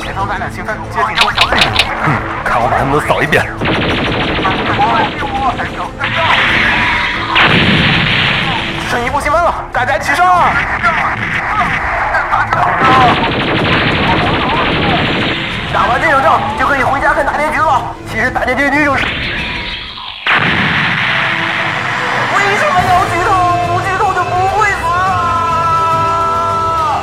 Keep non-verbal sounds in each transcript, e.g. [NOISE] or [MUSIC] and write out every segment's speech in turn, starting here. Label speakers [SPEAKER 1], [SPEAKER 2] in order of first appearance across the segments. [SPEAKER 1] 前头咱俩兴奋接近，小队。
[SPEAKER 2] 看我把他们都扫一遍。
[SPEAKER 1] 剩一步积分了，大家齐上！打完这场仗就可以回家看大结局了。其实大结局就是……为什么要剧透？不剧透就不会死啊！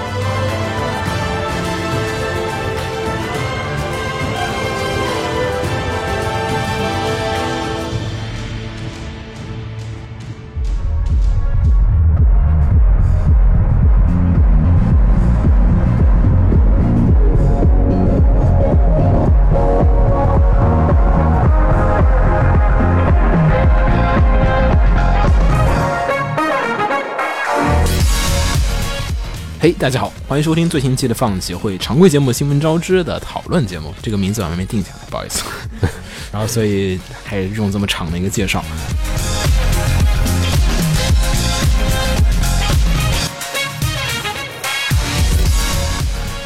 [SPEAKER 3] 嘿大家好，欢迎收听最新期的放映协会常规节目《新闻招之》的讨论节目，这个名字我还没定下来，不好意思。 [LAUGHS] 然后，所以还用这么长的一个介绍。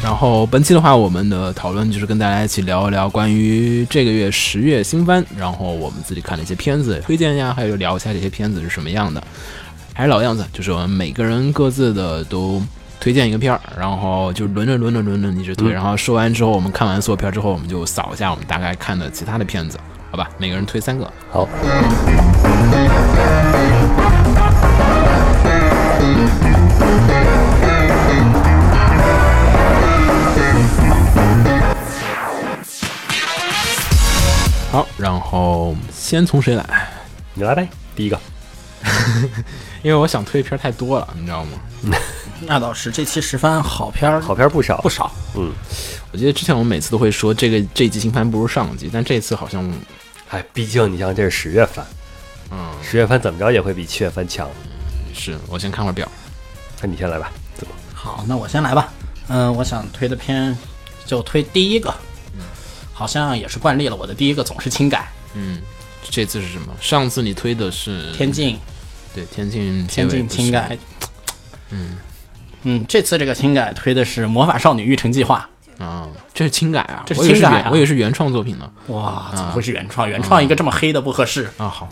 [SPEAKER 3] 然后本期的话，我们的讨论就是跟大家一起聊一聊关于这个月十月新番，然后我们自己看的一些片子推荐呀，还有聊一下这些片子是什么样的。还是老样子，就是我们每个人各自的都推荐一个片儿，然后就轮着轮着轮着一直推，然后说完之后，我们看完所有片儿之后，我们就扫一下我们大概看的其他的片子，好吧？每个人推三个。
[SPEAKER 2] 好，
[SPEAKER 3] 好，然后先从谁来？
[SPEAKER 2] 你来呗，第一个。
[SPEAKER 3] 因为我想推的片儿太多了，你知道吗？
[SPEAKER 4] 那倒是，这期十番好片儿
[SPEAKER 2] 好片儿不少，
[SPEAKER 4] 不少，
[SPEAKER 2] 嗯，
[SPEAKER 3] 我觉得之前我们每次都会说这个这一季新番不如上一季，但这次好像
[SPEAKER 2] 哎，毕竟你像这是十月份，
[SPEAKER 3] 嗯
[SPEAKER 2] 十月份怎么着也会比七月份强。
[SPEAKER 3] 是我先看会儿表，
[SPEAKER 2] 那你先来吧，怎么？
[SPEAKER 4] 好，那我先来吧。嗯、我想推的片就推第一个，好像也是惯例了，我的第一个总是轻改
[SPEAKER 3] 嗯，这次是什么？上次你推的是
[SPEAKER 4] 《天境
[SPEAKER 3] 对天境》，结
[SPEAKER 4] 天
[SPEAKER 3] 尾
[SPEAKER 4] 境
[SPEAKER 3] 不是
[SPEAKER 4] 轻改。嗯嗯，这次这个轻改推的是《魔法少女育成计划
[SPEAKER 3] 啊，这是轻改啊，
[SPEAKER 4] 这是
[SPEAKER 3] 我以为
[SPEAKER 4] 轻改啊
[SPEAKER 3] 原我以为是原创作品呢。》。
[SPEAKER 4] 哇，怎么会是原创？原创一个这么黑的不合适，
[SPEAKER 3] 啊，好，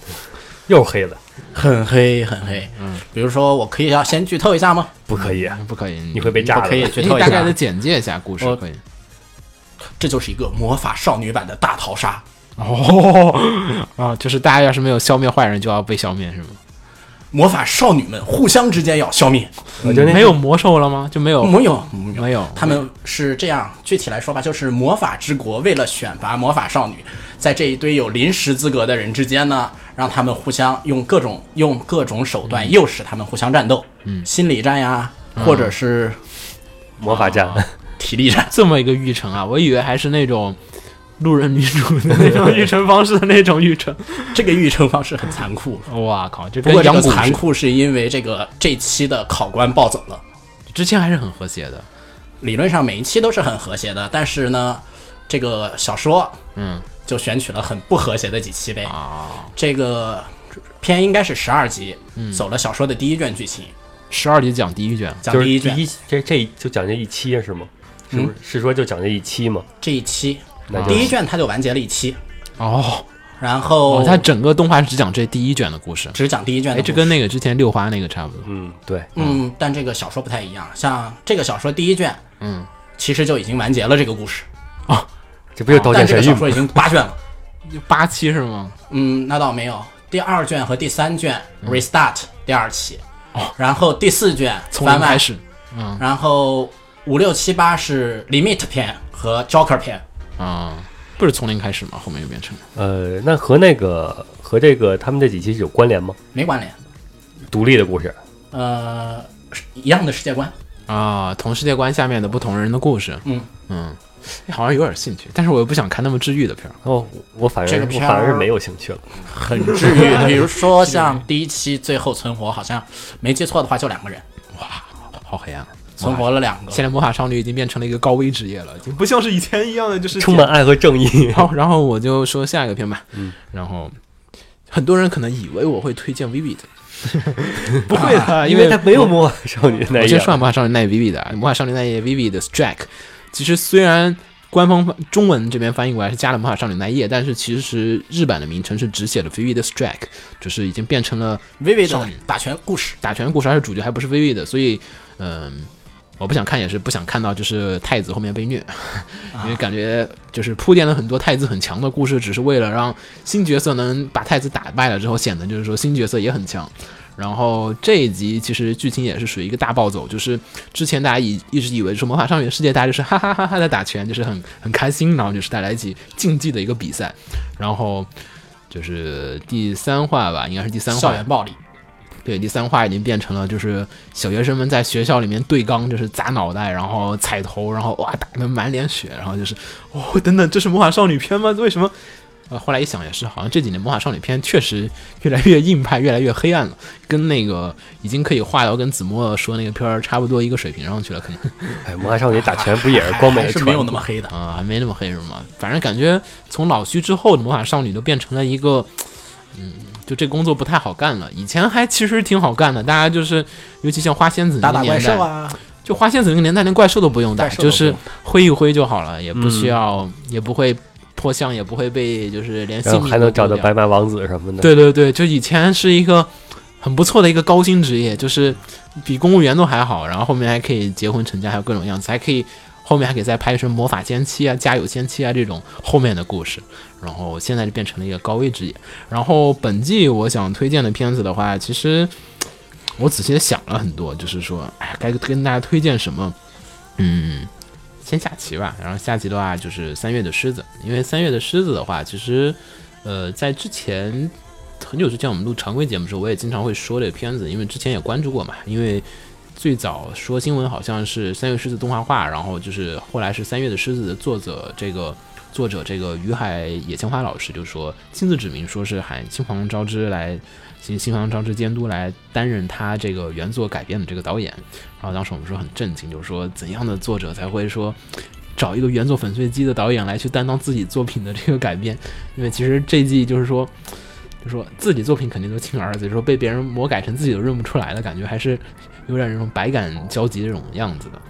[SPEAKER 2] 又是黑的，
[SPEAKER 4] 很黑很黑。嗯，比如说，我可以要先剧透一下吗？
[SPEAKER 2] 不可以，啊
[SPEAKER 3] 不可以，
[SPEAKER 2] 你会被炸
[SPEAKER 4] 嗯我可以
[SPEAKER 2] 的。
[SPEAKER 4] 剧
[SPEAKER 3] 你
[SPEAKER 4] 透一
[SPEAKER 3] 大概的
[SPEAKER 4] 下，
[SPEAKER 3] 简介一下故事
[SPEAKER 4] 我
[SPEAKER 3] 可以。
[SPEAKER 4] 这就是一个魔法少女版的大逃杀。
[SPEAKER 3] 哦， [LAUGHS] 啊，就是大家要是没有消灭坏人，就要被消灭是吗？
[SPEAKER 4] 魔法少女们互相之间要消灭，
[SPEAKER 2] 我觉得那
[SPEAKER 3] 没有魔兽了吗？就没有
[SPEAKER 4] 没有，没
[SPEAKER 3] 没有
[SPEAKER 4] 他们是这样，具体来说吧，就是魔法之国为了选拔魔法少女，在这一堆有临时资格的人之间呢，让他们互相用各种用各种手段诱使他们互相战斗，嗯，心理战呀，
[SPEAKER 3] 嗯
[SPEAKER 4] 或者是
[SPEAKER 2] 魔法
[SPEAKER 4] 啊
[SPEAKER 2] 战，
[SPEAKER 4] 体力战， [LAUGHS]
[SPEAKER 3] 这么一个育成啊，我以为还是那种路人女主的那 [LAUGHS] 种育成方式的那种育成。
[SPEAKER 4] 这个育成方式很残酷。
[SPEAKER 3] 哇靠，这
[SPEAKER 4] 不
[SPEAKER 3] 跟
[SPEAKER 4] 过这
[SPEAKER 3] 养
[SPEAKER 4] 个
[SPEAKER 3] 蛊
[SPEAKER 4] 残
[SPEAKER 3] 是
[SPEAKER 4] 酷是因为这个这期的考官暴走了，
[SPEAKER 3] 之前还是很和谐的。
[SPEAKER 4] 理论上每一期都是很和谐的，但是呢，这个小说
[SPEAKER 3] 嗯
[SPEAKER 4] 就选取了很不和谐的几期呗。
[SPEAKER 3] 啊，
[SPEAKER 4] 这个片应该是十二集，
[SPEAKER 3] 嗯
[SPEAKER 4] 走了小说的第一卷剧情，
[SPEAKER 3] 十二集讲第一卷，
[SPEAKER 4] 啊
[SPEAKER 2] [LAUGHS]
[SPEAKER 4] 讲
[SPEAKER 2] 就是
[SPEAKER 4] 第
[SPEAKER 2] 第
[SPEAKER 4] 一嗯卷。
[SPEAKER 2] 一这这就讲这一期啊是吗？是不是？是说就讲这一期吗？
[SPEAKER 4] 这一期，
[SPEAKER 3] 哎
[SPEAKER 2] 那就
[SPEAKER 4] 第一卷它就完结了一期，
[SPEAKER 3] 哦，
[SPEAKER 4] 然
[SPEAKER 3] 哦
[SPEAKER 4] 后，
[SPEAKER 3] 它整个动画只讲这第一卷的故事。
[SPEAKER 4] 只讲第一卷
[SPEAKER 3] 哎，
[SPEAKER 4] 的
[SPEAKER 3] 这
[SPEAKER 4] 故事
[SPEAKER 3] 跟那个之前六花那个差不多。
[SPEAKER 2] 嗯，对，
[SPEAKER 4] 嗯，但这个小说不太一样，像这个小说第一卷，嗯，其实就已经完结了这个故事，
[SPEAKER 2] 这不就刀
[SPEAKER 4] 啊但
[SPEAKER 2] 剑
[SPEAKER 4] 这个
[SPEAKER 2] 神
[SPEAKER 4] 小
[SPEAKER 2] 域吗
[SPEAKER 4] 说？已经八卷了，
[SPEAKER 3] 八期是吗？
[SPEAKER 4] 嗯，那倒没有，第二卷和第三卷 restart 第二期，然后第四卷
[SPEAKER 3] 从零
[SPEAKER 4] 番外
[SPEAKER 3] 开，始
[SPEAKER 4] 然后五六七八是 limit 篇和 joker 篇，
[SPEAKER 3] 啊、不是从零开始吗？后面又变成
[SPEAKER 2] 呃，那和那个和这个他们这几期有关联吗？
[SPEAKER 4] 没关联。
[SPEAKER 2] 独立的故事，
[SPEAKER 4] 呃，是一样的世界观。
[SPEAKER 3] 啊、同世界观下面的不同人的故事。
[SPEAKER 4] 嗯
[SPEAKER 3] 嗯，哎好像有点兴趣，但是我又不想看那么治愈的片儿。
[SPEAKER 2] 哦，我反
[SPEAKER 4] 这个
[SPEAKER 2] 正我
[SPEAKER 4] 片儿
[SPEAKER 2] 反而是没有兴趣了。
[SPEAKER 4] 很治愈，比如说 [LAUGHS] 像第一期最后存活，好像没记错的话就两个人
[SPEAKER 3] 好黑暗啊。
[SPEAKER 4] 存活了两个，
[SPEAKER 3] 现在魔法少女已经变成了一个高危职业了，已经不像是以前一样的，就是
[SPEAKER 4] 啊
[SPEAKER 2] 充满爱和正义。
[SPEAKER 3] 好，然后我就说下一个片吧。嗯，然后很多人可能以为我会推荐
[SPEAKER 2] [LAUGHS]
[SPEAKER 3] Vivid，
[SPEAKER 2] 不会的，
[SPEAKER 3] 因
[SPEAKER 2] 啊 [LAUGHS] 因
[SPEAKER 3] 为
[SPEAKER 2] 为他没有魔法少女那
[SPEAKER 3] 我先说
[SPEAKER 2] 样。
[SPEAKER 3] 魔法少女奈 Vivid 的啊，魔法少女奈 Vivid 的 Strike，其实虽然官方翻中文这边翻译过来是加了魔法少女奈叶，但是其实日版的名称是只写了 Vivid Strike，就是已经变成了
[SPEAKER 4] 微微
[SPEAKER 3] 少
[SPEAKER 4] 的
[SPEAKER 3] 女
[SPEAKER 4] 打拳故事，
[SPEAKER 3] 打拳故事，而且主角还不是 Vivid 的，所以嗯。我不想看，也是不想看到，就是太子后面被虐， [LAUGHS] 因为感觉就是铺垫了很多太子很强的故事，只是为了让新角色能把太子打败了之后，显得就是说新角色也很强。然后这一集其实剧情也是属于一个大暴走，就是之前大家以一直以为说魔法少女的世界，大家就是哈哈哈哈的打拳，就是很很开心，然后就是大家一起竞技的一个比赛。然后就是第三话吧，应该是第三话，
[SPEAKER 4] 校园暴力，
[SPEAKER 3] 对，第三话已经变成了就是小学生们在学校里面对刚，就是砸脑袋，然后踩头，然后哇打得满脸血，然后就是哦等等，这是魔法少女片吗？为什么？ [LAUGHS] 呃，后来一想也是，好像这几年魔法少女片确实越来越硬派，越来越黑暗了，跟那个已经可以画到跟子墨说那个片儿差不多一个水平上去了，可能
[SPEAKER 2] 哎，魔法少女打拳不也是光
[SPEAKER 3] [LAUGHS]
[SPEAKER 2] 美
[SPEAKER 4] 还
[SPEAKER 2] 的
[SPEAKER 4] 是
[SPEAKER 2] 传
[SPEAKER 4] 没有那么黑的。
[SPEAKER 3] 啊、还没那么黑是吗？反正感觉从老徐之后的魔法少女都变成了一个，嗯，就这工作不太好干了。以前还其实挺好干的，大家就是尤其像花仙子那
[SPEAKER 4] 打
[SPEAKER 3] 个
[SPEAKER 4] 打怪
[SPEAKER 3] 年代，
[SPEAKER 4] 兽啊，
[SPEAKER 3] 就花仙子那个年代连怪兽都不用打，
[SPEAKER 4] 怪兽都
[SPEAKER 3] 就
[SPEAKER 4] 不用
[SPEAKER 3] 是挥一挥就好了，也不
[SPEAKER 2] 嗯
[SPEAKER 3] 需要，也不会破相，也不会被就是连性
[SPEAKER 2] 然后
[SPEAKER 3] 命
[SPEAKER 2] 还
[SPEAKER 3] 都
[SPEAKER 2] 能找
[SPEAKER 3] 丢掉
[SPEAKER 2] 到白马王子什么的。，
[SPEAKER 3] 对对对，就以前是一个很不错的一个高薪职业，就是比公务员都还好，然后后面还可以结婚成家，还有各种样子，还可以后面还可以再拍什么魔法仙妻啊、家有仙妻啊这种后面的故事。然后现在就变成了一个高危职业。然后本季我想推荐的片子的话，其实我仔细地想了很多，就是说，哎，该跟大家推荐什么？嗯。先下棋吧，然后下棋的话就是三月的狮子，因为三月的狮子的话，其实，呃，在之前很久之前我们录常规节目的时候，我也经常会说这个片子，因为之前也关注过嘛。因为最早说新闻好像是三月狮子动画化，然后就是后来是三月的狮子的作者这个作者这个于海野千花老师就说亲自指明说是喊新房昭之来新新房昭之监督来担任他这个原作改编的这个导演。然后当时我们说很震惊，就是说怎样的作者才会说。找一个原作粉碎机的导演来去担当自己作品的这个改编，因为其实这季就是说，就说自己作品肯定都亲儿子，就说被别人魔改成自己都认不出来的感觉，还是有点那种百感交集这种样子的。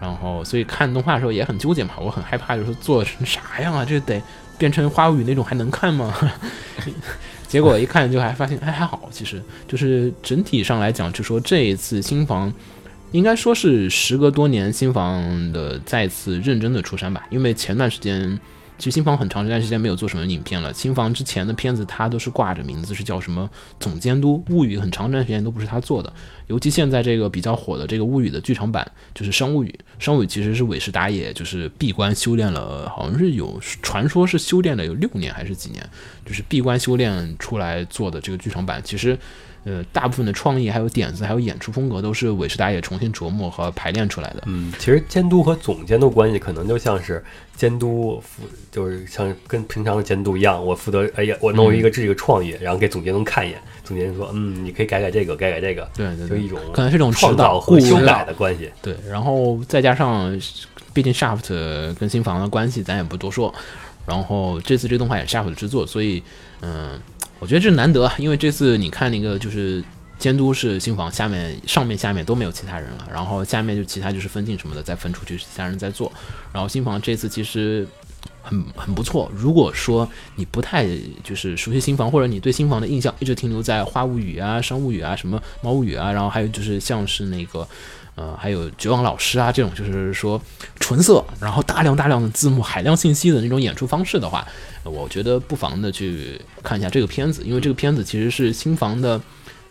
[SPEAKER 3] 然后，所以看动画的时候也很纠结嘛，我很害怕，就是做成啥样啊？这得变成花无语那种还能看吗？ [LAUGHS] 结果一看就还发现，哎，还好，其实就是整体上来讲，就说这一次新房应该说是时隔多年，新房的再次认真的出山吧。因为前段时间，其实新房很长一段时间没有做什么影片了。新房之前的片子，他都是挂着名字是叫什么总监督《物语》，很长一段时间都不是他做的。尤其现在这个比较火的这个《物语》的剧场版，就是《商物语》。《商物语》其实是尾石打野，就是闭关修炼了，好像是有传说是修炼了有六年还是几年，就是闭关修炼出来做的这个剧场版，其实。呃，大部分的创意、还有点子、还有演出风格，都是韦士达也重新琢磨和排练出来的。
[SPEAKER 2] 嗯，其实监督和总监督关系可能就像是监督负，就是像跟平常的监督一样，我负责，哎呀，我弄一个这个创意，然后给总监能看一眼，总监说，嗯，你可以改改这个，改改这个，
[SPEAKER 3] 对对
[SPEAKER 2] 就
[SPEAKER 3] 对
[SPEAKER 2] 一种
[SPEAKER 3] 可能是一种指
[SPEAKER 2] 创
[SPEAKER 3] 导啊
[SPEAKER 2] 造和
[SPEAKER 3] 顾
[SPEAKER 2] 修
[SPEAKER 3] 问
[SPEAKER 2] 改的关系。
[SPEAKER 3] 对，然后再加上，毕竟 Shaft 跟新房的关系，咱也不多说。然后这次这动画也是 Shaft 制作，所以，嗯、我觉得这难得，啊因为这次你看那个就是监督是新房，下面上面下面都没有其他人了，然后下面就其他就是分镜什么的再分出去，其他人在做。然后新房这次其实很很不错。如果说你不太就是熟悉新房，或者你对新房的印象一直停留在《花物语》啊、《商物语》啊、什么《猫物语》啊，然后还有就是像是那个。呃，还有绝望老师啊，这种就是说纯色，然后大量大量的字幕、海量信息的那种演出方式的话，呃我觉得不妨的去看一下这个片子，因为这个片子其实是新房的，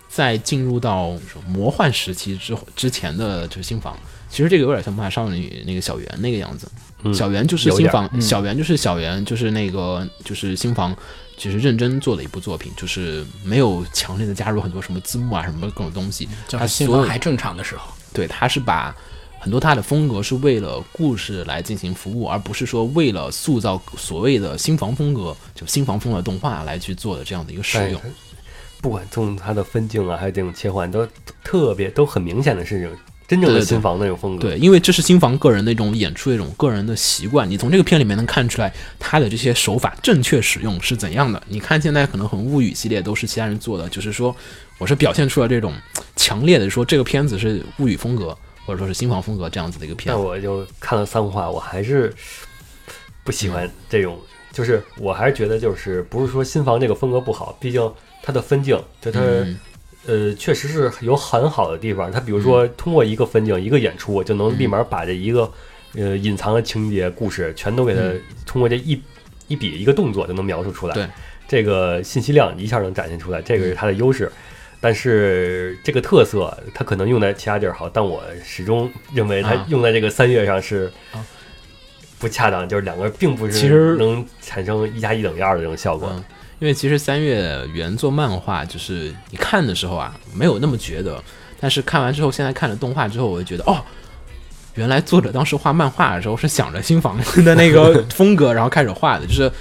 [SPEAKER 3] 在进入到魔幻时期之后之前的就是新房，其实这个有点像《魔法少女》那个小圆那个样子，小圆就是
[SPEAKER 2] 嗯有
[SPEAKER 3] 新
[SPEAKER 2] 点儿嗯
[SPEAKER 3] 房，小圆就是小圆，就是那个就是新房。其实认真做的一部作品，就是没有强烈的加入很多什么字幕啊、什么各种东西，
[SPEAKER 4] 就是
[SPEAKER 3] 它
[SPEAKER 4] 新
[SPEAKER 3] 所
[SPEAKER 4] 房
[SPEAKER 3] 有
[SPEAKER 4] 还正常的时候，
[SPEAKER 3] 对，他是把很多他的风格是为了故事来进行服务，而不是说为了塑造所谓的新房风格，就新房风的动画来去做的这样的一个使
[SPEAKER 2] 哎
[SPEAKER 3] 用。
[SPEAKER 2] 不管从它的分镜啊，还有这种切换，都特别都很明显的是这种真正
[SPEAKER 3] 对
[SPEAKER 2] 的
[SPEAKER 3] 对对
[SPEAKER 2] 新房那种风格。
[SPEAKER 3] 对，因为这是新房个人的一种演出的一种个人的习惯，你从这个片里面能看出来他的这些手法正确使用是怎样的。你看现在可能很物语系列都是其他人做的，就是说我是表现出了这种强烈的说这个片子是物语风格或者说是新房风格这样子的一个片
[SPEAKER 2] 但
[SPEAKER 3] 子。
[SPEAKER 2] 我就看了三话，我还是不喜
[SPEAKER 3] 嗯
[SPEAKER 2] 欢这种，就是我还是觉得就是不是说新房这个风格不好，毕竟它的分镜，就它、
[SPEAKER 3] 嗯
[SPEAKER 2] 呃确实是有很好的地方。它比如
[SPEAKER 3] 嗯
[SPEAKER 2] 说通过一个分镜、一个演出，我就能立马把这一个呃隐藏的情节、故事全都给它
[SPEAKER 3] 嗯
[SPEAKER 2] 通过这一一笔一个动作就能描述出来。
[SPEAKER 3] 对嗯
[SPEAKER 2] 这个信息量一下能展现出来，这个是它的优势。但是这个特色，它可能用在其他地儿好，但我始终认为它
[SPEAKER 3] 啊
[SPEAKER 2] 用在这个三月上是
[SPEAKER 3] 啊
[SPEAKER 2] 不恰当，就是两个并不是
[SPEAKER 3] 其实
[SPEAKER 2] 能产生一加一等于二的这种效果。
[SPEAKER 3] 嗯因为其实三月原作漫画就是你看的时候啊，没有那么觉得，但是看完之后，现在看了动画之后，我就觉得哦，原来作者当时画漫画的时候是想着新房的那个风格，然后开始画的，就是。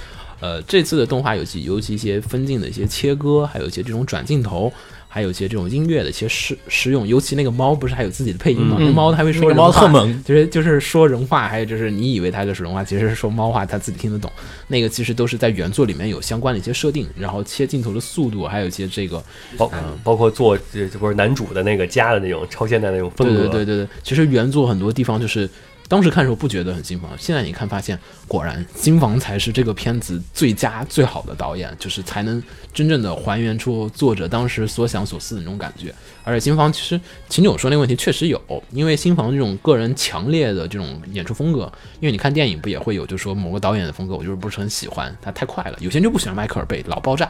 [SPEAKER 3] 呃，这次的动画有其尤其一些分镜的一些切割，还有一些这种转镜头，还有一些这种音乐的一些使使用，尤其那个猫不是还有自己的配音吗？那猫它会说
[SPEAKER 4] 那个
[SPEAKER 3] 人
[SPEAKER 4] 猫
[SPEAKER 3] 话
[SPEAKER 4] 特萌，
[SPEAKER 3] 就是就是说人话，还有就是你以为它就是人话，其实是说猫话，它自己听得懂。那个其实都是在原作里面有相关的一些设定，然后切镜头的速度，还有一些这个
[SPEAKER 2] 包
[SPEAKER 3] 嗯
[SPEAKER 2] 包括做这这不是男主的那个家的那种超现代的那种风格，
[SPEAKER 3] 对对对对对，其实原作很多地方就是当时看的时候不觉得很新房，现在你看发现，果然新房才是这个片子最佳最好的导演，就是才能真正的还原出作者当时所想所思的那种感觉。而且新房其实秦九说那个问题确实有，因为新房这种个人强烈的这种演出风格，因为你看电影不也会有，就说某个导演的风格我就是不是很喜欢，他太快了，有些人就不喜欢迈克尔贝，老爆炸。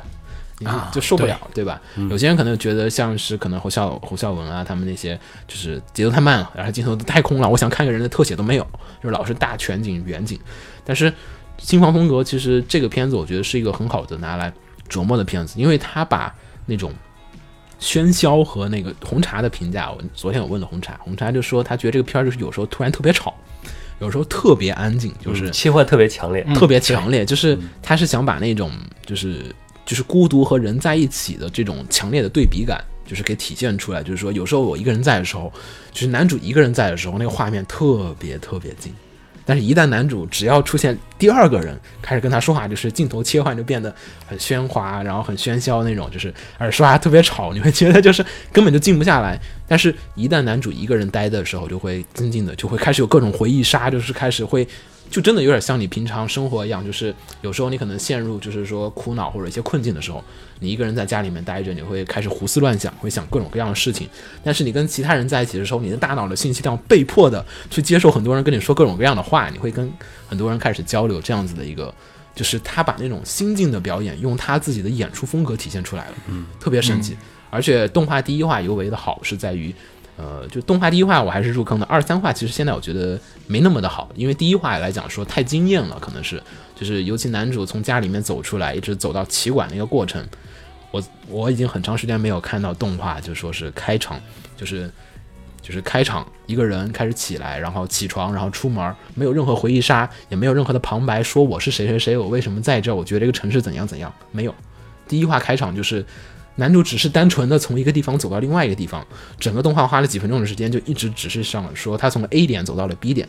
[SPEAKER 4] 啊
[SPEAKER 3] 就受不
[SPEAKER 4] 对
[SPEAKER 3] 了，对吧？有些人可能觉得像是可能侯孝侯孝文啊，他们那些就是节奏太慢了，然后镜头都太空了，我想看个人的特写都没有，就是老是大全景远景。但是新房风格其实这个片子我觉得是一个很好的拿来琢磨的片子，因为他把那种喧嚣和那个红茶的评价，我昨天我问了红茶，红茶就说他觉得这个片儿就是有时候突然特别吵，有时候特别安静，就是、
[SPEAKER 2] 嗯切换特别强烈。
[SPEAKER 3] 特别强烈，就是他是想把那种就是就是孤独和人在一起的这种强烈的对比感，就是给体现出来。就是说，有时候我一个人在的时候，就是男主一个人在的时候，那个画面特别特别近。但是，一旦男主只要出现第二个人开始跟他说话，就是镜头切换就变得很喧哗，然后很喧嚣那种，就是而且说话特别吵，你会觉得就是根本就静不下来。但是，一旦男主一个人待的时候，就会静静的，就会开始有各种回忆杀，就是开始会就真的有点像你平常生活一样，就是有时候你可能陷入就是说苦恼或者一些困境的时候，你一个人在家里面待着，你会开始胡思乱想，会想各种各样的事情。但是你跟其他人在一起的时候，你的大脑的信息量被迫的去接受很多人跟你说各种各样的话，你会跟很多人开始交流，这样子的一个。就是他把那种心境的表演，用他自己的演出风格体现出来了，嗯，特别神奇。而且动画第一话尤为的好是在于，呃，就动画第一话我还是入坑的，二三话其实现在我觉得没那么的好，因为第一话来讲说太惊艳了，可能是就是尤其男主从家里面走出来，一直走到棋馆那个过程，我我已经很长时间没有看到动画，就说是开场，就是就是开场一个人开始起来，然后起床，然后出门，没有任何回忆杀，也没有任何的旁白，说我是谁谁谁，我为什么在这儿，我觉得这个城市怎样怎样，没有。第一话开场就是男主只是单纯的从一个地方走到另外一个地方，整个动画花了几分钟的时间，就一直只是上说他从 A 点走到了 B 点，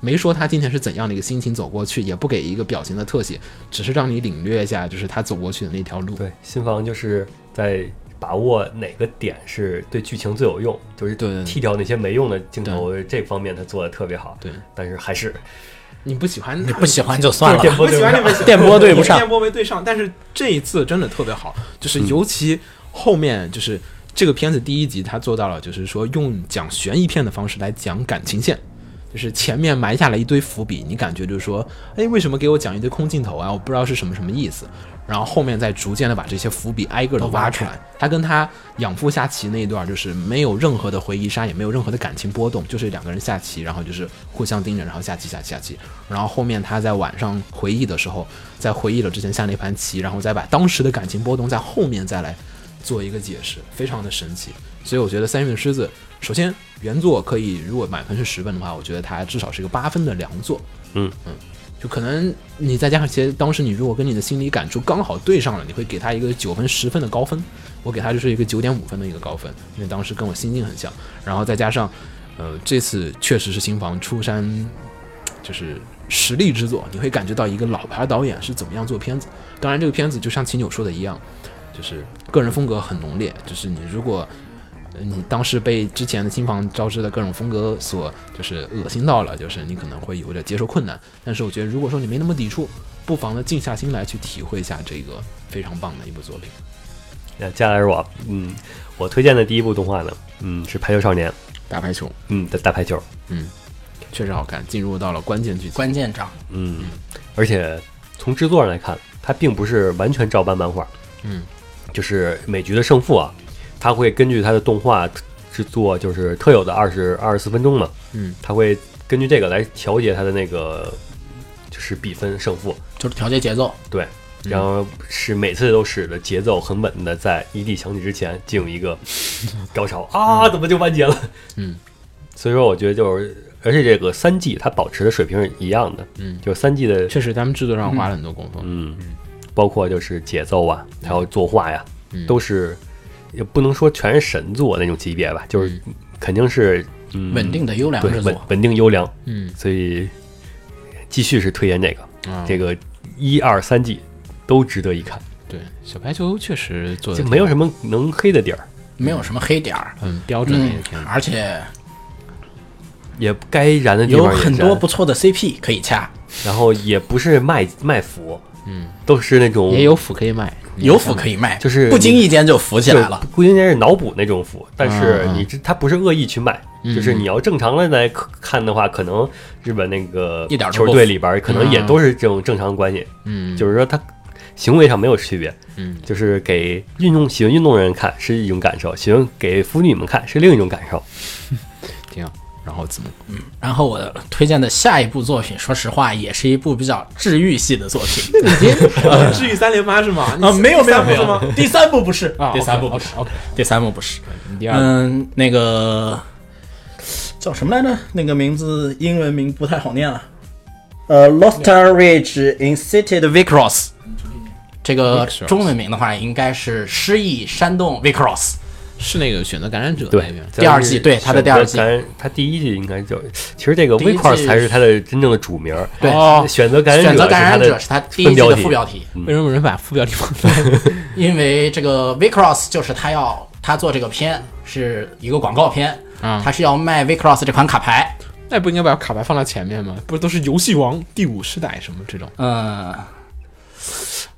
[SPEAKER 3] 没说他今天是怎样的一个心情走过去，也不给一个表情的特写，只是让你领略一下就是他走过去的那条路。
[SPEAKER 2] 对，新房就是在把握哪个点是对剧情最有用，就是
[SPEAKER 3] 对对对
[SPEAKER 2] 剃掉那些没用的镜头，这方面他做的特别好。
[SPEAKER 3] 对，
[SPEAKER 2] 但是还是
[SPEAKER 3] 你不喜欢
[SPEAKER 4] 你不喜欢就算
[SPEAKER 2] [LAUGHS]
[SPEAKER 4] 了
[SPEAKER 2] 电
[SPEAKER 4] 吧。
[SPEAKER 2] 波
[SPEAKER 3] 不喜欢
[SPEAKER 2] 对
[SPEAKER 3] 那
[SPEAKER 2] 不
[SPEAKER 3] 边
[SPEAKER 2] 上
[SPEAKER 3] 行
[SPEAKER 4] 电波对不上嗯
[SPEAKER 3] 电波没对上。但是这一次真的特别好，就是尤其后面就是这个片子第一集，他做到了，就是说用讲悬疑片的方式来讲感情线。就是前面埋下了一堆伏笔，你感觉就是说，哎，为什么给我讲一堆空镜头啊？我不知道是什么什么意思。然后后面再逐渐的把这些伏笔挨个的挖出来。他跟他养父下棋那一段，就是没有任何的回忆杀，也没有任何的感情波动，就是两个人下棋，然后就是互相盯着，然后下棋下棋下棋。然后后面他在晚上回忆的时候，在回忆了之前下那盘棋，然后再把当时的感情波动在后面再来做一个解释，非常的神奇。所以我觉得《三月的狮子》，首先原作可以，如果满分是十分的话，我觉得它至少是一个八分的良作。
[SPEAKER 2] 嗯
[SPEAKER 3] 嗯，就可能你再加上一些当时你如果跟你的心理感触刚好对上了，你会给它一个九分十分的高分，我给它就是一个九点五分的一个高分，因为当时跟我心境很像，然后再加上。呃，这次确实是新房出山，就是实力之作，你会感觉到一个老牌导演是怎么样做片子。当然，这个片子就像秦九说的一样，就是个人风格很浓烈，就是你如果呃你当时被之前的新房招致的各种风格所就是恶心到了，就是你可能会有点接受困难。但是我觉得，如果说你没那么抵触，不妨呢静下心来去体会一下这个非常棒的一部作品。
[SPEAKER 2] 那呃接下来是我，嗯，我推荐的第一部动画呢，嗯，是《排球少年》，
[SPEAKER 3] 打排球
[SPEAKER 2] 嗯，打打排球，
[SPEAKER 3] 确实好看，进入到了关键剧情。
[SPEAKER 4] [LAUGHS] 关键章，
[SPEAKER 2] 嗯，而且从制作上来看，它并不是完全照搬漫画，
[SPEAKER 3] 嗯，
[SPEAKER 2] 就是每局的胜负啊，它会根据它的动画制作，就是特有的二十二十四分钟嘛，
[SPEAKER 3] 嗯，
[SPEAKER 2] 它会根据这个来调节它的那个就是比分胜负，
[SPEAKER 4] 就是调节节奏，
[SPEAKER 2] 对，
[SPEAKER 3] 嗯
[SPEAKER 2] 然后是每次都使得节奏很稳的，在一地响起之前进入一个高潮啊，怎么就完结了？
[SPEAKER 3] 嗯，
[SPEAKER 2] [LAUGHS] 所以说我觉得就是，而且这个三季它保持的水平是一样的，
[SPEAKER 3] 嗯
[SPEAKER 2] 就是三季的，
[SPEAKER 3] 确实他们制作上花了很多功夫。
[SPEAKER 2] 嗯，包括就是节奏啊，还有作画呀、
[SPEAKER 3] 嗯
[SPEAKER 2] 都是也不能说全是神作那种级别吧，就是肯定是嗯
[SPEAKER 4] 稳定的优良
[SPEAKER 2] 对
[SPEAKER 4] 制
[SPEAKER 2] 稳
[SPEAKER 4] 作，
[SPEAKER 2] 稳定优良，
[SPEAKER 3] 嗯
[SPEAKER 2] 所以继续是推荐这个
[SPEAKER 4] 嗯
[SPEAKER 3] 啊，
[SPEAKER 2] 这个一二三季都值得一看。
[SPEAKER 3] 对，小排球确实做的
[SPEAKER 2] 就没有什么能黑的地儿，
[SPEAKER 4] 没有什么黑点儿，
[SPEAKER 3] 很标准的一
[SPEAKER 4] 嗯
[SPEAKER 3] 个片，子。
[SPEAKER 4] 而且
[SPEAKER 2] 也该燃的地
[SPEAKER 4] 有
[SPEAKER 2] 方也啊
[SPEAKER 4] 很多
[SPEAKER 2] 燃
[SPEAKER 4] 不错的 CP 可以掐，
[SPEAKER 2] 然后也不是卖卖腐，
[SPEAKER 3] 嗯，
[SPEAKER 2] 都是那种
[SPEAKER 3] 也有腐可以卖，
[SPEAKER 4] 有腐可以卖，
[SPEAKER 2] 就是
[SPEAKER 4] 不经意间就浮起
[SPEAKER 2] 对
[SPEAKER 4] 来了。，
[SPEAKER 2] 不应该是脑补那种腐，但是
[SPEAKER 3] 嗯嗯
[SPEAKER 2] 你这他不是恶意去卖，就是
[SPEAKER 4] 嗯
[SPEAKER 2] 你要正常的来看的话，可能日本那个
[SPEAKER 4] 一点儿都
[SPEAKER 2] 球
[SPEAKER 4] 不
[SPEAKER 2] 队里边儿可能也
[SPEAKER 3] 嗯
[SPEAKER 2] 都是这种正常关系，
[SPEAKER 3] 嗯，
[SPEAKER 2] 就是说他行为上没有区别，
[SPEAKER 3] 嗯
[SPEAKER 2] 就是给运动喜欢运动的人看是一种感受，喜欢给腐女们看是另一种感受。
[SPEAKER 3] 挺好。然后字幕，
[SPEAKER 4] 然后我推荐的下一部作品，说实话也是一部比较治愈系的作
[SPEAKER 2] [LAUGHS]
[SPEAKER 4] 品
[SPEAKER 3] 至于三连发是吗？
[SPEAKER 4] 啊，没有没有没有，第三部不是
[SPEAKER 3] [LAUGHS] 啊，
[SPEAKER 4] 第三部不是，
[SPEAKER 3] OK，
[SPEAKER 4] 第三部不是，
[SPEAKER 3] 第二
[SPEAKER 4] 嗯，那个叫什么来着？那个名字英文名不太好念了。呃，Lost Ridge Incited Vicross，这个
[SPEAKER 3] Vicross
[SPEAKER 4] 中文名的话应该是失忆煽动 Vicross。
[SPEAKER 3] 是那个选择感染者
[SPEAKER 2] 对
[SPEAKER 3] 那边，
[SPEAKER 4] 第二季对他的第二季
[SPEAKER 2] 选择感染，他第一季应该就其实这个
[SPEAKER 4] 第一
[SPEAKER 2] V
[SPEAKER 4] 季
[SPEAKER 2] cross 才是他的真正的主名儿，
[SPEAKER 4] 对
[SPEAKER 3] 哦
[SPEAKER 2] 选择感染者
[SPEAKER 4] 选择感染
[SPEAKER 2] 是他
[SPEAKER 4] 者
[SPEAKER 2] 的
[SPEAKER 4] 是他第一季的副标
[SPEAKER 2] 题，嗯
[SPEAKER 4] 题，
[SPEAKER 3] 为什么有人把副标题放在？ [LAUGHS]
[SPEAKER 4] 因为这个 Vicross 就是他要他做这个片是一个广告片，
[SPEAKER 3] 啊
[SPEAKER 4] 他是要卖 Vicross 这款卡牌。
[SPEAKER 3] 那不应该把卡牌放到前面吗？不是都是游戏王第五世代什么这种？
[SPEAKER 4] 嗯，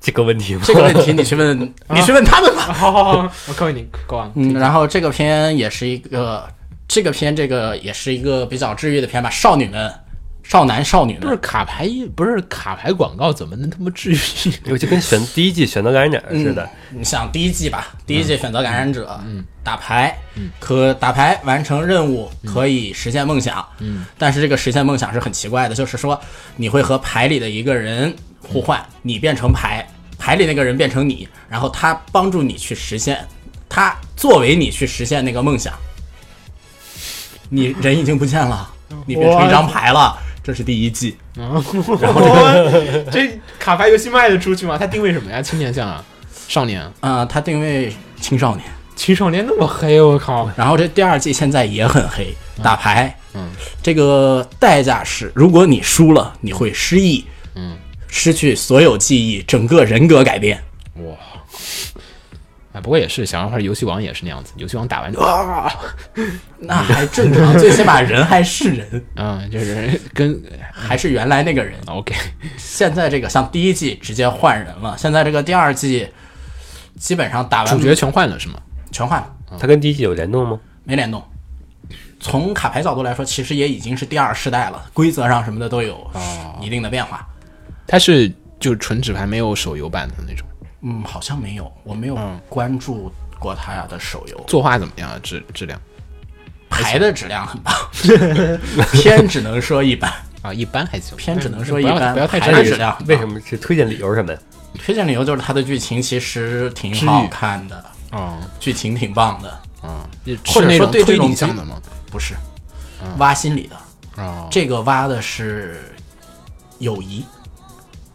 [SPEAKER 2] 这个问题吗？
[SPEAKER 4] 这个问题你去问你去问他们
[SPEAKER 3] [LAUGHS]
[SPEAKER 4] 吧。
[SPEAKER 3] 好好好，我告诉你，国王，
[SPEAKER 4] 嗯，然后这个片也是一个，这个片这个也是一个比较治愈的片吧，少女们、少男少女
[SPEAKER 3] 不是
[SPEAKER 4] 们，
[SPEAKER 3] 卡牌，不是卡牌广告，怎么能他妈至于？
[SPEAKER 2] 我就跟选第一季选择感染者似的，
[SPEAKER 4] 你想嗯第一季吧，第一季选择感染者，打牌，可打牌完成任务可以实现梦想，嗯，但是这个实现梦想是很奇怪的，就是说你会和牌里的一个人互换，你变成牌，牌里那个人变成你，然后他帮助你去实现，他作为你去实现那个梦想，你人已经不见了，你变成一张牌了。这是第一季，
[SPEAKER 3] 然后这个这卡牌游戏卖得出去吗？它定位什么呀？青年向啊，少年啊，
[SPEAKER 4] 啊，它定位青少年。
[SPEAKER 3] 青少年那么黑，我靠！
[SPEAKER 4] 然后这第二季现在也很黑，打牌，
[SPEAKER 3] 嗯，
[SPEAKER 4] 这个代价是，如果你输了，你会失忆，
[SPEAKER 3] 嗯，
[SPEAKER 4] 失去所有记忆，整个人格改变。
[SPEAKER 3] 哇，哎，不过也是，想要玩游戏王也是那样子，游戏王打完就啊，
[SPEAKER 4] 那还正常，最起码人还是人，
[SPEAKER 3] 嗯，就是跟
[SPEAKER 4] [LAUGHS] 还是原来那个人。
[SPEAKER 3] OK，
[SPEAKER 4] 现在这个像第一季直接换人了，现在这个第二季基本上打完
[SPEAKER 3] 主角全换了是吗？
[SPEAKER 4] 全换了，
[SPEAKER 2] 它跟第一季有联动吗？
[SPEAKER 4] 没联动。从卡牌角度来说，其实也已经是第二世代了，规则上什么的都有一定的变化。
[SPEAKER 3] 它是就纯纸牌，没有手游版的那种。
[SPEAKER 4] 嗯，好像没有，我没有
[SPEAKER 3] 嗯
[SPEAKER 4] 关注过他的手游。
[SPEAKER 3] 作画怎么样啊？质质量
[SPEAKER 4] 牌的质量很
[SPEAKER 3] [LAUGHS]
[SPEAKER 4] 棒，片只能说一般，
[SPEAKER 3] 啊，一般还行。
[SPEAKER 4] 片只能说一
[SPEAKER 3] 不要
[SPEAKER 4] 般，
[SPEAKER 3] 不要太
[SPEAKER 4] 牌
[SPEAKER 3] 质
[SPEAKER 4] 的
[SPEAKER 3] 疑
[SPEAKER 4] 质量很
[SPEAKER 2] 为
[SPEAKER 4] 棒
[SPEAKER 2] 什么是推荐理由是什么呀？
[SPEAKER 4] 推荐理由就是它的剧情其实挺好看的，
[SPEAKER 3] 啊
[SPEAKER 4] 剧情挺棒的，
[SPEAKER 3] 啊，
[SPEAKER 4] 或
[SPEAKER 3] 是
[SPEAKER 4] 者
[SPEAKER 3] 那
[SPEAKER 4] 说
[SPEAKER 3] 种
[SPEAKER 4] 对这
[SPEAKER 3] 推
[SPEAKER 4] 种
[SPEAKER 3] 理向
[SPEAKER 4] 剧
[SPEAKER 3] 的吗？
[SPEAKER 4] 不是
[SPEAKER 3] 嗯
[SPEAKER 4] 挖心里的，
[SPEAKER 3] 啊，
[SPEAKER 4] 这个挖的是友谊。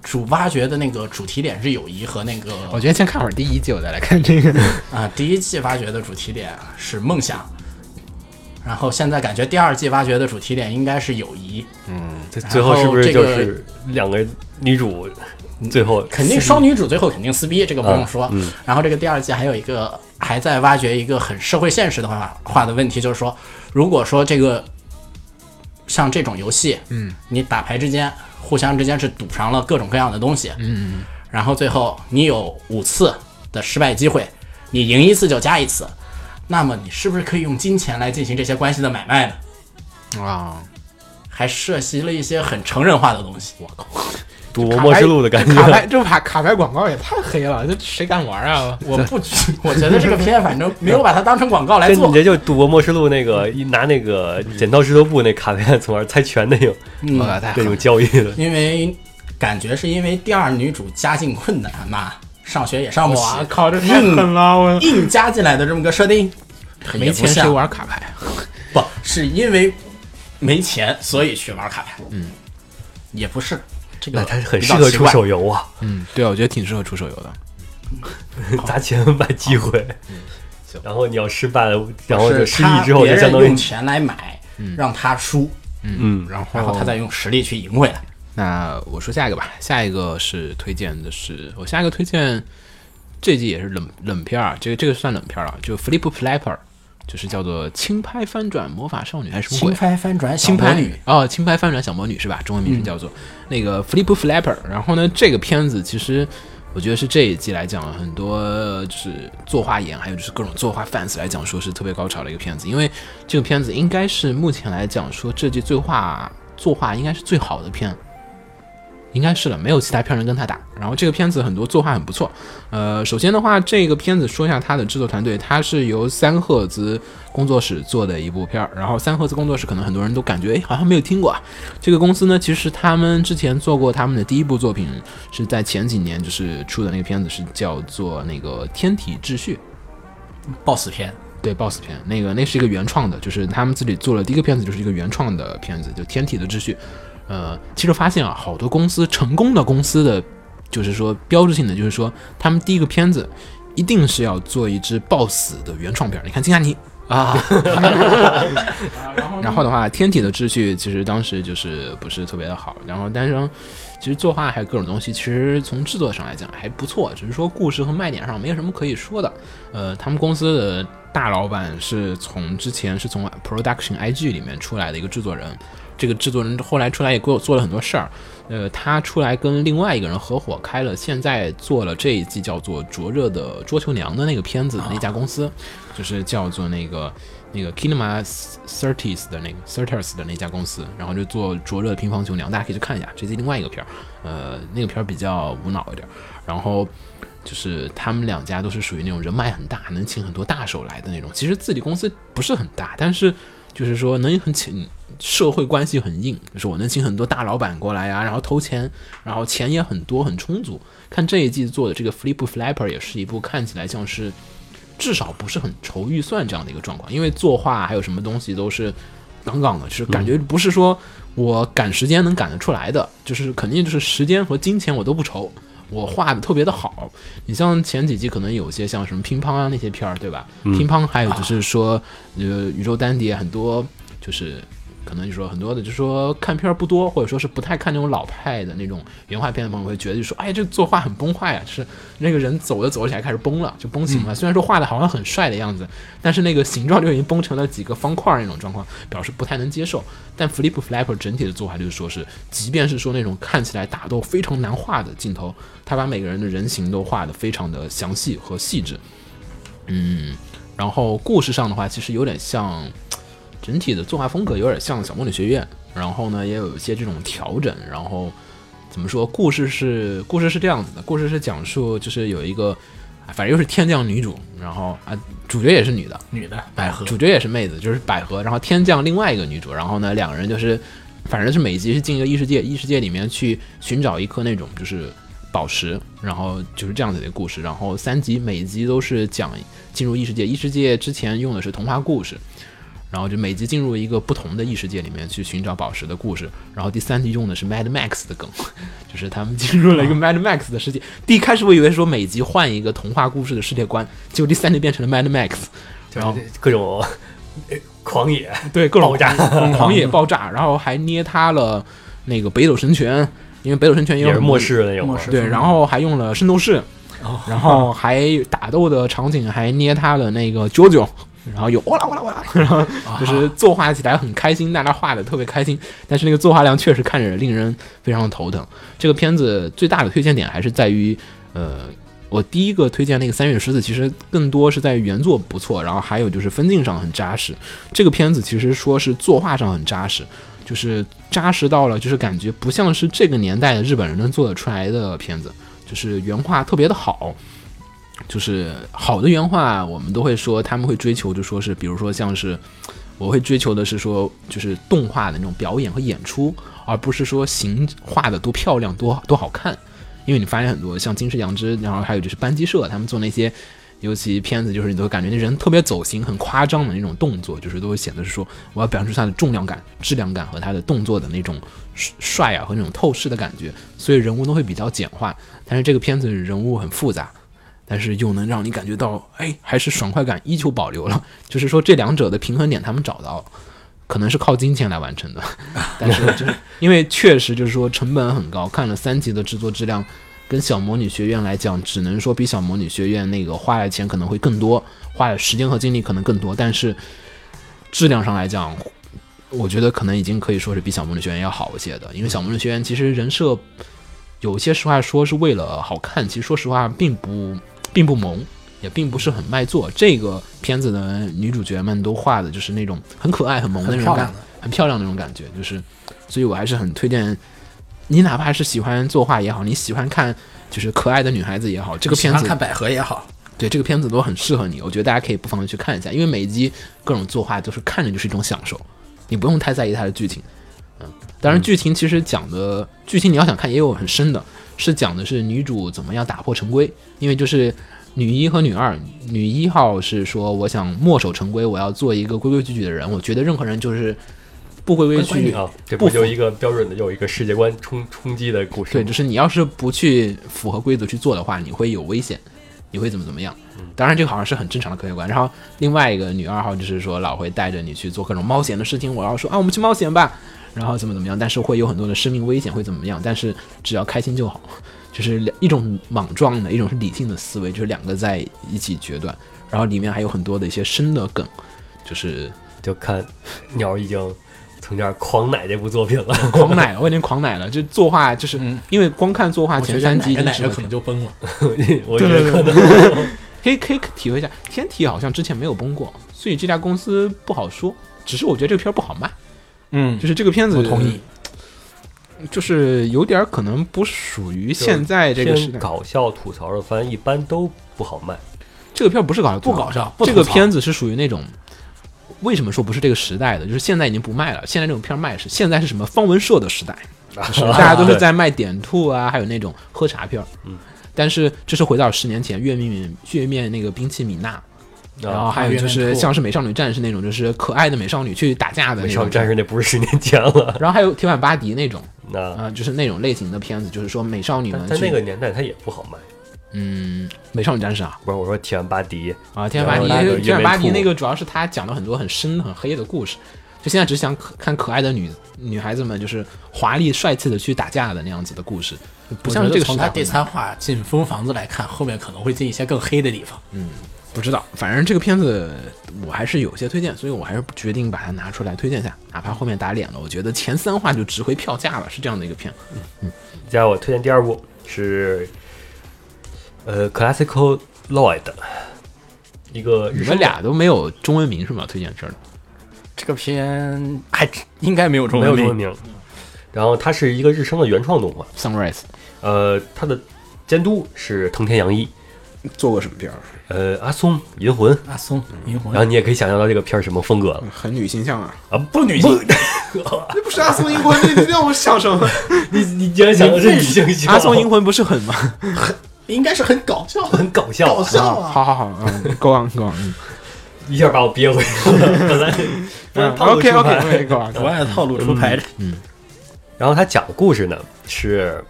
[SPEAKER 4] 主挖掘的那个主题点是友谊和那个
[SPEAKER 3] 我觉得先看会儿第 [LAUGHS] 一季，我再来看这个。
[SPEAKER 4] 啊、第一季挖掘的主题点是梦想，然后现在感觉第二季挖掘的主题点应该是友谊，
[SPEAKER 2] 最最后是不是就是两个女主最后
[SPEAKER 4] 肯定双女主最后肯定撕逼，这个不用说。然后这个第二季还有一个还在挖掘一个很社会现实的话话的问题，就是说，如果说这个像这种游戏，嗯，你打牌之间互相之间是赌上了各种各样的东西，嗯，然后最后你有五次的失败机会，你赢一次就加一次，那么你是不是可以用金钱来进行这些关系的买卖呢？
[SPEAKER 3] 啊，
[SPEAKER 4] 还涉及了一些很成人化的东西。我靠！
[SPEAKER 2] 赌博末之路的感觉， [LAUGHS]
[SPEAKER 5] 卡牌这卡卡牌广告也太黑了，这谁敢玩啊？
[SPEAKER 4] 我不觉，我觉得这个片反正没有把它当成广告来
[SPEAKER 2] 这
[SPEAKER 4] 做
[SPEAKER 2] 你。这就赌博末世录那个一拿那个剪刀石头布那卡片从那儿猜拳那种
[SPEAKER 4] 嗯，
[SPEAKER 3] 我太
[SPEAKER 2] 那种交易的，
[SPEAKER 4] 因为感觉是因为第二女主家境困难嘛，上学也上不起，
[SPEAKER 5] 哇靠，
[SPEAKER 3] 嗯
[SPEAKER 5] 这太狠了！我
[SPEAKER 4] 硬加进来的这么个设定，
[SPEAKER 3] 没钱谁
[SPEAKER 4] 像
[SPEAKER 3] 玩卡牌？
[SPEAKER 4] 不是因为没钱所以去玩卡牌，嗯，也不是这个
[SPEAKER 2] 那它很
[SPEAKER 4] 比
[SPEAKER 2] 适
[SPEAKER 4] 较
[SPEAKER 2] 合
[SPEAKER 4] 奇
[SPEAKER 2] 出
[SPEAKER 4] 怪
[SPEAKER 2] 手游
[SPEAKER 4] [LAUGHS]
[SPEAKER 2] 啊，
[SPEAKER 3] 嗯，对啊，我觉得挺适合出手游的。
[SPEAKER 2] 砸钱买机会。然后你要失败了，然后就是失
[SPEAKER 4] 嗯他
[SPEAKER 2] 忆之后，
[SPEAKER 4] 别
[SPEAKER 2] 就
[SPEAKER 4] 人
[SPEAKER 2] 相当于
[SPEAKER 4] 用钱来买，让他输，
[SPEAKER 2] 嗯，
[SPEAKER 3] 然
[SPEAKER 4] 然后他再用实力去赢回来。
[SPEAKER 3] 那我说下一个吧，下一个是推荐的是我下一个推荐这季也是冷冷片儿啊，这个这个算冷片儿啊，就 Flip Flapper，就是叫做轻拍翻转魔法少女还是什么
[SPEAKER 4] 轻
[SPEAKER 3] 鬼？啊
[SPEAKER 4] 拍翻转小
[SPEAKER 3] 轻
[SPEAKER 4] 魔
[SPEAKER 3] 拍
[SPEAKER 4] 女，嗯
[SPEAKER 3] 哦，轻拍翻转小魔女是吧？中文名字叫做、那个 Flip Flapper。然后呢，这个片子其实我觉得是这一季来讲很多就是作画眼，还有就是各种作画 fans 来讲说是特别高潮的一个片子，因为这个片子应该是目前来讲说这季作画作画应该是最好的片。应该是的，没有其他片儿能跟他打。然后这个片子很多作画很不错，呃，首先的话，这个片子说一下它的制作团队，它是由三赫兹工作室做的一部片儿。然后三赫兹工作室可能很多人都感觉，哎，好像没有听过啊。这个公司呢，其实他们之前做过他们的第一部作品，是在前几年就是出的那个片子，是叫做那个《天体秩序》。
[SPEAKER 4] boss 片，
[SPEAKER 3] 对 BOSS 片，那个那是一个原创的，就是他们自己做了第一个片子，就是一个原创的片子，就《天体的秩序》。呃，其实发现啊，好多公司成功的公司的，就是说标志性的，就是说他们第一个片子一定是要做一支爆死的原创片儿。你看金夏尼， [LAUGHS] 然后的话，天体的秩序其实当时就是不是特别的好，然后但是呢其实作画还有各种东西，其实从制作上来讲还不错，只是说故事和卖点上没有什么可以说的。呃，他们公司的大老板是从之前是从 Production IG 里面出来的一个制作人，这个制作人后来出来也给我做了很多事儿。呃，他出来跟另外一个人合伙开了，现在做了这一季叫做《灼热的桌球娘》的那个片子的那家公司，就是叫做那个那个 Kinema Thirties 的那个 Thirties 的那家公司，然后就做灼热的乒乓球娘，大家可以去看一下，这是另外一个片儿，呃，那个片儿比较无脑一点儿，然后就是他们两家都是属于那种人脉很大，能请很多大手来的那种。其实自己公司不是很大，但是就是说能很请社会关系很硬，就是我能请很多大老板过来啊，然后投钱，然后钱也很多很充足。看这一季做的这个 Flip Flapper 也是一部看起来像是至少不是很愁预算这样的一个状况，因为作画还有什么东西都是杠杠的，就是感觉不是说我赶时间能赶得出来的，就是肯定就是时间和金钱我都不愁，我画的特别的好。你像前几季可能有些像什么乒乓啊那些片儿，对吧？乒乓还有就是说，呃，宇宙单碟很多就是。可能就说很多的，就说看片儿不多，或者说是不太看那种老派的那种原画片的朋友，会觉得就说，哎，这作画很崩坏啊，就是那个人走着走着起来开始崩了，就崩形了。虽然说画的好像很帅的样子，但是那个形状就已经崩成了几个方块儿那种状况，表示不太能接受。但 Flip Flapper 整体的做法就是说是，即便是说那种看起来打斗非常难画的镜头，他把每个人的人形都画得非常的详细和细致。嗯然后故事上的话，其实有点像整体的作画风格有点像《小魔女学院》，然后呢也有一些这种调整。然后怎么说？故事是故事是这样子的，故事是讲述就是有一个，啊反正又是天降女主，然后啊主角也是女的，
[SPEAKER 4] 女的百合，
[SPEAKER 3] 主角也是妹子，就是百合，然后天降另外一个女主，然后呢，两个人就是，反正是每集是进一个异世界，异世界里面去寻找一颗那种就是宝石，然后就是这样子的一个故事，然后三集每集都是讲进入异世界，异世界之前用的是童话故事，然后就每集进入一个不同的异世界里面去寻找宝石的故事，然后第三集用的是 Mad Max 的梗， [LAUGHS] 就是他们进入了一个 Mad Max 的世界。第一开始我以为说每集换一个童话故事的世界观，结果第三集变成了 Mad Max，然后
[SPEAKER 2] 各种呃 [LAUGHS] 狂野，
[SPEAKER 3] 对各种
[SPEAKER 2] 爆炸
[SPEAKER 4] 嗯
[SPEAKER 3] 狂野爆炸，然后还捏塌了那个北斗神拳，因为北斗神拳也
[SPEAKER 2] 也
[SPEAKER 3] 有
[SPEAKER 2] 是末世哦那种啊
[SPEAKER 4] 末。世
[SPEAKER 3] 对，然后还用了圣斗士，然
[SPEAKER 2] [LAUGHS]
[SPEAKER 3] 后还打斗的场景还捏他的那个 JoJo，然后有哇啦哇啦哇啦， [LAUGHS] 然后就是作画起来很开心，大家画的特别开心，但是那个作画量确实看着令人非常的头疼。这个片子最大的推荐点还是在于，呃。我第一个推荐那个《三月狮子》，其实更多是在于原作不错，然后还有就是分镜上很扎实。这个片子其实说是作画上很扎实，就是扎实到了，就是感觉不像是这个年代的日本人能做得出来的片子，就是原画特别的好。就是好的原画，我们都会说他们会追求，就说是比如说像是我会追求的是说，就是动画的那种表演和演出，而不是说形画的多漂亮、多多好看。因为你发现很多像金氏良知，然后还有就是班级社，他们做那些，尤其片子就是你都会感觉那人特别走形、很夸张的那种动作，就是都会显得是说我要表现出他的重量感、质量感和他的动作的那种帅啊和那种透视的感觉，所以人物都会比较简化。但是这个片子人物很复杂，但是又能让你感觉到，哎，还是爽快感依旧保留了。就是说这两者的平衡点他们找到了，可能是靠金钱来完成的，但是就是因为确实就是说成本很高，看了三集的制作质量。跟小魔女学院来讲，只能说比小魔女学院那个花的钱可能会更多，花的时间和精力可能更多，但是质量上来讲，我觉得可能已经可以说是比小魔女学院要好一些的，因为小魔女学院其实人设有些实话说是为了好看，其实说实话并不并不萌，也并不是很卖座。这个片子的女主角们都画的就是那种很可爱、很萌的那种
[SPEAKER 4] 很漂
[SPEAKER 3] 感
[SPEAKER 4] 亮的，
[SPEAKER 3] 很漂亮的那种感觉，就是，所以我还是很推荐你，哪怕是喜欢作画也好，你喜欢看就是可爱的女孩子也好，这个
[SPEAKER 4] 喜
[SPEAKER 3] 片
[SPEAKER 4] 欢
[SPEAKER 3] 子
[SPEAKER 4] 看百合也好，
[SPEAKER 3] 对这个片子都很适合你，我觉得大家可以不妨去看一下，因为每一集各种作画都是看着就是一种享受，你不用太在意它的剧情。嗯，当然剧情其实讲的剧情你要想看也有很深的，是讲的是女主怎么样打破陈规，因为就是女一和女二，女一号是说我想墨守成规，我要做一个规规矩矩的人，我觉得任何人就是不规规矩矩
[SPEAKER 2] 啊，这
[SPEAKER 3] 不
[SPEAKER 2] 不
[SPEAKER 3] 符
[SPEAKER 2] 就一个标准的有一个世界观冲冲击的故事吗？
[SPEAKER 3] 对，就是你要是不去符合规则去做的话，你会有危险，你会怎么怎么样。
[SPEAKER 4] 嗯
[SPEAKER 3] 当然，这个好像是很正常的科学观。然后另外一个女二号就是说老会带着你去做各种冒险的事情，我要说啊，我们去冒险吧，然后怎么怎么样，但是会有很多的生命危险，会怎么样？但是只要开心就好， [LAUGHS] 就是两一种莽撞的，一种是理性的思维，就是两个在一起决断。然后里面还有很多的一些深的梗，
[SPEAKER 4] [LAUGHS]
[SPEAKER 3] 就是
[SPEAKER 2] 就看鸟已经从这儿狂奶这部作品了。
[SPEAKER 3] [LAUGHS] 狂奶了，我已经狂奶了。就作画，就是、因为光看作画
[SPEAKER 4] 嗯我觉
[SPEAKER 3] 前
[SPEAKER 4] 得
[SPEAKER 3] 三
[SPEAKER 4] 哪
[SPEAKER 3] 集已
[SPEAKER 4] 个
[SPEAKER 3] 经
[SPEAKER 4] 哪
[SPEAKER 3] 是
[SPEAKER 4] 个
[SPEAKER 3] 很
[SPEAKER 4] 可能就崩了。
[SPEAKER 2] 我觉得可能
[SPEAKER 3] 可以可以体会一下，天体好像之前没有崩过，所以这家公司不好说。只是我觉得这个片儿不好卖，
[SPEAKER 5] 嗯，
[SPEAKER 3] 就是这个片子
[SPEAKER 4] 我同意，，
[SPEAKER 3] 就是有点儿可能不属于现在这个时
[SPEAKER 2] 偏
[SPEAKER 3] 代。
[SPEAKER 2] 搞笑吐槽的番一般都不好卖。
[SPEAKER 3] 这个片儿不是搞笑，
[SPEAKER 4] 不搞笑不
[SPEAKER 3] 这个
[SPEAKER 4] 吐槽
[SPEAKER 3] 片子是属于那种。为什么说不是这个时代的？就是现在已经不卖了。现在这种片儿卖是现在是什么方文社的时代，
[SPEAKER 2] [LAUGHS]
[SPEAKER 3] 就是大家都是在卖点兔啊，还有那种喝茶片儿。嗯，但是这是回到十年前月面月面那个兵器米娜，然后
[SPEAKER 2] 啊，
[SPEAKER 3] 还有就
[SPEAKER 4] 还有
[SPEAKER 3] 是
[SPEAKER 4] 原
[SPEAKER 3] 像是美少女战士那种，就是可爱的美少女去打架的
[SPEAKER 2] 美
[SPEAKER 3] 那
[SPEAKER 2] 少
[SPEAKER 3] 种
[SPEAKER 2] 女。战士那不是十年前
[SPEAKER 3] [LAUGHS]
[SPEAKER 2] 了，
[SPEAKER 3] 然后还有铁腕巴迪那种，
[SPEAKER 2] 那
[SPEAKER 3] 啊，就是那种类型的片子，就是说美少女
[SPEAKER 2] 嗯但
[SPEAKER 3] 们
[SPEAKER 2] 在那
[SPEAKER 3] 去，
[SPEAKER 2] 个年代它也不好卖。
[SPEAKER 3] 嗯，美少女战士啊，
[SPEAKER 2] 不是我说铁腕巴迪，
[SPEAKER 3] 啊，铁腕巴
[SPEAKER 2] 然后那
[SPEAKER 3] 迪，
[SPEAKER 2] 个
[SPEAKER 3] 铁腕巴迪
[SPEAKER 2] 月面兔
[SPEAKER 3] 那个主要是他讲了很多很深很黑的故事，就现在只想可看可爱的女女孩子们，就是华丽帅气的去打架的那样子的故事，不
[SPEAKER 4] 我
[SPEAKER 3] 像是
[SPEAKER 4] 觉得
[SPEAKER 3] 这个时
[SPEAKER 4] 从他
[SPEAKER 3] 代
[SPEAKER 4] 第
[SPEAKER 3] 会
[SPEAKER 4] 三话进疯房子来看，后面可能会进一些更黑的地方。
[SPEAKER 3] 不知道，反正这个片子我还是有些推荐，所以我还是决定把它拿出来推荐一下，哪怕后面打脸了，我觉得前三话就值回票价了，是这样的一个片。
[SPEAKER 2] 接下来我推荐第二部是呃 Classical Lloyd，一个日
[SPEAKER 3] 你
[SPEAKER 2] 式
[SPEAKER 3] 们俩都没有中文名是吗？推荐这儿的
[SPEAKER 4] 这个片还真应该没有中
[SPEAKER 2] 没有
[SPEAKER 4] 文
[SPEAKER 2] 中文
[SPEAKER 4] 名，
[SPEAKER 2] 名，然后它是一个日升的原创动画，
[SPEAKER 3] Sunrise
[SPEAKER 2] 呃，它的监督是藤田洋一，
[SPEAKER 3] 做过什么片儿？
[SPEAKER 2] 呃，阿松银魂，
[SPEAKER 4] 阿松银
[SPEAKER 2] 然后
[SPEAKER 4] 魂，
[SPEAKER 2] 你也可以想象到这个片儿什么风格了
[SPEAKER 3] 很女性向啊！
[SPEAKER 2] 啊，不女性，
[SPEAKER 5] 那不是阿松英国，你你让我想什么？
[SPEAKER 2] [LAUGHS] 你你竟然想的是女性向，
[SPEAKER 3] 阿松银魂不是很吗？
[SPEAKER 2] [LAUGHS]
[SPEAKER 4] 应该是很搞笑 [LAUGHS] 的。
[SPEAKER 2] 很搞笑，
[SPEAKER 4] 搞笑啊！
[SPEAKER 3] 好好好，嗯，Go on Go on，嗯
[SPEAKER 2] 一下把我憋回去了，本来 [LAUGHS] 不是
[SPEAKER 3] 嗯
[SPEAKER 2] 套路
[SPEAKER 3] ，OK
[SPEAKER 2] 出
[SPEAKER 3] OK
[SPEAKER 2] 牌
[SPEAKER 3] OK Go on，
[SPEAKER 4] 我按套路出牌的，
[SPEAKER 2] 然后他讲的故事呢是，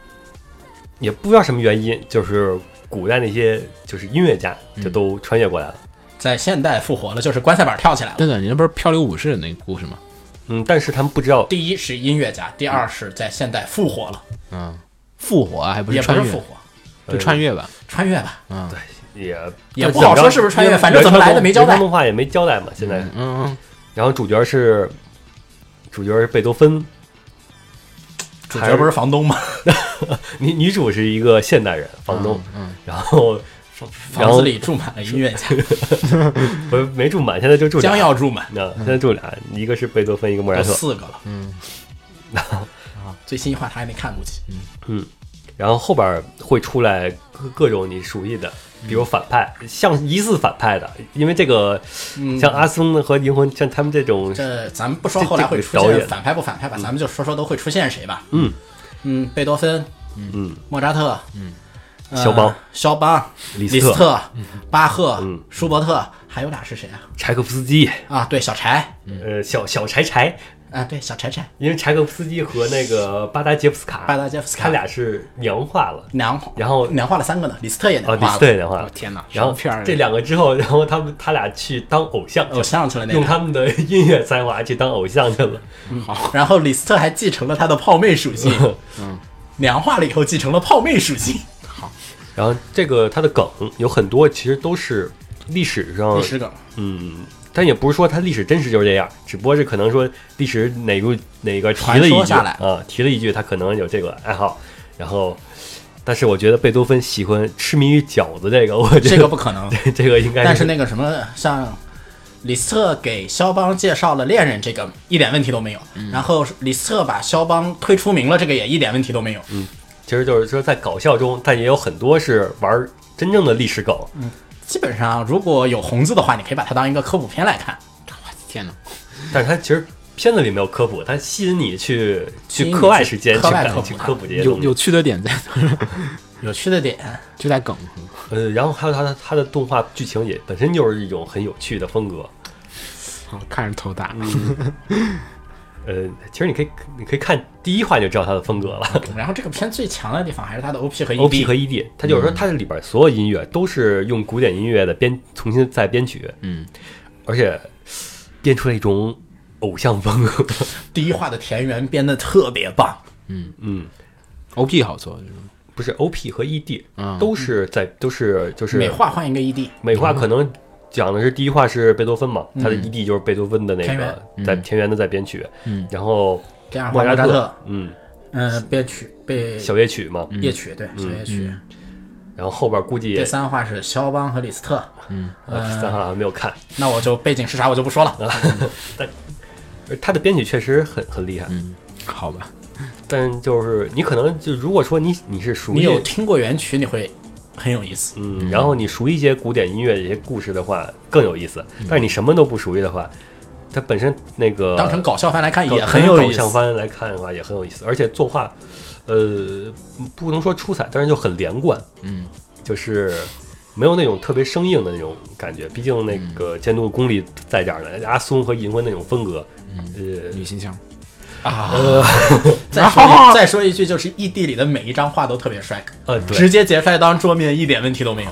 [SPEAKER 2] 也不知道什么原因，就是古代那些就是音乐家就都穿越过来了，
[SPEAKER 4] 在现代复活了，就是棺材板跳起来了。
[SPEAKER 3] 对对，你那不是漂流武士那个故事吗？
[SPEAKER 2] 嗯，但是他们不知道，
[SPEAKER 4] 第一是音乐家，第二是在现代复活了，
[SPEAKER 3] 嗯，复活啊，还不
[SPEAKER 4] 也
[SPEAKER 3] 是
[SPEAKER 4] 不
[SPEAKER 3] 穿
[SPEAKER 4] 是
[SPEAKER 3] 越，
[SPEAKER 4] 复活，
[SPEAKER 3] 就穿越吧。嗯
[SPEAKER 4] 穿越吧，
[SPEAKER 2] 也
[SPEAKER 4] 也不好说是不是穿越，反正怎么来的没交代
[SPEAKER 2] 原。动画也没交代嘛，现在。
[SPEAKER 3] 嗯，嗯
[SPEAKER 2] 然后主角是主角是贝多芬，
[SPEAKER 4] 主角不是房东吗？
[SPEAKER 2] 女女主是一个现代人房东，
[SPEAKER 3] 嗯
[SPEAKER 2] 然后然
[SPEAKER 4] 房
[SPEAKER 2] 后
[SPEAKER 4] 子里住满了音乐家，
[SPEAKER 2] 不是没住满，现在就住俩
[SPEAKER 4] 将要住满，
[SPEAKER 2] 那现在住俩，一个是贝多芬，一个莫
[SPEAKER 4] 有
[SPEAKER 2] 扎特。
[SPEAKER 4] 四个了。 [LAUGHS] 啊
[SPEAKER 3] 嗯，
[SPEAKER 4] 最新一话他还没看，估计
[SPEAKER 2] 嗯然后后边会出来各各种你熟悉的，比
[SPEAKER 4] 嗯
[SPEAKER 2] 如反派，像疑似反派的，因为这个像阿松和银魂，像他们这种，
[SPEAKER 4] 嗯这咱们不说后来会出
[SPEAKER 2] 这这个导演
[SPEAKER 4] 现反派不反派吧，咱们就说说都会出现谁吧。
[SPEAKER 2] 嗯
[SPEAKER 4] 嗯，贝多芬，
[SPEAKER 2] 嗯，
[SPEAKER 4] 莫扎特，嗯，
[SPEAKER 2] 肖邦，
[SPEAKER 4] 肖邦，
[SPEAKER 2] 李
[SPEAKER 4] 李
[SPEAKER 2] 斯特
[SPEAKER 4] 斯特，巴赫
[SPEAKER 2] 嗯，
[SPEAKER 4] 舒伯特，还有俩是谁啊？
[SPEAKER 2] 柴可夫斯基，
[SPEAKER 4] 啊，对，小柴，
[SPEAKER 2] 呃，小小柴柴，
[SPEAKER 4] 啊，对，小柴柴，
[SPEAKER 2] 因为柴可夫斯基和那个巴达杰夫斯卡，
[SPEAKER 4] 巴达杰夫斯卡
[SPEAKER 2] 他俩是娘化了，
[SPEAKER 4] 娘，
[SPEAKER 2] 然后
[SPEAKER 4] 娘化了三个呢，李斯特也
[SPEAKER 2] 啊，
[SPEAKER 4] 娘
[SPEAKER 2] 李
[SPEAKER 4] 化
[SPEAKER 2] 斯
[SPEAKER 4] 了，
[SPEAKER 2] 特也娘化了，
[SPEAKER 3] 天哪
[SPEAKER 2] 然后
[SPEAKER 3] 什么片儿啊
[SPEAKER 2] 这两个之后， [LAUGHS] 然后他们他俩去当偶像去了，
[SPEAKER 4] 偶像去了那
[SPEAKER 2] 用
[SPEAKER 4] 个。
[SPEAKER 2] 他们的音乐才华去当偶像去了，
[SPEAKER 4] 然后李斯特还继承了他的泡妹属性，嗯，娘化了以后继承了泡妹属性，
[SPEAKER 2] 然后这个他的梗有很多，其实都是历史上
[SPEAKER 4] 第十梗，
[SPEAKER 2] 嗯，但也不是说它历史真实就是这样，只不过是可能说历史哪个哪个提
[SPEAKER 4] 传
[SPEAKER 2] 了一
[SPEAKER 4] 说
[SPEAKER 2] 句
[SPEAKER 4] 下来
[SPEAKER 2] 啊，提了一句，他可能有这个爱好，然后，但是我觉得贝多芬喜欢痴迷于饺子这个，我觉
[SPEAKER 4] 这
[SPEAKER 2] 得
[SPEAKER 4] 个不可能。
[SPEAKER 2] [LAUGHS] 这这个应该
[SPEAKER 4] 但是那个什么，像李斯特给肖邦介绍了恋人，这个一点问题都没有。
[SPEAKER 2] 嗯
[SPEAKER 4] 然后李斯特把肖邦推出名了，这个也一点问题都没有。
[SPEAKER 2] 嗯其实就是说在搞笑中，但也有很多是玩真正的历史梗，
[SPEAKER 4] 嗯基本上如果有红字的话，你可以把它当一个科普片来看，
[SPEAKER 3] 嗯天哪，
[SPEAKER 2] 但是它其实。片子里没有科普，它吸引你去
[SPEAKER 4] 吸
[SPEAKER 2] 去
[SPEAKER 4] 引你
[SPEAKER 2] 课外时间
[SPEAKER 4] 去
[SPEAKER 2] 去
[SPEAKER 4] 课外
[SPEAKER 2] 看
[SPEAKER 4] 科普
[SPEAKER 2] 去
[SPEAKER 4] 它
[SPEAKER 2] 科普这些
[SPEAKER 3] 有
[SPEAKER 2] 东西
[SPEAKER 3] 有。趣的点在哪儿？ [LAUGHS]
[SPEAKER 4] 有趣的点。
[SPEAKER 3] 就在梗。
[SPEAKER 2] 呃，然后还有它的它的动画剧情也本身就是一种很有趣的风格。
[SPEAKER 3] 好看着头大，
[SPEAKER 2] 呃，其实你可以你可以看第一话就知道它的风格了。
[SPEAKER 4] 嗯然后这个片最强的地方还是它的 OP
[SPEAKER 2] [LAUGHS]
[SPEAKER 4] 和
[SPEAKER 2] O P
[SPEAKER 4] ED，
[SPEAKER 2] 和 E D，它
[SPEAKER 4] 嗯
[SPEAKER 2] 就是说它里边所有音乐都是用古典音乐的编重新再编曲，
[SPEAKER 3] 嗯，
[SPEAKER 2] 而且编出了一种偶像风格。
[SPEAKER 4] 第一话的田园编的特别棒。
[SPEAKER 2] 嗯，
[SPEAKER 3] OP 好做，就是
[SPEAKER 2] 不是 O P 和 E D，
[SPEAKER 3] 嗯
[SPEAKER 2] 都是在都是就是
[SPEAKER 4] 每话换一个 E ED，
[SPEAKER 2] 美化可能讲的是第一话是贝多芬嘛，他的 E D 就是贝多芬的那
[SPEAKER 4] 嗯田
[SPEAKER 2] 个
[SPEAKER 4] 园
[SPEAKER 2] 在田园的在编曲，
[SPEAKER 3] 嗯
[SPEAKER 2] 然后
[SPEAKER 4] 第二话
[SPEAKER 2] 莫扎
[SPEAKER 4] 莫扎
[SPEAKER 2] 特
[SPEAKER 4] 特，
[SPEAKER 2] 嗯
[SPEAKER 4] 嗯，编曲被
[SPEAKER 2] 小嗯夜曲嘛，
[SPEAKER 4] 夜曲对小夜曲。
[SPEAKER 2] 然后后边估计
[SPEAKER 4] 第三嗯话是肖邦和李斯特，
[SPEAKER 2] 呃第三话还没有看，
[SPEAKER 4] 那我就背景是啥我就不说了。
[SPEAKER 2] 而他的编曲确实很很厉害，
[SPEAKER 3] 好吧？
[SPEAKER 2] 但就是你可能就如果说你你是熟
[SPEAKER 4] 你有
[SPEAKER 2] 悉，
[SPEAKER 4] 听过原曲，你会很有意思。
[SPEAKER 2] 嗯，然后你熟悉一些古典音乐一些故事的话更有意思，但是你什么都不熟悉的话，它本身那个
[SPEAKER 4] 当成搞笑番来看
[SPEAKER 2] 搞
[SPEAKER 4] 也很有
[SPEAKER 2] 搞
[SPEAKER 4] 意
[SPEAKER 2] 笑
[SPEAKER 4] 思。
[SPEAKER 2] 番来看的话也很有意思，而且作画，呃，不能说出彩，但是就很连贯，
[SPEAKER 3] 嗯，
[SPEAKER 2] 就是。没有那种特别生硬的那种感觉，毕竟
[SPEAKER 4] 嗯
[SPEAKER 2] 那个监督功力在这儿呢。阿松和银魂那种风格，
[SPEAKER 4] 嗯
[SPEAKER 2] 呃，
[SPEAKER 3] 女形象，
[SPEAKER 4] 再说一再说一句，就是异地里的每一张画都特别帅，
[SPEAKER 2] 呃，对
[SPEAKER 4] 直，接截出来当桌面一点问题都没有。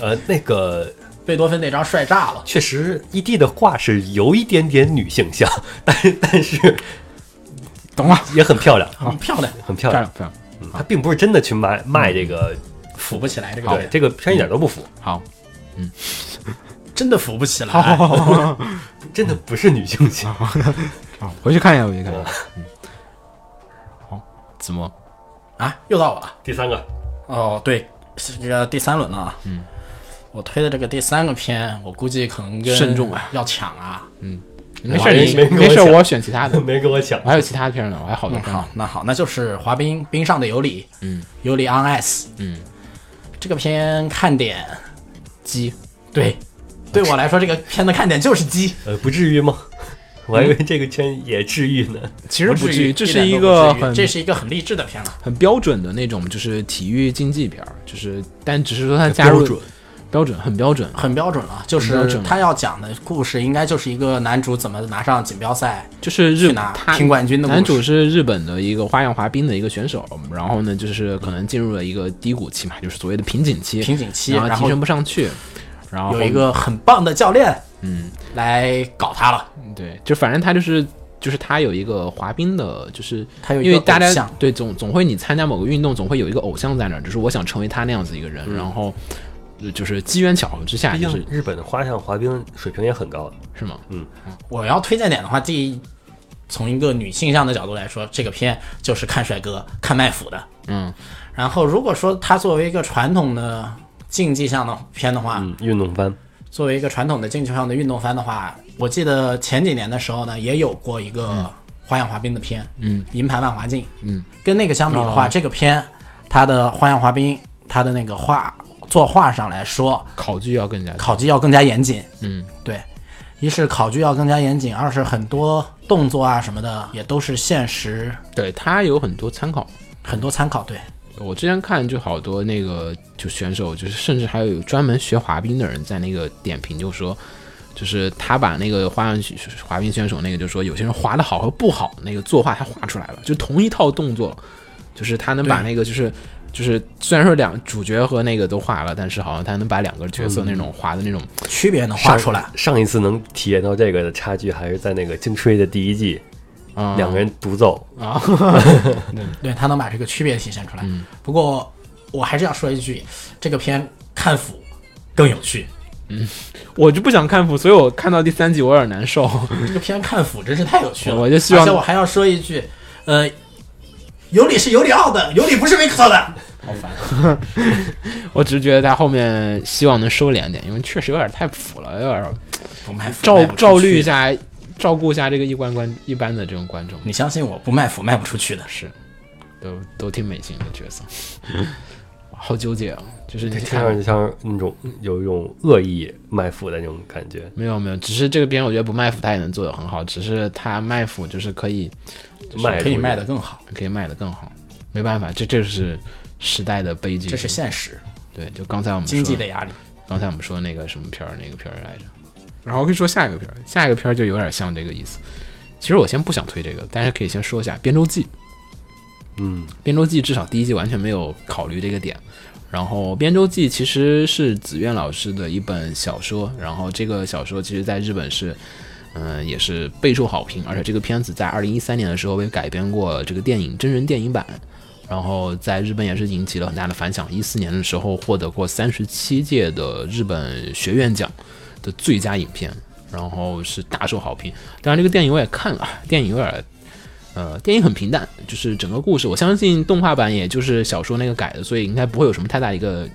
[SPEAKER 2] 呃，那个
[SPEAKER 4] 贝多芬那张帅炸了，
[SPEAKER 2] 确实，E D 的画是有一点点女性向，但是但是
[SPEAKER 3] 懂了，
[SPEAKER 2] 也很漂亮，
[SPEAKER 4] 很漂亮，
[SPEAKER 2] 很漂
[SPEAKER 3] 漂
[SPEAKER 2] 亮
[SPEAKER 3] 亮。漂亮。
[SPEAKER 2] 嗯它并不是真的去卖卖
[SPEAKER 4] 嗯
[SPEAKER 2] 这个，
[SPEAKER 4] 扶不起来这个
[SPEAKER 2] 对
[SPEAKER 4] 人，
[SPEAKER 2] 这个片一点都不符，
[SPEAKER 3] 好，
[SPEAKER 4] 真的扶不起来。
[SPEAKER 3] 嗯
[SPEAKER 2] 真的不是女性向。
[SPEAKER 3] 好，回去看一下，回去看一下。嗯，好，子墨，
[SPEAKER 4] 啊，又到我了。
[SPEAKER 2] 第三个，
[SPEAKER 4] 哦，对，是这个第三轮了啊。嗯，我推的这个第三个片，我估计可能跟
[SPEAKER 3] 慎重啊，
[SPEAKER 4] 要抢啊。
[SPEAKER 3] 没
[SPEAKER 2] 我还
[SPEAKER 3] 事，你
[SPEAKER 2] 没跟我
[SPEAKER 3] 没事，
[SPEAKER 2] 讲
[SPEAKER 3] 我选其他的，
[SPEAKER 2] [LAUGHS] 没跟我抢
[SPEAKER 3] 我还有其他片呢，我还有好多
[SPEAKER 4] 嗯，
[SPEAKER 3] 片。
[SPEAKER 4] 好，那好，那就是滑冰冰上的尤里，
[SPEAKER 3] 嗯，
[SPEAKER 4] 尤里 on ice，
[SPEAKER 3] 嗯，
[SPEAKER 4] 这个片看点，
[SPEAKER 3] 鸡，
[SPEAKER 4] 对，对我来说这个片的看点就是鸡，
[SPEAKER 2] 呃，不至于吗？ [LAUGHS] 我还以为这个圈也治愈呢。
[SPEAKER 3] 其实不至于，这是
[SPEAKER 4] 一
[SPEAKER 3] 一
[SPEAKER 4] 点都
[SPEAKER 3] 个
[SPEAKER 4] 不至于
[SPEAKER 3] 很
[SPEAKER 4] 这是一个很励志的片了，
[SPEAKER 3] 很标准的那种，就是体育竞技片儿，就是但只是说它加入
[SPEAKER 2] 标准
[SPEAKER 3] 标准很标准，
[SPEAKER 4] 很标准了，就
[SPEAKER 3] 标
[SPEAKER 4] 是
[SPEAKER 3] 准
[SPEAKER 4] 他要讲的故事应该就是一个男主怎么拿上锦标赛，
[SPEAKER 3] 就是日
[SPEAKER 4] 去拿
[SPEAKER 3] 他
[SPEAKER 4] 拼冠军的故事
[SPEAKER 3] 男主是日本的一个花样滑冰的一个选手，然后呢，就是可能进入了一个低谷期嘛，就是所谓的瓶颈期，
[SPEAKER 4] 瓶颈期
[SPEAKER 3] 然后
[SPEAKER 4] 然
[SPEAKER 3] 提
[SPEAKER 4] 后
[SPEAKER 3] 升不上去。然后
[SPEAKER 4] 有一个很棒的教练，
[SPEAKER 3] 嗯，
[SPEAKER 4] 来搞他了。
[SPEAKER 3] 对，就反正他就是就是他有一个滑冰的，就是
[SPEAKER 4] 他有一个
[SPEAKER 3] 因为大
[SPEAKER 4] 偶
[SPEAKER 3] 家
[SPEAKER 4] 像
[SPEAKER 3] 对总总会你参加某个运动，总会有一个偶像在那儿，就是我想成为他那样子一个
[SPEAKER 4] 嗯
[SPEAKER 3] 人，然后呃就是机缘巧合之下，
[SPEAKER 2] 毕
[SPEAKER 3] 就
[SPEAKER 2] 竟
[SPEAKER 3] 是
[SPEAKER 2] 日本的花样滑冰水平也很高，
[SPEAKER 3] 是吗？
[SPEAKER 4] 我要推荐点的话，第一，从一个女性向的角度来说，这个片就是看帅哥、看卖腐的。
[SPEAKER 3] 嗯，
[SPEAKER 4] 然后如果说它作为一个传统的竞技向的片的话，
[SPEAKER 2] 嗯，运动番，
[SPEAKER 4] 作为一个传统的竞技上的运动番的话，我记得前几年的时候呢，也有过一个花样滑冰的片，嗯，银牌万花镜，
[SPEAKER 3] 嗯，
[SPEAKER 4] 跟那个相比的话，这个片它的花样滑冰，它的那个画作画上来说，
[SPEAKER 3] 考据要更加
[SPEAKER 4] 考据要更加严谨，
[SPEAKER 3] 嗯，
[SPEAKER 4] 对，一是考据要更加严谨，二是很多动作啊什么的也都是现实
[SPEAKER 3] 对他有很多参考。
[SPEAKER 4] 很多参考，对，
[SPEAKER 3] 我之前看就好多那个就选手，就是甚至还有专门学滑冰的人在那个点评就说，就是他把那个花样选滑冰选手那个就说有些人滑的好和不好那个作画他画出来了，就同一套动作，就是他能把
[SPEAKER 4] 对
[SPEAKER 3] 那个就是就是虽然说两主角和那个都画了，但是好像他能把两个角色那种滑的那种
[SPEAKER 4] 区别能画
[SPEAKER 2] 上
[SPEAKER 4] 出来，
[SPEAKER 2] 上一次能体验到这个的差距，还是在那个《精吹》的第一季，
[SPEAKER 3] 啊、
[SPEAKER 2] 两个人独奏，
[SPEAKER 4] 对他能把这个区别体现出来。
[SPEAKER 3] 嗯
[SPEAKER 4] 不过我还是要说一句，这个片看腐更有趣。
[SPEAKER 3] 我就不想看谱，所以我看到第三集我有点难受。 [LAUGHS]
[SPEAKER 4] 这个片看腐真是太有趣
[SPEAKER 3] 嗯
[SPEAKER 4] 了，
[SPEAKER 3] 我就希望
[SPEAKER 4] 而且我还要说一句，呃，有理是有理奥的，有理不是没可操的。
[SPEAKER 3] 我只是觉得他后面希望能收敛点，因为确实有点太普了，有点
[SPEAKER 4] 我们还腐
[SPEAKER 3] 照
[SPEAKER 4] 卖不出去
[SPEAKER 3] 照虑一，下，照顾一下这个一般观一般的这种观众，
[SPEAKER 4] 你相信我不卖腐卖不出去的。
[SPEAKER 3] 是都都挺美型的角
[SPEAKER 4] [LAUGHS]
[SPEAKER 3] 色，好纠结啊！就是你
[SPEAKER 2] 这
[SPEAKER 3] 看
[SPEAKER 2] 听上去像是那种有一种恶意卖腐的那种感觉。
[SPEAKER 3] 没有没有，只是这个片我觉得不卖腐他也能做得很好，只是他卖腐就是可以
[SPEAKER 2] 卖
[SPEAKER 4] 可以
[SPEAKER 2] 出去
[SPEAKER 4] 卖得更好，
[SPEAKER 3] 可以卖得更好，没办法，这这是时代的悲剧，
[SPEAKER 4] 这是现实，
[SPEAKER 3] 对，就刚才我们
[SPEAKER 4] 经济
[SPEAKER 3] 说
[SPEAKER 4] 的压力。
[SPEAKER 3] 刚才我们说那个什么片儿，那个片儿来着。然后我可以说下一个片儿，下一个片儿就有点像这个意思。其实我先不想推这个，但是可以先说一下《边州记》。
[SPEAKER 2] 嗯，
[SPEAKER 3] 《边州记》至少第一季完全没有考虑这个点。然后，《边州记》其实是子苑老师的一本小说，然后这个小说其实在日本是，嗯、也是备受好评，而且这个片子在二零一三年的时候被改编过这个电影真人电影版，然后在日本也是引起了很大的反响。一四年的时候获得过三十七届的日本学院奖的最佳影片，然后是大受好评。当然，这个电影我也看了，电影有点呃，电影很平淡，就是整个故事，我相信动画版也就是小说那个改的，所以应该不会有什么太大一个。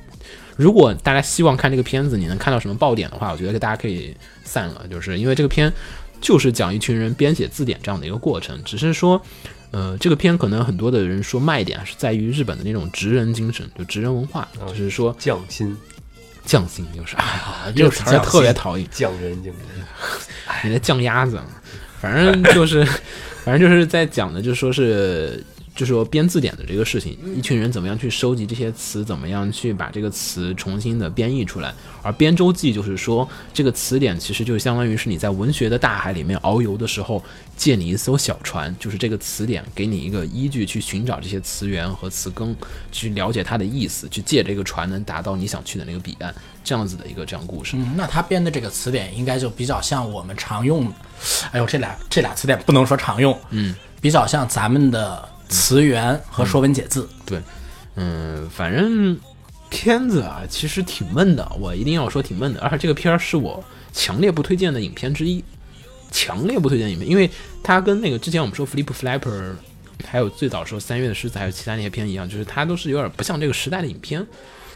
[SPEAKER 3] 如果大家希望看这个片子，你能看到什么爆点的话，我觉得大家可以散了，就是因为这个片就是讲一群人编写字典这样的一个过程，只是说，呃，这个片可能很多的人说卖点是在于日本的那种职人精神，就职人文化，就是说
[SPEAKER 2] 匠心、
[SPEAKER 3] 匠心，就是哎呀，这
[SPEAKER 4] 又
[SPEAKER 3] 个
[SPEAKER 4] 是
[SPEAKER 3] 词儿
[SPEAKER 4] 匠
[SPEAKER 3] 特别
[SPEAKER 4] 心
[SPEAKER 3] 讨厌。
[SPEAKER 2] 匠人精
[SPEAKER 3] 你在酱鸭子，啊反正就是，反正就是在讲的，就是说是，就是说编字典的这个事情，一群人怎么样去收集这些词，怎么样去把这个词重新的编译出来。而编舟记就是说，这个词典其实就相当于是你在文学的大海里面遨游的时候，借你一艘小船，就是这个词典给你一个依据去寻找这些词源和词根，去了解它的意思，去借这个船能达到你想去的那个彼岸，这样子的一个这样故事。
[SPEAKER 4] 嗯，那他编的这个词典应该就比较像我们常用，哎呦，这俩这俩词典不能说常用，嗯，比较像咱们的词源和《说文解字》
[SPEAKER 3] 对，嗯，反正片子啊，其实挺闷的，我一定要说挺闷的。而且这个片儿是我强烈不推荐的影片之一，强烈不推荐影片，因为它跟那个之前我们说《Flip Flapper》，还有最早说《三月的狮子》，还有其他那些片一样，就是它都是有点不像这个时代的影片。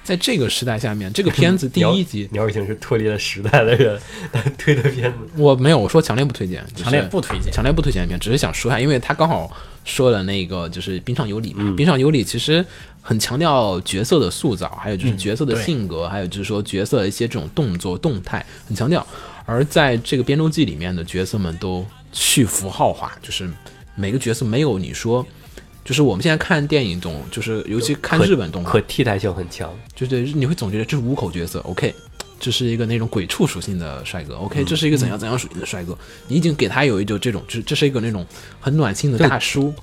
[SPEAKER 3] 在这个时代下面，这个片子第
[SPEAKER 2] 你要
[SPEAKER 3] 一集
[SPEAKER 2] 你要已经是脱离了时代的人，但推的片子
[SPEAKER 3] 我没有，我说强烈不推荐，就是
[SPEAKER 4] 强烈不推荐
[SPEAKER 3] 强烈不推荐的片，只是想说一下，哎因为他刚好说了那个就是《冰上有礼》
[SPEAKER 4] 嗯
[SPEAKER 3] 嘛，冰上有礼》其实很强调角色的塑造，还有就是角色的
[SPEAKER 4] 嗯对
[SPEAKER 3] 性格，还有就是说角色的一些这种动作动态很强调。而在这个《编钟记》里面的角色们都去符号化，就是每个角色没有你说。就是我们现在看电影总，就是尤其看
[SPEAKER 2] 可
[SPEAKER 3] 日本动画
[SPEAKER 2] 可，替代性很强。
[SPEAKER 3] 就是你会总觉得这是五口角色，OK，这是一个那种鬼畜属性的帅哥，OK，这是一个怎样怎样属性的帅哥，你已经给他有一种这种，这这是一个那种很暖心的大叔，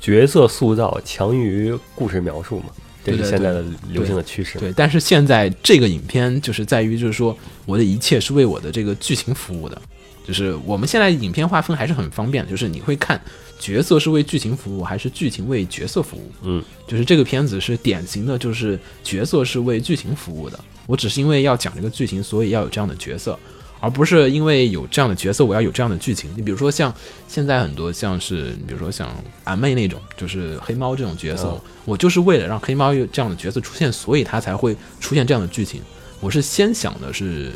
[SPEAKER 2] 角色塑造强于故事描述嘛？这是
[SPEAKER 3] 对对
[SPEAKER 2] 现在
[SPEAKER 3] 对
[SPEAKER 2] 的流行的趋势。
[SPEAKER 3] 对，但是现在这个影片就是在于，就是说我的一切是为我的这个剧情服务的，就是我们现在影片划分还是很方便的，就是你会看角色是为剧情服务，还是剧情为角色服务？
[SPEAKER 2] 嗯，
[SPEAKER 3] 就是这个片子是典型的，就是角色是为剧情服务的。我只是因为要讲这个剧情，所以要有这样的角色，而不是因为有这样的角色，我要有这样的剧情。你比如说像现在很多像是，你比如说像俺妹那种，就是黑猫这种角色，我就是为了让黑猫有这样的角色出现，所以它才会出现这样的剧情。我是先想的是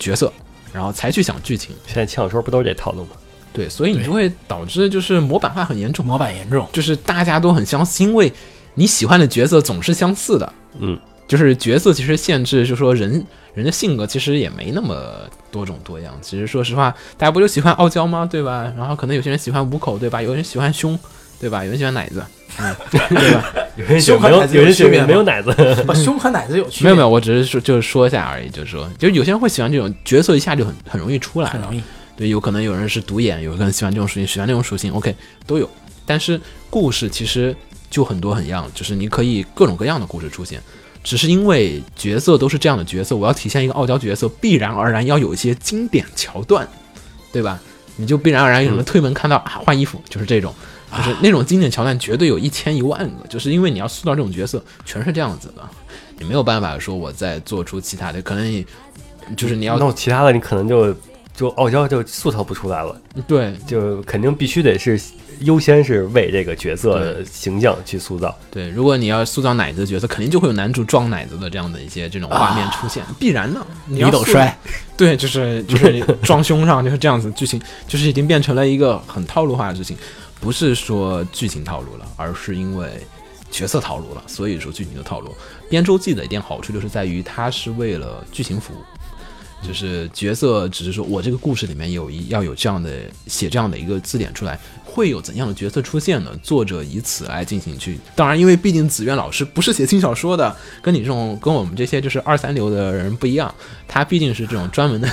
[SPEAKER 3] 角色，然后才去想剧情。
[SPEAKER 2] 现在枪小说不都是这套路吗？
[SPEAKER 3] 对，所以你就会导致就是模板化很严重。
[SPEAKER 4] 模板严重。
[SPEAKER 3] 就是大家都很相似，因为你喜欢的角色总是相似的。
[SPEAKER 2] 嗯，
[SPEAKER 3] 就是角色其实限制，就是说人人的性格其实也没那么多种多样。其实说实话，大家不就喜欢傲娇吗？对吧？然后可能有些人喜欢五口，对吧？有人喜欢胸，对吧？有人喜欢奶子，
[SPEAKER 2] 有人
[SPEAKER 4] 胸
[SPEAKER 2] 选
[SPEAKER 4] 和
[SPEAKER 2] 没有
[SPEAKER 4] 奶，子
[SPEAKER 2] 有
[SPEAKER 4] 有
[SPEAKER 2] 人
[SPEAKER 4] 区
[SPEAKER 2] 选
[SPEAKER 4] 别吗
[SPEAKER 2] 没有奶子，
[SPEAKER 4] 把胸和奶子有区
[SPEAKER 3] 没
[SPEAKER 4] 别，
[SPEAKER 3] 有没有，我只是说就是说一下而已，就是说，就有些人会喜欢这种角色，一下就很很容易出来
[SPEAKER 4] 很
[SPEAKER 3] 了
[SPEAKER 4] 容。易。
[SPEAKER 3] 对，有可能有人是独眼，有人喜欢这种属性，喜欢这种属性，OK 都有。但是故事其实就很多很样，就是你可以各种各样的故事出现。只是因为角色都是这样的角色，我要体现一个傲娇角色，必然而然要有一些经典桥段，对吧？你就必然而然有什么推门看到、啊换衣服，就是这种，就是那种经典桥段绝对有一千一万个，就是因为你要塑造这种角色，全是这样子的，你没有办法说我再做出其他的，可能也就是你要
[SPEAKER 2] 弄其他的你可能就就傲娇就塑造不出来了，
[SPEAKER 3] 对
[SPEAKER 2] 就肯定必须得是优先是为这个角色的形象去塑造。
[SPEAKER 3] 对，如果你要塑造奶子的角色，肯定就会有男主撞奶子的这样的一些这种画面出现，必然的。啊你要
[SPEAKER 4] 李斗
[SPEAKER 3] 塑
[SPEAKER 4] 摔，
[SPEAKER 3] 对，就是就是 [LAUGHS] 装胸上就是这样子剧情，就是已经变成了一个很套路化的事情，不是说剧情套路了，而是因为角色套路了，所以说剧情的套路。编周记的一点好处就是在于它是为了剧情服务。就是角色，只是说我这个故事里面有一要有这样的写这样的一个字典出来，会有怎样的角色出现呢？作者以此来进行去，当然，因为毕竟子苑老师不是写轻小说的，跟你这种跟我们这些就是二三流的人不一样，他毕竟是这种专门的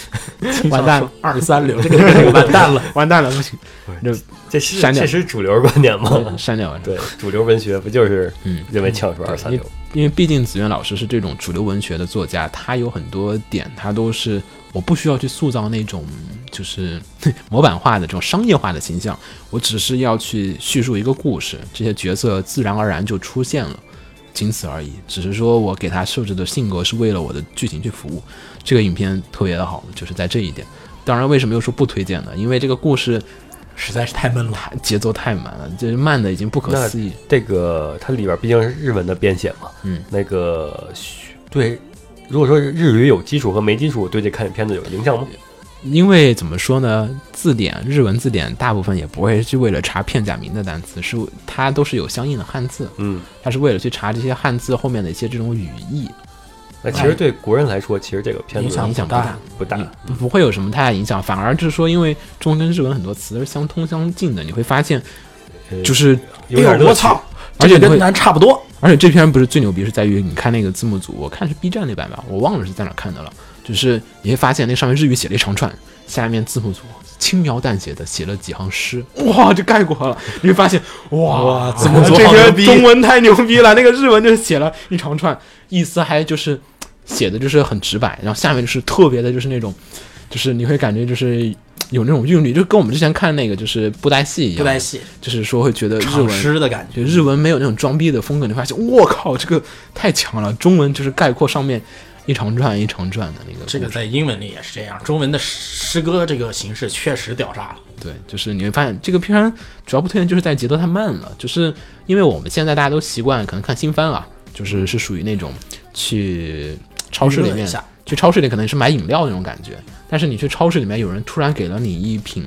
[SPEAKER 4] [LAUGHS] 轻小说
[SPEAKER 3] 完蛋了
[SPEAKER 4] 二三流，这个这个完蛋了。
[SPEAKER 3] 完蛋了，不
[SPEAKER 4] [LAUGHS]
[SPEAKER 3] 行，
[SPEAKER 2] 这是
[SPEAKER 3] 删掉
[SPEAKER 2] 这是主流观点吗？
[SPEAKER 3] 删掉完。
[SPEAKER 2] [LAUGHS] 对，主流文学不就是
[SPEAKER 3] 嗯
[SPEAKER 2] 认为枪手二三
[SPEAKER 3] 因
[SPEAKER 2] 流
[SPEAKER 3] 为？因为毕竟子渊老师是这种主流文学的作家，他有很多点，他都是我不需要去塑造那种就是 [LAUGHS] 模板化的这种商业化的形象，我只是要去叙述一个故事，这些角色自然而然就出现了，仅此而已。只是说我给他设置的性格是为了我的剧情去服务，这个影片特别的好，就是在这一点。当然，为什么又说不推荐呢？因为这个故事
[SPEAKER 4] 实在是太闷了。
[SPEAKER 3] 它节奏太慢了，就是慢的已经不可
[SPEAKER 2] 那
[SPEAKER 3] 思议。
[SPEAKER 2] 这个它里边毕竟是日文的编写嘛，
[SPEAKER 3] 嗯，
[SPEAKER 2] 那个对，如果说日语有基础和没基础，对这看片子有影响吗？
[SPEAKER 3] 因为怎么说呢，字典日文字典大部分也不会是为了查片假名的单词，是它都是有相应的汉字，
[SPEAKER 2] 嗯，
[SPEAKER 3] 它是为了去查这些汉字后面的一些这种语义，
[SPEAKER 2] 那其实对国人来说，其实这个片
[SPEAKER 4] 影
[SPEAKER 2] 子
[SPEAKER 4] 响
[SPEAKER 3] 影响
[SPEAKER 4] 不
[SPEAKER 3] 不
[SPEAKER 4] 大
[SPEAKER 3] 大，
[SPEAKER 2] 不大。
[SPEAKER 3] 不不会有什么太大影响，反而就是说，因为中文跟日文很多词是相通相近的，你会发现
[SPEAKER 2] 呃
[SPEAKER 3] 就是，
[SPEAKER 2] 有点乐
[SPEAKER 4] 哎我
[SPEAKER 2] 趣。
[SPEAKER 4] 操，
[SPEAKER 3] 而
[SPEAKER 4] 这
[SPEAKER 3] 且你
[SPEAKER 4] 个跟
[SPEAKER 3] 会，
[SPEAKER 4] 咱差不多。
[SPEAKER 3] 而且这篇不是最牛逼，是在于你看那个字幕组，我看是 B 站那版吧，我忘了是在哪看的了，就是你会发现那上面日语写了一长串，下面字幕组轻描淡写的写了几行诗，哇，就盖过了。你会发现，哇，
[SPEAKER 4] 字幕组
[SPEAKER 3] 这
[SPEAKER 4] 好牛逼
[SPEAKER 3] 个中文太牛逼了，那个日文就写了一长串，意思还就是嘖写的就是很直白，然后下面就是特别的，就是那种，就是你会感觉就是嘖有那种韵律，就跟我们之前看那个就是布袋戏一样，
[SPEAKER 4] 不带戏，
[SPEAKER 3] 就是说会觉得日
[SPEAKER 4] 唱
[SPEAKER 3] 文
[SPEAKER 4] 诗的感觉。
[SPEAKER 3] 就日文没有那种装逼的风格，你发现我靠，这个太强了。中文就是概括上面一长串一长串的那个，
[SPEAKER 4] 这个在英文里也是这样，中文的诗歌这个形式确实屌炸了。
[SPEAKER 3] 对，就是你会发现这个片儿主要不推荐就是在节奏太慢了，就是因为我们现在大家都习惯可能看新番啊，就是是属于那种去超市里
[SPEAKER 4] 娱乐一
[SPEAKER 3] 面
[SPEAKER 4] 下
[SPEAKER 3] 去超市里可能是买饮料那种感觉，但是你去超市里面有人突然给了你一瓶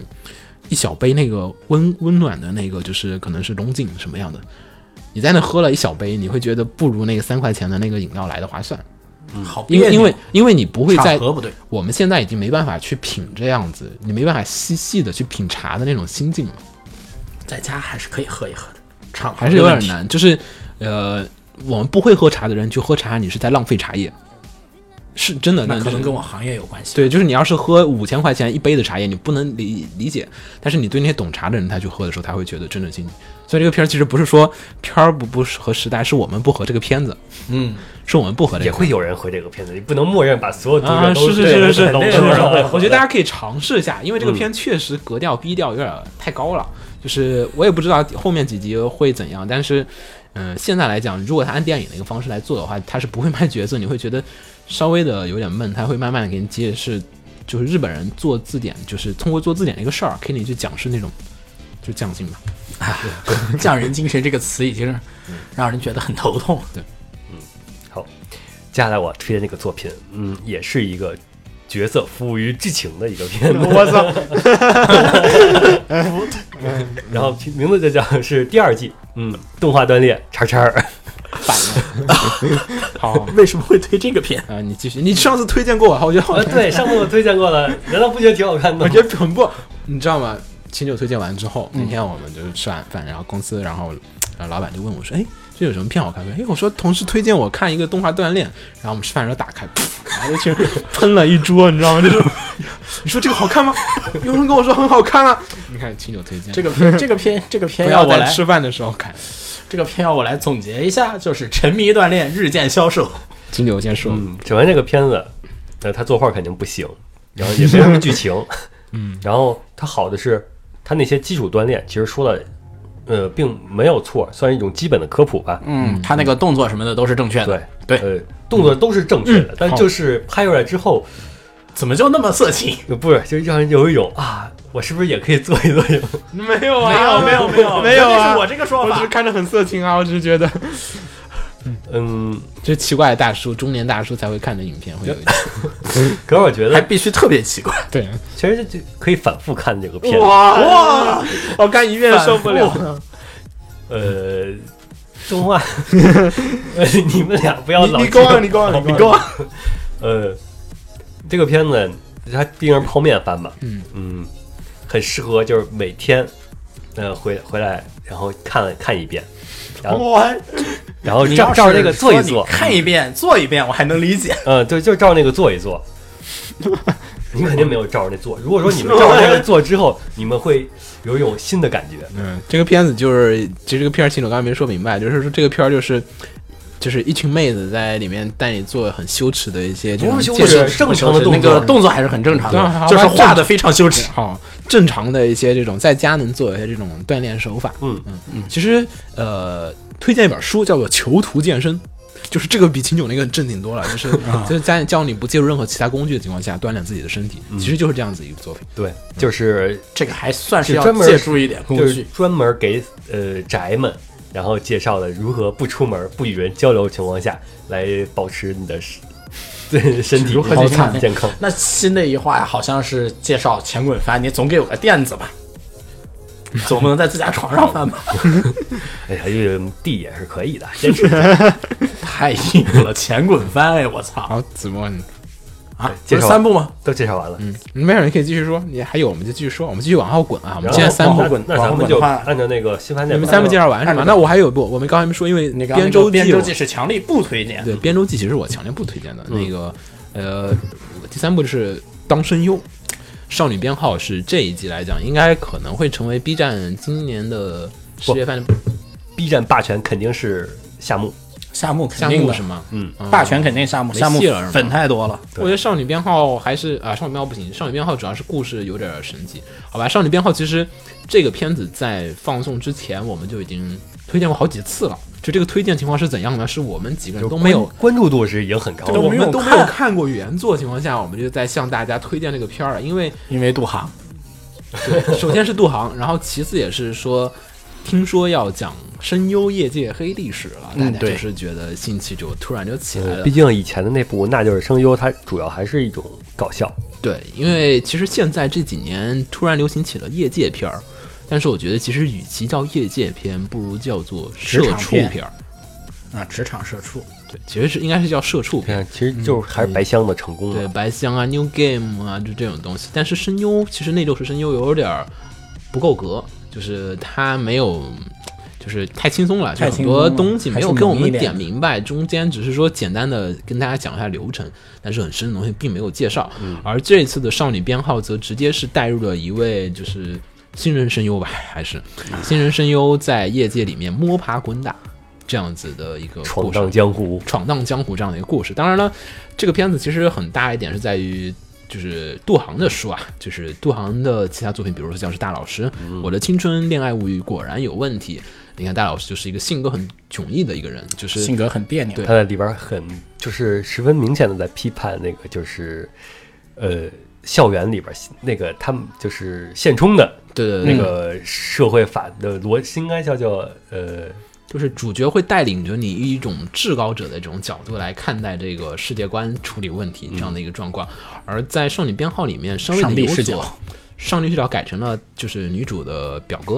[SPEAKER 3] 一小杯那个温温暖的那个，就是可能是龙井什么样的，你在那喝了一小杯，你会觉得不如那个三块钱的那个饮料来的划算，
[SPEAKER 4] 好
[SPEAKER 3] 嗯
[SPEAKER 4] 别
[SPEAKER 3] 因
[SPEAKER 4] 扭，
[SPEAKER 3] 为因为因为你不会在
[SPEAKER 4] 场合不对，
[SPEAKER 3] 我们现在已经没办法去品这样子，你没办法细细的去品茶的那种心境了。
[SPEAKER 4] 在家还是可以喝一喝的，场合
[SPEAKER 3] 还是有
[SPEAKER 4] 的
[SPEAKER 3] 点
[SPEAKER 4] 问题。
[SPEAKER 3] 难。就是，呃，我们不会喝茶的人去喝茶，你是在浪费茶叶。是真的，
[SPEAKER 4] 那
[SPEAKER 3] 就
[SPEAKER 4] 可
[SPEAKER 3] 是
[SPEAKER 4] 能跟我行业有关系。
[SPEAKER 3] 对，就是你要是喝五千块钱一杯的茶叶，你不能理理解，但是你对那些懂茶的人，他去喝的时候，他会觉得真正新奇。所以这个片儿其实不是说片儿不不合时代，是我们不合这个片子，
[SPEAKER 4] 嗯，
[SPEAKER 3] 是我们不合这
[SPEAKER 2] 也
[SPEAKER 3] 个
[SPEAKER 2] 会有人回这个片子，你不能默认把所有读
[SPEAKER 3] 啊，
[SPEAKER 2] 者都
[SPEAKER 3] 是是是是是，
[SPEAKER 2] 都
[SPEAKER 3] 是
[SPEAKER 2] 是
[SPEAKER 3] 是
[SPEAKER 2] 都是
[SPEAKER 3] 我觉得大家可以尝试一下，因为这个片确实格调逼调有点太高了，就是我也不知道后面几集会怎样，但是，嗯、现在来讲，如果他按电影的一个方式来做的话，他是不会卖角色，你会觉得稍微的有点闷，他会慢慢的给你解释，就是日本人做字典，就是通过做字典的一个事儿，给你去讲是那种。就匠心吧，
[SPEAKER 4] 匠人精神这个词已经是让人觉得很头痛。
[SPEAKER 2] 好，接下来我推荐这个作品，嗯，也是一个角色服务于剧情的一个片子。我操！然后名字就叫是第二季，嗯，动画断裂叉叉儿。
[SPEAKER 3] 反了。好，
[SPEAKER 4] 为什么会推这个片？
[SPEAKER 3] 呃，你继续，你上次推荐过我，我觉得好
[SPEAKER 2] 呃，对，上次我推荐过了，难道不觉得挺好看
[SPEAKER 3] [LAUGHS]
[SPEAKER 2] 的
[SPEAKER 3] 我
[SPEAKER 2] 吗？
[SPEAKER 3] 觉得很不，你知道吗？清酒推荐完之后，那天我们就是吃晚饭，然后公司，然后然后老板就问我说：“哎，这有什么片好看吗？”哎，我说同事推荐我看一个动画锻炼，然后我们吃饭的时候打开，噗，就去 [LAUGHS] 喷了一桌，你知道吗？就是你说这个好看 [LAUGHS] 吗？有人跟我说很好看啊。你看清酒推荐
[SPEAKER 4] 这个片，这个片，这个片
[SPEAKER 3] 不
[SPEAKER 4] 要
[SPEAKER 3] 要
[SPEAKER 4] 我
[SPEAKER 3] 在
[SPEAKER 4] 来，
[SPEAKER 3] 吃饭的时候看。
[SPEAKER 4] 这个片要我来总结一下，就是沉迷锻炼，日渐消瘦。
[SPEAKER 3] 清酒先说，
[SPEAKER 2] 嗯，首先这个片子，呃，他作画肯定不行，然后也没什么剧情，嗯，然后它好的是它那些基础锻炼，其实说的，呃，并没有错，算是一种基本的科普吧，
[SPEAKER 4] 嗯，他那个动作什么的都是正确的。
[SPEAKER 2] 对
[SPEAKER 4] 对
[SPEAKER 2] 呃，动作都是正确的，但就是拍出来之后，
[SPEAKER 4] 怎么就那么色情？
[SPEAKER 2] 呃不是就让人有一种啊，我是不是也可以做一做一个？
[SPEAKER 5] 没有
[SPEAKER 4] 没有没有没
[SPEAKER 5] [LAUGHS]
[SPEAKER 4] 有
[SPEAKER 5] 没有
[SPEAKER 4] 绝对
[SPEAKER 5] 啊！
[SPEAKER 4] 是我这个说
[SPEAKER 5] 我只
[SPEAKER 4] 法
[SPEAKER 5] 是。看着很色情啊，我只是觉得
[SPEAKER 2] 嗯，
[SPEAKER 3] 这奇怪的大叔，中年大叔才会看的影片会有 [LAUGHS] 一点。
[SPEAKER 2] 可是我觉得
[SPEAKER 4] 还必须特别奇怪，
[SPEAKER 3] 对，
[SPEAKER 2] 其实就可以反复看这个片子，
[SPEAKER 4] 啊 [LAUGHS]
[SPEAKER 5] 哇哇，我看一遍受不了。
[SPEAKER 2] 呃，动画，呃， [LAUGHS] 你们俩不要
[SPEAKER 5] 你
[SPEAKER 2] 老
[SPEAKER 5] 你
[SPEAKER 4] 啊
[SPEAKER 3] 啊
[SPEAKER 5] go on，你 go on，你 go on。
[SPEAKER 2] 呃，这个片子它毕竟是泡面番嘛，
[SPEAKER 3] 嗯
[SPEAKER 2] 嗯，很适合就是每天，呃，回回来然后看看一遍，然后
[SPEAKER 4] 我
[SPEAKER 2] [LAUGHS] 然后
[SPEAKER 4] 哦你
[SPEAKER 2] 照
[SPEAKER 4] 要
[SPEAKER 2] 照
[SPEAKER 4] 是
[SPEAKER 2] 这个做一
[SPEAKER 4] 说
[SPEAKER 2] 做
[SPEAKER 4] 你，看一遍做一遍，我还能理解。
[SPEAKER 2] 嗯，对，就照那个做一
[SPEAKER 4] [LAUGHS]
[SPEAKER 2] 做。你肯定没有照着那做。如果说你们照着那个做之后，你们会有一种新的感觉。
[SPEAKER 4] [LAUGHS]
[SPEAKER 3] 嗯，这个片子就是，其实这个片儿，秦总刚才没说明白，就是说这个片儿就是，就是一群妹子在里面带你做很羞耻的一些这种
[SPEAKER 2] 不是羞
[SPEAKER 3] 健
[SPEAKER 2] 耻
[SPEAKER 3] 身
[SPEAKER 2] 就是正常的动
[SPEAKER 4] 那
[SPEAKER 2] 作
[SPEAKER 4] 个动作还是很正常
[SPEAKER 3] 对好吧
[SPEAKER 4] 的，就是画的非常羞耻。
[SPEAKER 3] 好正常的一些这种在家能做的一些这种锻炼手法。
[SPEAKER 2] 嗯
[SPEAKER 3] 嗯，其实呃，推荐一本书叫做《囚徒健身》。就是这个比秦九那个正经多了，就是就是在教你不借助任何其他工具的情况下锻炼自己的身体，其实就是这样子一个作品。
[SPEAKER 4] 嗯
[SPEAKER 2] 对，就是
[SPEAKER 4] 这个还算是
[SPEAKER 2] 是
[SPEAKER 4] 要
[SPEAKER 2] 专门
[SPEAKER 4] 借助一点工
[SPEAKER 2] 就是
[SPEAKER 4] 具。
[SPEAKER 2] 专门给呃宅们，然后介绍的如何不出门、不与人交流的情况下来保持你的身对身体
[SPEAKER 4] 如何
[SPEAKER 2] 好
[SPEAKER 4] 健康
[SPEAKER 2] 健康。
[SPEAKER 4] 那新的一话好像是介绍前滚翻，你总给我个垫子吧，总不能在自家床上翻吧？
[SPEAKER 2] 哎呀，因为地也是可以
[SPEAKER 4] [LAUGHS]
[SPEAKER 2] 的，坚持
[SPEAKER 4] 太硬了，前滚翻哎，我操！
[SPEAKER 3] 好，子墨，你
[SPEAKER 4] 啊，
[SPEAKER 2] 介
[SPEAKER 4] 这
[SPEAKER 2] 绍
[SPEAKER 4] 是三部吗？
[SPEAKER 2] 都介绍完了。
[SPEAKER 4] 嗯
[SPEAKER 3] 没事，你可以继续说，你还有我们就继续说，我们继续往后滚啊，我们
[SPEAKER 2] 然后
[SPEAKER 3] 现在三
[SPEAKER 4] 往
[SPEAKER 3] 部
[SPEAKER 4] 后滚
[SPEAKER 2] 那那咱
[SPEAKER 4] 往后
[SPEAKER 2] 们
[SPEAKER 4] 滚
[SPEAKER 2] 就
[SPEAKER 4] 的话
[SPEAKER 2] 按照那个新番那
[SPEAKER 3] 你们三部
[SPEAKER 2] 部
[SPEAKER 3] 介绍完是吗？那我还有一部，我们刚才没说，因为
[SPEAKER 4] 你刚刚那
[SPEAKER 3] 边
[SPEAKER 4] 个
[SPEAKER 3] 州
[SPEAKER 4] 边
[SPEAKER 3] 记
[SPEAKER 4] 州嗯
[SPEAKER 3] 我，
[SPEAKER 4] 记是强力不推啊荐。
[SPEAKER 3] 对边州记其实我强烈不推荐的。那个呃，第三部就是《当声优》，少女编号是这一季来讲，应该可能会成为 B 站今年的十月份
[SPEAKER 2] B 站霸权肯定是夏目，
[SPEAKER 4] 夏目肯
[SPEAKER 3] 项
[SPEAKER 4] 定
[SPEAKER 3] 目
[SPEAKER 4] 的
[SPEAKER 3] 是吗？
[SPEAKER 2] 嗯，
[SPEAKER 4] 霸权肯定夏目，
[SPEAKER 3] 没
[SPEAKER 4] 夏目
[SPEAKER 3] 戏了是吗
[SPEAKER 4] 粉太多了。
[SPEAKER 3] 我觉得少女编号还是啊，少女编号不行，少女编号主要是故事有点儿神奇，好吧？少女编号其实这个片子在放送之前我们就已经推荐过好几次了。就这个推荐情况是怎样呢？是我们几个人都没有
[SPEAKER 2] 关注度是已经很高
[SPEAKER 4] 都
[SPEAKER 3] 我
[SPEAKER 2] 了。
[SPEAKER 4] 没
[SPEAKER 3] 们
[SPEAKER 4] 有
[SPEAKER 3] 都没
[SPEAKER 4] 看
[SPEAKER 3] 有看过原作的情况下，我们就在向大家推荐这个片儿了。因为
[SPEAKER 4] 因为杜航，
[SPEAKER 3] 首先是杜航，然后其次也是说，听说要讲声优业界黑历史了，大
[SPEAKER 4] 嗯
[SPEAKER 3] 家
[SPEAKER 4] 对
[SPEAKER 3] 就是觉得兴趣就突然就起来
[SPEAKER 2] 呃
[SPEAKER 3] 了
[SPEAKER 2] 毕。竟以前的那部《那就是声优》，它主要还是一种搞笑。
[SPEAKER 3] 对，因为其实现在这几年突然流行起了业界片儿，但是我觉得其实与其叫业界片，不如叫做社
[SPEAKER 4] 职场
[SPEAKER 3] 畜
[SPEAKER 4] 片
[SPEAKER 3] 片儿。
[SPEAKER 4] 啊，职场社畜，
[SPEAKER 3] 对，其实是应该是叫社畜片。
[SPEAKER 2] 看，其实
[SPEAKER 4] 嗯
[SPEAKER 2] 就是还是白箱的成功
[SPEAKER 3] 对
[SPEAKER 2] 了。
[SPEAKER 3] 白箱啊、New Game 啊，就这种东西。但是声优其实内斗士声优有点儿不够格，就是他没有，就是太轻松了，就
[SPEAKER 4] 太
[SPEAKER 3] 很
[SPEAKER 4] 轻松
[SPEAKER 3] 多
[SPEAKER 4] 了
[SPEAKER 3] 东西没有
[SPEAKER 4] 还是
[SPEAKER 3] 跟我
[SPEAKER 4] 容
[SPEAKER 3] 们
[SPEAKER 4] 易
[SPEAKER 3] 点
[SPEAKER 4] 点
[SPEAKER 3] 明白，中间只是说简单的跟大家讲一下流程，但是很深的东西并没有介绍。
[SPEAKER 4] 嗯
[SPEAKER 3] 而这一次的少女编号则直接是带入了一位就是新人声优吧，还是
[SPEAKER 4] 啊
[SPEAKER 3] 新人声优在业界里面摸爬滚打这样子的一个
[SPEAKER 2] 闯
[SPEAKER 3] 故事。
[SPEAKER 2] 荡江湖，
[SPEAKER 3] 闯荡江湖这样的一个故事。当然了，这个片子其实很大一点是在于。就是杜航的书啊，就是杜航的其他作品，比如说像是大老师，
[SPEAKER 4] 嗯
[SPEAKER 3] 我的青春恋爱物语》果然有问题。你看大老师就是一个性格很迥异的一个人，就是
[SPEAKER 4] 性格很别扭。
[SPEAKER 3] 对
[SPEAKER 2] 他在里边很就是十分明显的在批判那个就是呃校园里边那个他们就是现充的
[SPEAKER 3] 对嗯对对，
[SPEAKER 2] 那个社会法的逻辑，应该叫叫呃
[SPEAKER 3] 就是主角会带领着你以一种至高者的这种角度来看待这个世界观、处理问题这样的一个状况。而在《少女编号》里面，稍微的
[SPEAKER 4] 上帝
[SPEAKER 3] 有
[SPEAKER 4] 视
[SPEAKER 3] 所
[SPEAKER 4] 角，
[SPEAKER 3] 上帝视角改成了就是女主的表哥，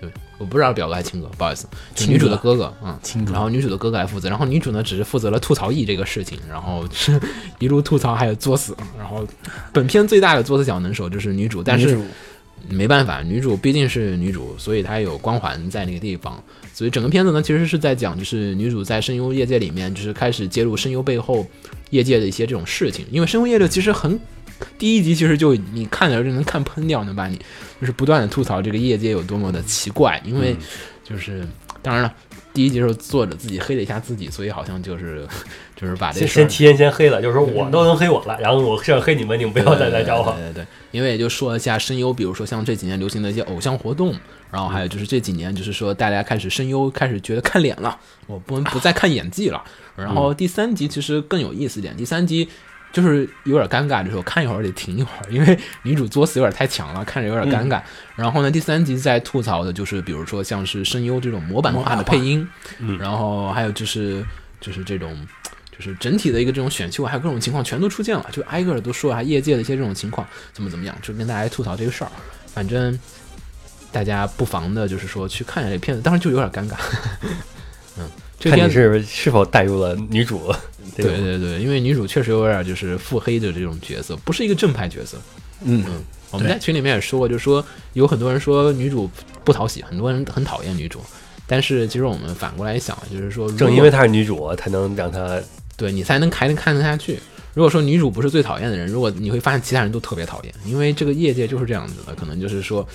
[SPEAKER 3] 就是我不知道是表哥还是亲哥，不好意思，就
[SPEAKER 4] 亲
[SPEAKER 3] 女主
[SPEAKER 4] 哥
[SPEAKER 3] 的哥哥，嗯
[SPEAKER 4] 亲，哥
[SPEAKER 3] 然后女主的哥哥来负责，然后女主呢只是负责了吐槽艺这个事情，然后一路吐槽还有作死，然后本片最大的作死小能手就是女主，但
[SPEAKER 4] 女
[SPEAKER 3] 是
[SPEAKER 4] 主
[SPEAKER 3] 没办法，女主毕竟是女主，所以她有光环在那个地方。所以整个片子呢，其实是在讲，就是女主在声优业界里面，就是开始揭露声优背后业界的一些这种事情。因为声优业界其实很，第一集其实就你看了就能看喷掉，能把你就是不断的吐槽这个业界有多么的奇怪。因为就是当然了，第一集时候作者自己黑了一下自己，所以好像就是就是把这
[SPEAKER 2] 先
[SPEAKER 3] 事儿嗯
[SPEAKER 2] 先提前先黑了，就是说我都能黑我了，然后我是要黑你们，你们不要再来找我
[SPEAKER 3] 对。对对，因为也就说一下声优，比如说像这几年流行的一些偶像活动，然后还有就是这几年就是说大家开始声优开始觉得看脸了，我不不再看演技了。然后第三集其实更有意思一点，第三集。就是有点尴尬，就是我看一会儿得停一会儿，因为女主作死有点太强了，看着有点尴尬。然后呢，第三集在吐槽的就是，比如说像是声优这种模板化的配音，然后还有就是就是这种就是整体的一个这种选秀，还有各种情况全都出现了，就挨个儿都说啊，业界的一些这种情况怎么怎么样，就跟大家吐槽这个事儿。反正大家不妨的，就是说去看一下这片子，当然就有点尴尬。 [LAUGHS] 嗯，这个
[SPEAKER 2] 看
[SPEAKER 3] 片子
[SPEAKER 2] 你是是否带入了女主，这
[SPEAKER 3] 对
[SPEAKER 2] 种
[SPEAKER 3] 对对，因为女主确实有点就是腹黑的这种角色，不是一个正派角色。
[SPEAKER 4] 嗯，
[SPEAKER 3] 我们在群里面也说过，就是说有很多人说女主不讨喜，很多人很讨厌女主。但是其实我们反过来想，就是说，
[SPEAKER 2] 正因为她是女主，才能让她
[SPEAKER 3] 对你才能还能看得下去。如果说女主不是最讨厌的人，如果你会发现其他人都特别讨厌，因为这个业界就是这样子的，可能就是说，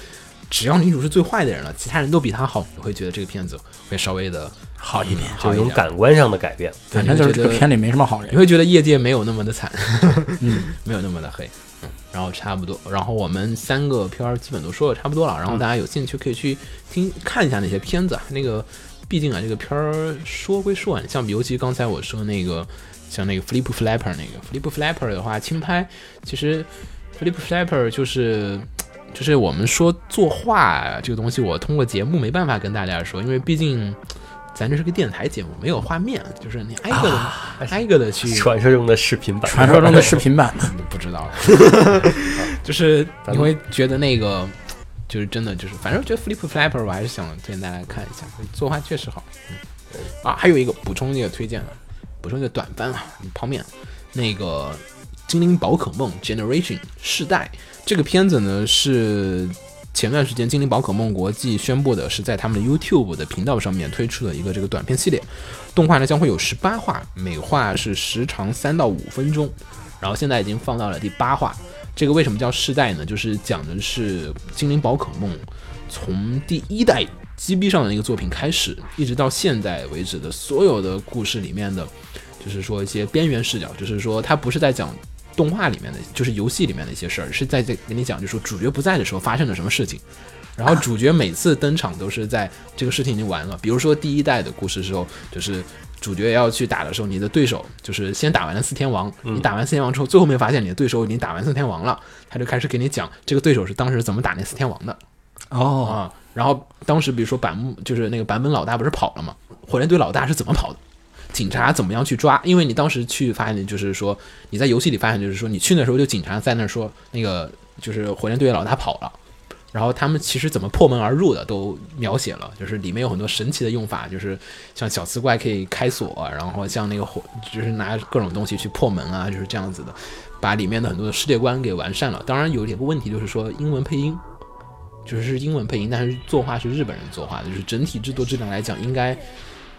[SPEAKER 3] 只要女主是最坏的人了，其他人都比她好，你会觉得这个片子会稍微的
[SPEAKER 4] 好一点，
[SPEAKER 3] 好
[SPEAKER 2] 有
[SPEAKER 3] 一
[SPEAKER 2] 一种
[SPEAKER 3] 点，
[SPEAKER 2] 感官上的改变。
[SPEAKER 4] 反正就是这个
[SPEAKER 3] 觉得
[SPEAKER 4] 片里没什么好人
[SPEAKER 3] 你。会觉得业界没有那么的惨，没有那么的黑。嗯然后差不多，然后我们三个片儿基本都说的差不多了，然后大家有兴趣可以去听看一下那些片子啊。那个，毕竟啊，这个片儿说归说啊，像尤其刚才我说那个，像那个 Flip Flapper 那个 Flip Flapper 的话，轻拍其实 Flip Flapper 就是就是我们说作画啊这个东西，我通过节目没办法跟大家说，因为毕竟咱这是个电台节目，没有画面，就是你挨个的、挨个的去
[SPEAKER 2] 传说中的视频版，
[SPEAKER 4] 传
[SPEAKER 2] [LAUGHS]
[SPEAKER 4] 说中的视频版的，
[SPEAKER 3] 不知道， [LAUGHS] 就是你会觉得那个，就是真的就是，反正我觉得 Flip Flapper 我还是想推荐大家看一下，作画确实好。嗯、啊，还有一个补充一个推荐啊，补充一个短番啊，泡面，那个《精灵宝可梦 Generation 世代》这个片子呢是。前段时间，精灵宝可梦国际宣布的是在他们的 YouTube 的频道上面推出的一个这个短片系列，动画呢将会有十八话，每话是时长三到五分钟，然后现在已经放到了第八话。这个为什么叫世代呢？就是讲的是精灵宝可梦从第一代 GB 上的一个作品开始，一直到现在为止的所有的故事里面的，就是说一些边缘视角，就是说它不是在讲动画里面的，就是游戏里面的一些事儿，是在这给你讲，就是说主角不在的时候发生了什么事情。然后主角每次登场都是在这个事情已经完了，比如说第一代的故事时候，就是主角要去打的时候，你的对手就是先打完了四天王，你打完四天王之后，最后面发现你的对手已经打完四天王了，他就开始给你讲这个对手是当时怎么打那四天王的，
[SPEAKER 4] 哦，
[SPEAKER 3] 啊。然后当时比如说板木就是那个版本老大不是跑了吗？火箭队老大是怎么跑的？警察怎么样去抓？因为你当时去发现，就是说你在游戏里发现，就是说你去那时候就警察在那儿说那个就是火箭队老大跑了。然后他们其实怎么破门而入的都描写了，就是里面有很多神奇的用法，就是像小刺怪可以开锁，啊然后像那个火就是拿各种东西去破门啊，就是这样子的，把里面的很多的世界观给完善了。当然有一个问题就是说英文配音，就是是英文配音，但是作画是日本人作画的，就是整体制作质量来讲，应该。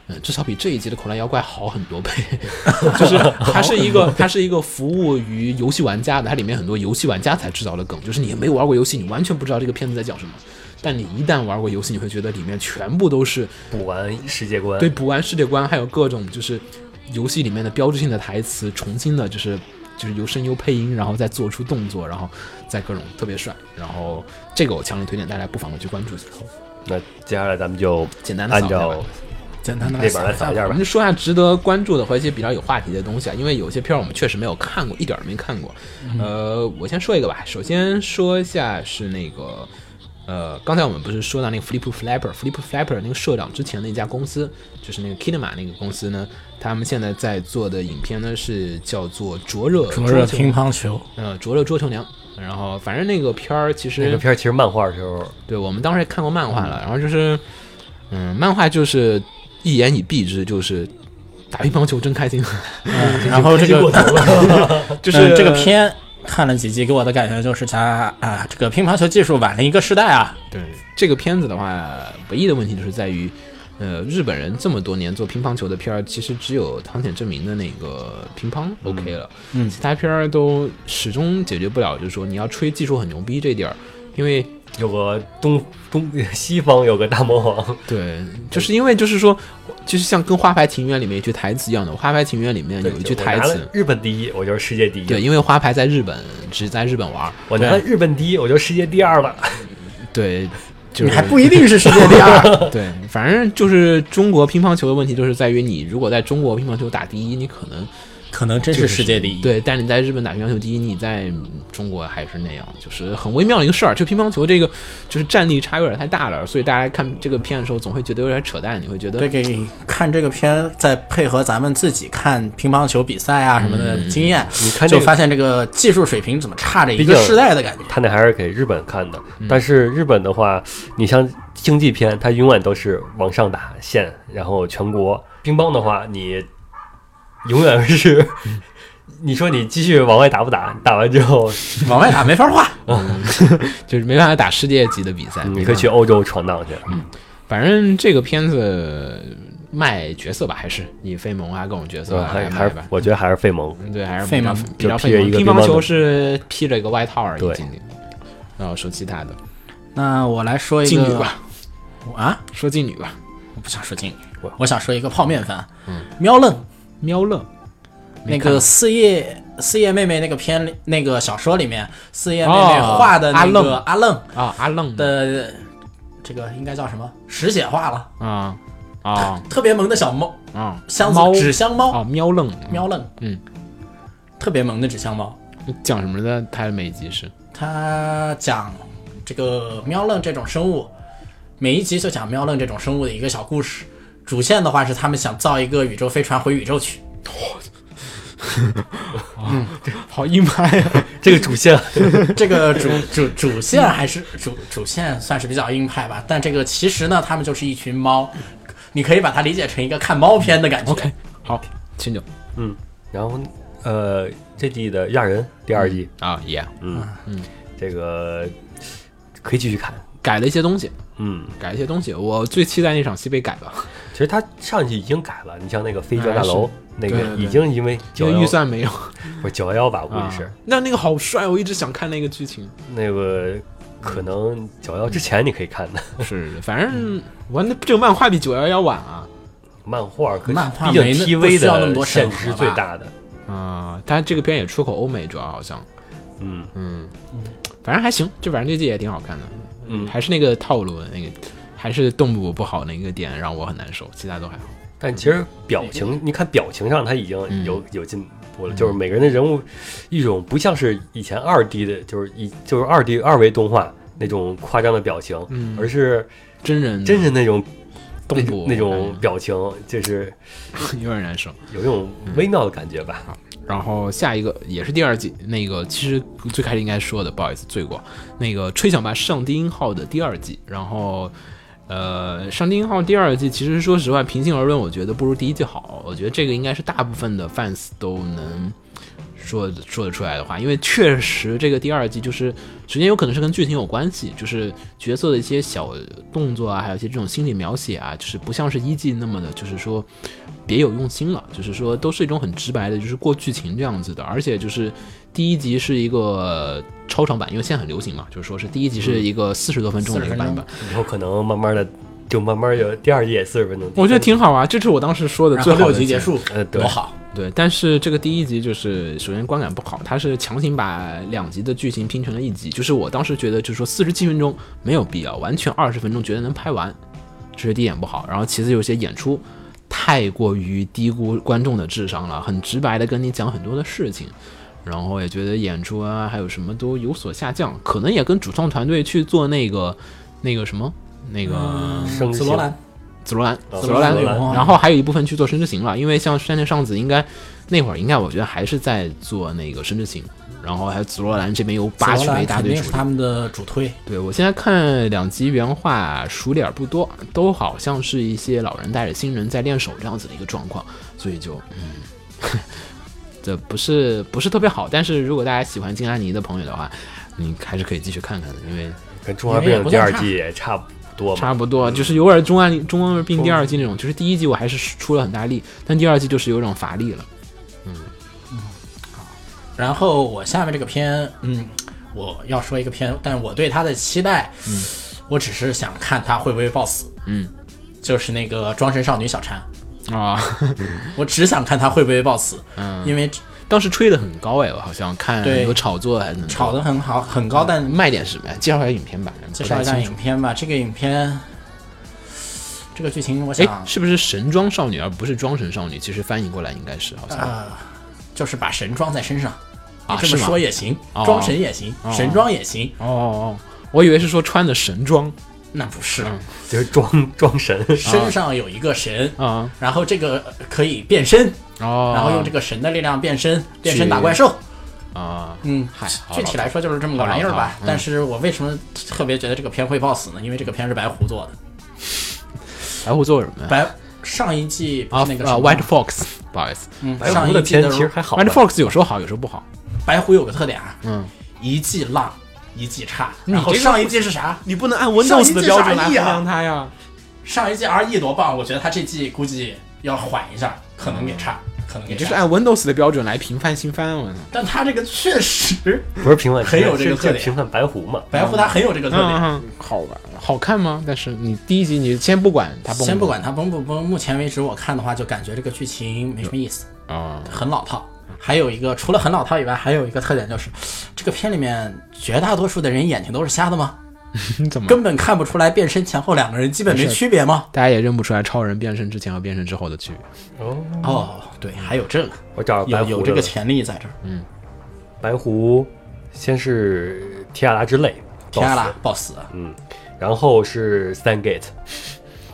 [SPEAKER 3] 嗯，至少比这一集的口袋妖怪好很多倍，就是它是一个它是一个服务于游戏玩家的，它里面很多游戏玩家才知道的梗，就是你没有玩过游戏，你完全不知道这个片子在讲什么，但你一旦玩过游戏，你会觉得里面全部都是
[SPEAKER 2] 补完世界观，
[SPEAKER 3] 对，补完世界观，还有各种就是游戏里面的标志性的台词，重新的就是就是由声优配音，然后再做出动作，然后再各种特别帅。然后这个我强烈推荐大家不妨去关注一下。
[SPEAKER 2] 那接下来咱们就
[SPEAKER 3] 简单地
[SPEAKER 2] 按
[SPEAKER 3] 扫一下吧
[SPEAKER 2] 照
[SPEAKER 4] 简单的啊
[SPEAKER 2] 那边来扫一下
[SPEAKER 3] 我
[SPEAKER 2] 吧
[SPEAKER 3] 们。就说一下值得关注的和一些比较有话题的东西啊，因为有些片儿我们确实没有看过，一点儿都没看过。呃，我先说一个吧，首先说一下是那个。呃，刚才我们不是说到那个 Flip Flapper，Flip Flapper 那个社长之前的一家公司，就是那个 Kinema 那个公司呢，他们现在在做的影片呢是叫做《灼热
[SPEAKER 4] 灼热
[SPEAKER 3] 桌球
[SPEAKER 4] 乒乓球，
[SPEAKER 3] 呃，灼热桌球娘。然后反正那个片儿其
[SPEAKER 2] 这个
[SPEAKER 3] 实
[SPEAKER 2] 片儿其实漫画的时候，
[SPEAKER 3] 对我们当时也看过漫画了，然后就是，嗯，漫画就是一言以蔽之，就是打乒乓球真开心， [LAUGHS]
[SPEAKER 4] 嗯然后这个
[SPEAKER 3] 就
[SPEAKER 4] 嗯
[SPEAKER 3] 是
[SPEAKER 4] 这个片看了几集，给我的感觉就是它啊，这个乒乓球技术晚了一个时代啊。
[SPEAKER 3] 对这个片子的话，唯一的问题就是在于，呃，日本人这么多年做乒乓球的片儿，其实只有汤浅证明的那个乒乓 OK 了，
[SPEAKER 4] 嗯
[SPEAKER 3] 其他片儿都始终解决不了，就是说你要吹技术很牛逼这点儿，因为
[SPEAKER 2] 有个东东西方有个大魔王，
[SPEAKER 3] 对，就是因为就是说，就是像跟《花牌情缘》里面一句台词一样的，《花牌情缘》里面有一句
[SPEAKER 2] 我
[SPEAKER 3] 台
[SPEAKER 2] 拿
[SPEAKER 3] 词
[SPEAKER 2] 了，日本第一，我就是世界第一。
[SPEAKER 3] 对，因为花牌在日本只在日本玩儿，
[SPEAKER 2] 我拿了日本第一，我就世界第二了。
[SPEAKER 3] 对，就
[SPEAKER 4] 你
[SPEAKER 3] 是
[SPEAKER 4] 还不一定是世界第二，
[SPEAKER 3] 对，反正就是中国乒乓球的问题，就是在于你如果在中国乒乓球打第一，你可能
[SPEAKER 4] [LAUGHS] 可能真是世界第一。，
[SPEAKER 3] 对，但是你在日本打乒乓球第一，你在中国还是那样，就是很微妙的一个事儿。就乒乓球这个，就是战力差有点太大了，所以大家看这个片的时候，总会觉得有点扯淡，你会觉得
[SPEAKER 4] 对，给看这个片，再配合咱们自己看乒乓球比赛啊什么的经验，
[SPEAKER 2] 你看这
[SPEAKER 4] 就
[SPEAKER 2] 个
[SPEAKER 4] 发现这个技术水平怎么差着一
[SPEAKER 2] 毕
[SPEAKER 4] 个
[SPEAKER 2] 竟
[SPEAKER 4] 世代的感觉。
[SPEAKER 2] 他那还是给日本看的，但是日本的话，你像竞技片，它永远都是往上打线，然后全国乒乓的话，你永远是，你说你继续往外打不打？打完之后，
[SPEAKER 4] 往外打没法画，
[SPEAKER 3] 就是没办法打世界级的比赛。
[SPEAKER 2] 你
[SPEAKER 3] 没
[SPEAKER 2] 嗯可以
[SPEAKER 3] 办
[SPEAKER 2] 去欧洲闯荡去。嗯
[SPEAKER 3] 反正这个片子卖角色吧，还是以费蒙啊各种角色
[SPEAKER 2] 嗯
[SPEAKER 3] 啊来
[SPEAKER 2] 还
[SPEAKER 3] 卖
[SPEAKER 2] 还是
[SPEAKER 3] 吧。
[SPEAKER 2] 我觉得还是费蒙，
[SPEAKER 3] 嗯对，还是
[SPEAKER 4] 费
[SPEAKER 3] 比较
[SPEAKER 4] 蒙
[SPEAKER 3] 比较
[SPEAKER 2] 就披着
[SPEAKER 3] 费蒙。
[SPEAKER 2] 一个
[SPEAKER 3] 乒
[SPEAKER 2] 乒乓
[SPEAKER 3] 乓球
[SPEAKER 2] 球
[SPEAKER 3] 是披着一个外套而已，
[SPEAKER 2] 对
[SPEAKER 3] 仅仅。然后说其他的，
[SPEAKER 4] [LAUGHS] 那我来说一
[SPEAKER 3] 妓
[SPEAKER 4] 个
[SPEAKER 3] 女吧，
[SPEAKER 4] 啊，
[SPEAKER 3] 说妓女吧，
[SPEAKER 4] 我不想说妓女
[SPEAKER 2] 我，
[SPEAKER 4] 我想说一个泡面番，喵愣
[SPEAKER 3] 喵乐，
[SPEAKER 4] 那
[SPEAKER 3] 没看
[SPEAKER 4] 个
[SPEAKER 3] 过
[SPEAKER 4] 四叶四叶妹妹那个片里那个小说里面，四叶妹妹
[SPEAKER 3] 哦
[SPEAKER 4] 画的那
[SPEAKER 3] 阿
[SPEAKER 4] 个
[SPEAKER 3] 愣
[SPEAKER 4] 阿愣
[SPEAKER 3] 啊，阿愣
[SPEAKER 4] 的这个应该叫什么实写画了，
[SPEAKER 3] 啊啊
[SPEAKER 4] 特别萌的小猫
[SPEAKER 3] [LAUGHS] 啊，
[SPEAKER 4] 箱
[SPEAKER 3] 猫
[SPEAKER 4] 子纸箱猫
[SPEAKER 3] 啊，喵愣
[SPEAKER 4] 喵愣，
[SPEAKER 3] 嗯，
[SPEAKER 4] 特别萌的纸箱猫，
[SPEAKER 3] 讲什么的？它的每集是
[SPEAKER 4] 它讲这个喵愣这种生物，每一集就讲喵愣这种生物的一个小故事。主线的话是他们想造一个宇宙飞船回宇宙去，
[SPEAKER 3] 好硬啊派 [LAUGHS] 呀，
[SPEAKER 2] 这个主线
[SPEAKER 4] 这个主主主线还是主主线算是比较硬派吧，但这个其实呢，他们就是一群猫，你可以把它理解成一个看猫片的感觉。
[SPEAKER 3] OK 好，清酒
[SPEAKER 2] 然后呃，这季的亚人第二季，
[SPEAKER 3] 啊，Yeah，
[SPEAKER 2] 嗯这个可以继续看，
[SPEAKER 3] 改了一些东西，
[SPEAKER 2] 嗯，
[SPEAKER 3] 改了一些东西。我最期待那场西北改吧，
[SPEAKER 2] 其实他上一季已经改了，你像那个飞镖
[SPEAKER 3] 哎
[SPEAKER 2] 大
[SPEAKER 3] 是
[SPEAKER 2] 楼。那
[SPEAKER 3] 对
[SPEAKER 2] 个
[SPEAKER 3] 对对
[SPEAKER 2] 已经因为
[SPEAKER 3] 因
[SPEAKER 2] 九
[SPEAKER 3] 为
[SPEAKER 2] 幺
[SPEAKER 3] 预算没有
[SPEAKER 2] 不是九幺幺吧，估计是
[SPEAKER 3] 啊。那那个好帅，我一直想看那个剧情。
[SPEAKER 2] 那个可能九幺之前你可以看的
[SPEAKER 3] 是，反正我那这个漫画比九幺幺晚啊。
[SPEAKER 2] 漫画，可
[SPEAKER 4] 嗯漫画
[SPEAKER 2] 毕竟
[SPEAKER 4] 没那不
[SPEAKER 2] TV
[SPEAKER 4] 需要那么多
[SPEAKER 2] 的
[SPEAKER 4] 审
[SPEAKER 2] 限
[SPEAKER 4] 核
[SPEAKER 2] 制
[SPEAKER 4] 吧
[SPEAKER 2] 最大的，
[SPEAKER 3] 啊、但这个片也出口欧美，主要好像，
[SPEAKER 2] 嗯
[SPEAKER 3] 嗯，反正还行，就反正这季也挺好看的，
[SPEAKER 2] 嗯。
[SPEAKER 3] 还是那个套路，那个还是动捕不好那个点让我很难受，其他都还好。
[SPEAKER 2] 但其
[SPEAKER 4] 嗯
[SPEAKER 2] 实表情，你看表情上他已经
[SPEAKER 3] 嗯
[SPEAKER 2] 有有进步
[SPEAKER 4] 嗯
[SPEAKER 2] 了，就是每个人的人物一种不像是以前二 D 的，就是一就是二 D 二维动画那种夸张的表情，
[SPEAKER 3] 嗯
[SPEAKER 2] 而是
[SPEAKER 3] 真
[SPEAKER 4] 嗯
[SPEAKER 3] 人
[SPEAKER 2] 真人那种
[SPEAKER 3] 动
[SPEAKER 2] 那
[SPEAKER 3] 捕
[SPEAKER 2] 种那种表情，就是
[SPEAKER 3] 嗯 [LAUGHS] 有点难受。
[SPEAKER 2] 有一种微妙的感觉吧。
[SPEAKER 4] 嗯
[SPEAKER 3] 然后下一个也是第二季，那个其实最开始应该说的，不好意思，罪过。那个《吹响吧，上帝音号》的第二季，然后。呃，《上帝音号》第二季其实说实呃话，平心而论，我觉得不如第一季好。我觉得这个应该是大部分的 fans 都能说说得出来的话，因为确实这个第二季就是首先有可能是跟剧情有关系，就是角色的一些小动作啊，还有一些这种心理描写啊，就是不像是一季那么的，就是说别有用心了，就是说都是一种很直白的，就是过剧情这样子的，而且就是第一集是一个超长版，因为现在很流行嘛，就是说是第一集是一个四十多分钟的一个
[SPEAKER 4] 40分
[SPEAKER 3] 版
[SPEAKER 4] 钟
[SPEAKER 3] 本，
[SPEAKER 2] 以后可能慢慢的就慢慢有第二季也四十分钟，
[SPEAKER 3] 我觉得挺好啊，这是我当时说的
[SPEAKER 4] 然
[SPEAKER 3] 最
[SPEAKER 4] 后
[SPEAKER 3] 好
[SPEAKER 4] 六
[SPEAKER 3] 的
[SPEAKER 4] 集
[SPEAKER 3] 节
[SPEAKER 4] 结
[SPEAKER 3] 目
[SPEAKER 4] 束，
[SPEAKER 2] 呃对
[SPEAKER 4] 多好，
[SPEAKER 3] 对，但是这个第一集就是首先观感不好，它是强行把两集的剧情拼成了一集，就是我当时觉得就是说四十七分钟没有必要，完全二十分钟觉得能拍完，这是第一点不好。然后其次有些演出太过于低估观众的智商了，很直白的跟你讲很多的事情。然后也觉得演出啊，还有什么都有所下降，可能也跟主创团队去做那个那个什么那个、
[SPEAKER 2] 升
[SPEAKER 4] 紫罗兰，
[SPEAKER 3] 紫罗兰，
[SPEAKER 2] 哦
[SPEAKER 3] 罗兰
[SPEAKER 2] 紫罗兰
[SPEAKER 3] 然后还有一部分去做《神之行》了，因为像山田尚子应该那会儿应该我觉得还是在做那个《神之行》，然后还有紫罗兰这边又拔
[SPEAKER 4] 紫
[SPEAKER 3] 取
[SPEAKER 4] 罗
[SPEAKER 3] 了一
[SPEAKER 4] 兰
[SPEAKER 3] 大
[SPEAKER 4] 肯
[SPEAKER 3] 堆
[SPEAKER 4] 定
[SPEAKER 3] 主
[SPEAKER 4] 是
[SPEAKER 3] 力。
[SPEAKER 4] 他们的主推，
[SPEAKER 3] 对我现在看两集原画熟脸儿不多，都好像是一些老人带着新人在练手这样子的一个状况，所以就嗯， [LAUGHS] 这不是不是特别好。但是如果大家喜欢金安妮的朋友的话，你还是可以继续看看的，因为
[SPEAKER 2] 跟《中华背景》第二季也差不多嘛，
[SPEAKER 3] 差不多，就是有点中安中二病第二季那种，就是第一季我还是出了很大力，但第二季就是有种乏力了。
[SPEAKER 4] 然后我下面这个片，嗯，我要说一个片，但我对它的期待，嗯，我只是想看它会不会爆死，
[SPEAKER 3] 嗯，
[SPEAKER 4] 就是那个装神少女小婵，
[SPEAKER 3] 啊，
[SPEAKER 4] 我只想看它会不会爆死，嗯，因为
[SPEAKER 3] 当时吹得很高哎，我好像看
[SPEAKER 4] 对
[SPEAKER 3] 有炒作还是怎么着
[SPEAKER 4] 炒得很好，很高，但
[SPEAKER 3] 卖点什么呀？介绍一下影片吧，
[SPEAKER 4] 介绍一
[SPEAKER 3] 不
[SPEAKER 4] 下
[SPEAKER 3] 太清
[SPEAKER 4] 影片吧，这个影片，这个剧情我
[SPEAKER 3] 楚。哎
[SPEAKER 4] 想，，
[SPEAKER 3] 是不是神装少女而不是装神少女？其实翻译过来应该是好像
[SPEAKER 4] 呃，就是把神装在身上，
[SPEAKER 3] 啊，
[SPEAKER 4] 这
[SPEAKER 3] 是
[SPEAKER 4] 么
[SPEAKER 3] 吗？
[SPEAKER 4] 说也行，
[SPEAKER 3] 哦
[SPEAKER 4] 装神也行，
[SPEAKER 3] 哦
[SPEAKER 4] 神装也行，
[SPEAKER 3] 哦哦哦，我以为是说穿的神装
[SPEAKER 4] 那不是，
[SPEAKER 3] 嗯
[SPEAKER 2] 就是装装神，
[SPEAKER 4] 身上有一个神，
[SPEAKER 3] 啊，
[SPEAKER 4] 然后这个呃可以变身。
[SPEAKER 3] 哦，
[SPEAKER 4] 嗯然后用这
[SPEAKER 3] 个
[SPEAKER 4] 个神的力量变身，变
[SPEAKER 3] 去
[SPEAKER 4] 身打怪兽。
[SPEAKER 3] 啊，
[SPEAKER 4] 嗯，
[SPEAKER 3] 嗨好
[SPEAKER 4] 具
[SPEAKER 3] 老
[SPEAKER 4] 体
[SPEAKER 3] 套
[SPEAKER 4] 来说就是这么个玩意儿
[SPEAKER 3] 好老
[SPEAKER 4] 吧
[SPEAKER 3] 套。嗯
[SPEAKER 4] 但是我为什么特别觉得这个片会爆死呢？因为这个片是白狐做的，
[SPEAKER 3] 白狐做什么呀？
[SPEAKER 4] 白上一季不
[SPEAKER 3] 啊
[SPEAKER 4] 是那个
[SPEAKER 3] 啊
[SPEAKER 4] 什么
[SPEAKER 3] ，White Fox，不好意思
[SPEAKER 4] 嗯，
[SPEAKER 2] 白
[SPEAKER 4] 上
[SPEAKER 2] 狐
[SPEAKER 4] 一
[SPEAKER 2] 的
[SPEAKER 4] 季
[SPEAKER 2] 片
[SPEAKER 4] 的
[SPEAKER 2] 其实还好吧，
[SPEAKER 3] ，White Fox 有时候好，有时候不好，
[SPEAKER 4] 白狐有个特点啊，
[SPEAKER 3] 嗯，
[SPEAKER 4] 一季浪一季差。
[SPEAKER 3] 你
[SPEAKER 4] 然后
[SPEAKER 3] 这个
[SPEAKER 4] 上一季是啥？
[SPEAKER 3] 你不能按
[SPEAKER 4] Windows 的标准来衡量
[SPEAKER 3] 它呀。
[SPEAKER 4] 上一季 R E 多棒，我觉得他这季估计要缓一下，可能给差，可能
[SPEAKER 3] 嗯
[SPEAKER 4] 给
[SPEAKER 3] 你这是
[SPEAKER 4] 差。
[SPEAKER 3] 按 Windows 的标准来评判新番，我操！
[SPEAKER 4] 但他这个确实，
[SPEAKER 2] 不是评判，
[SPEAKER 4] 很有这个
[SPEAKER 2] 是
[SPEAKER 4] 特点
[SPEAKER 2] 是评判白狐嘛，
[SPEAKER 4] 白狐他很有这个特点。
[SPEAKER 3] 嗯，好吧，好看吗？但是你第一集你先不管它崩，
[SPEAKER 4] 先不管他崩不崩，目前为止我看的话，就感觉这个剧情没什么意思。
[SPEAKER 3] 啊，
[SPEAKER 4] 很老套。还有一个，除了很老套以外，还有一个特点就是，这个片里面绝大多数的人眼睛都是瞎的吗？
[SPEAKER 3] 你 [LAUGHS] 怎么
[SPEAKER 4] 根本看不出来变身前后两个人基本没区别吗？
[SPEAKER 3] 大家也认不出来超人变身之前和变身之后的区别？
[SPEAKER 2] 哦，
[SPEAKER 3] 嗯
[SPEAKER 4] 哦，对，还有这个，
[SPEAKER 2] 我找白
[SPEAKER 4] 有
[SPEAKER 2] 狐
[SPEAKER 4] 有这个
[SPEAKER 2] 了
[SPEAKER 4] 潜力在这儿。
[SPEAKER 2] 嗯白狐，先是提亚拉之泪，
[SPEAKER 4] 天啊
[SPEAKER 2] 暴
[SPEAKER 4] 啦
[SPEAKER 2] 死，嗯
[SPEAKER 4] 暴死！
[SPEAKER 2] 然后是 Stan Gate，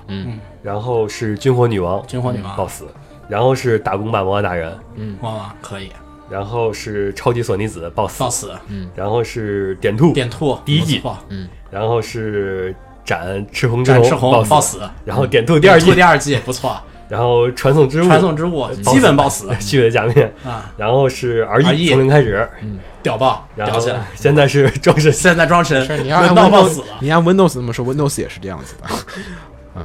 [SPEAKER 2] 嗯，然后是军火女王，
[SPEAKER 4] 军火女王
[SPEAKER 2] 暴死，然后是打工版魔法大人，
[SPEAKER 4] 嗯哇哇，可以
[SPEAKER 2] 然后是超级索尼子暴死
[SPEAKER 4] 暴，死！
[SPEAKER 2] 然后是点兔，
[SPEAKER 4] 点兔
[SPEAKER 2] 嗯第一季嗯
[SPEAKER 4] 不错
[SPEAKER 2] 然后是斩赤红之
[SPEAKER 4] 展
[SPEAKER 2] 龙，
[SPEAKER 4] 翅红
[SPEAKER 2] 暴
[SPEAKER 4] 暴
[SPEAKER 2] 死，
[SPEAKER 4] 死，
[SPEAKER 2] 然后点兔第二
[SPEAKER 4] 点兔
[SPEAKER 2] 季
[SPEAKER 4] 第，二季
[SPEAKER 2] [LAUGHS]
[SPEAKER 4] 不错，
[SPEAKER 2] 然后传送之物，
[SPEAKER 4] 传送之物基本
[SPEAKER 2] [LAUGHS]
[SPEAKER 4] 暴死
[SPEAKER 2] 虚伪的假面，
[SPEAKER 4] 啊，嗯
[SPEAKER 2] 然后是 R
[SPEAKER 4] RE
[SPEAKER 2] E 从零开始，
[SPEAKER 4] 屌爆，
[SPEAKER 2] 然
[SPEAKER 4] 屌
[SPEAKER 2] 后
[SPEAKER 4] 起来！
[SPEAKER 2] 现在是装神，
[SPEAKER 4] 现在装神
[SPEAKER 3] [LAUGHS] 你要按
[SPEAKER 4] 轮到暴死
[SPEAKER 3] Windows，
[SPEAKER 4] 了，
[SPEAKER 3] 你按 Windows 这么说，Windows 也是这样 [LAUGHS] 子的。嗯，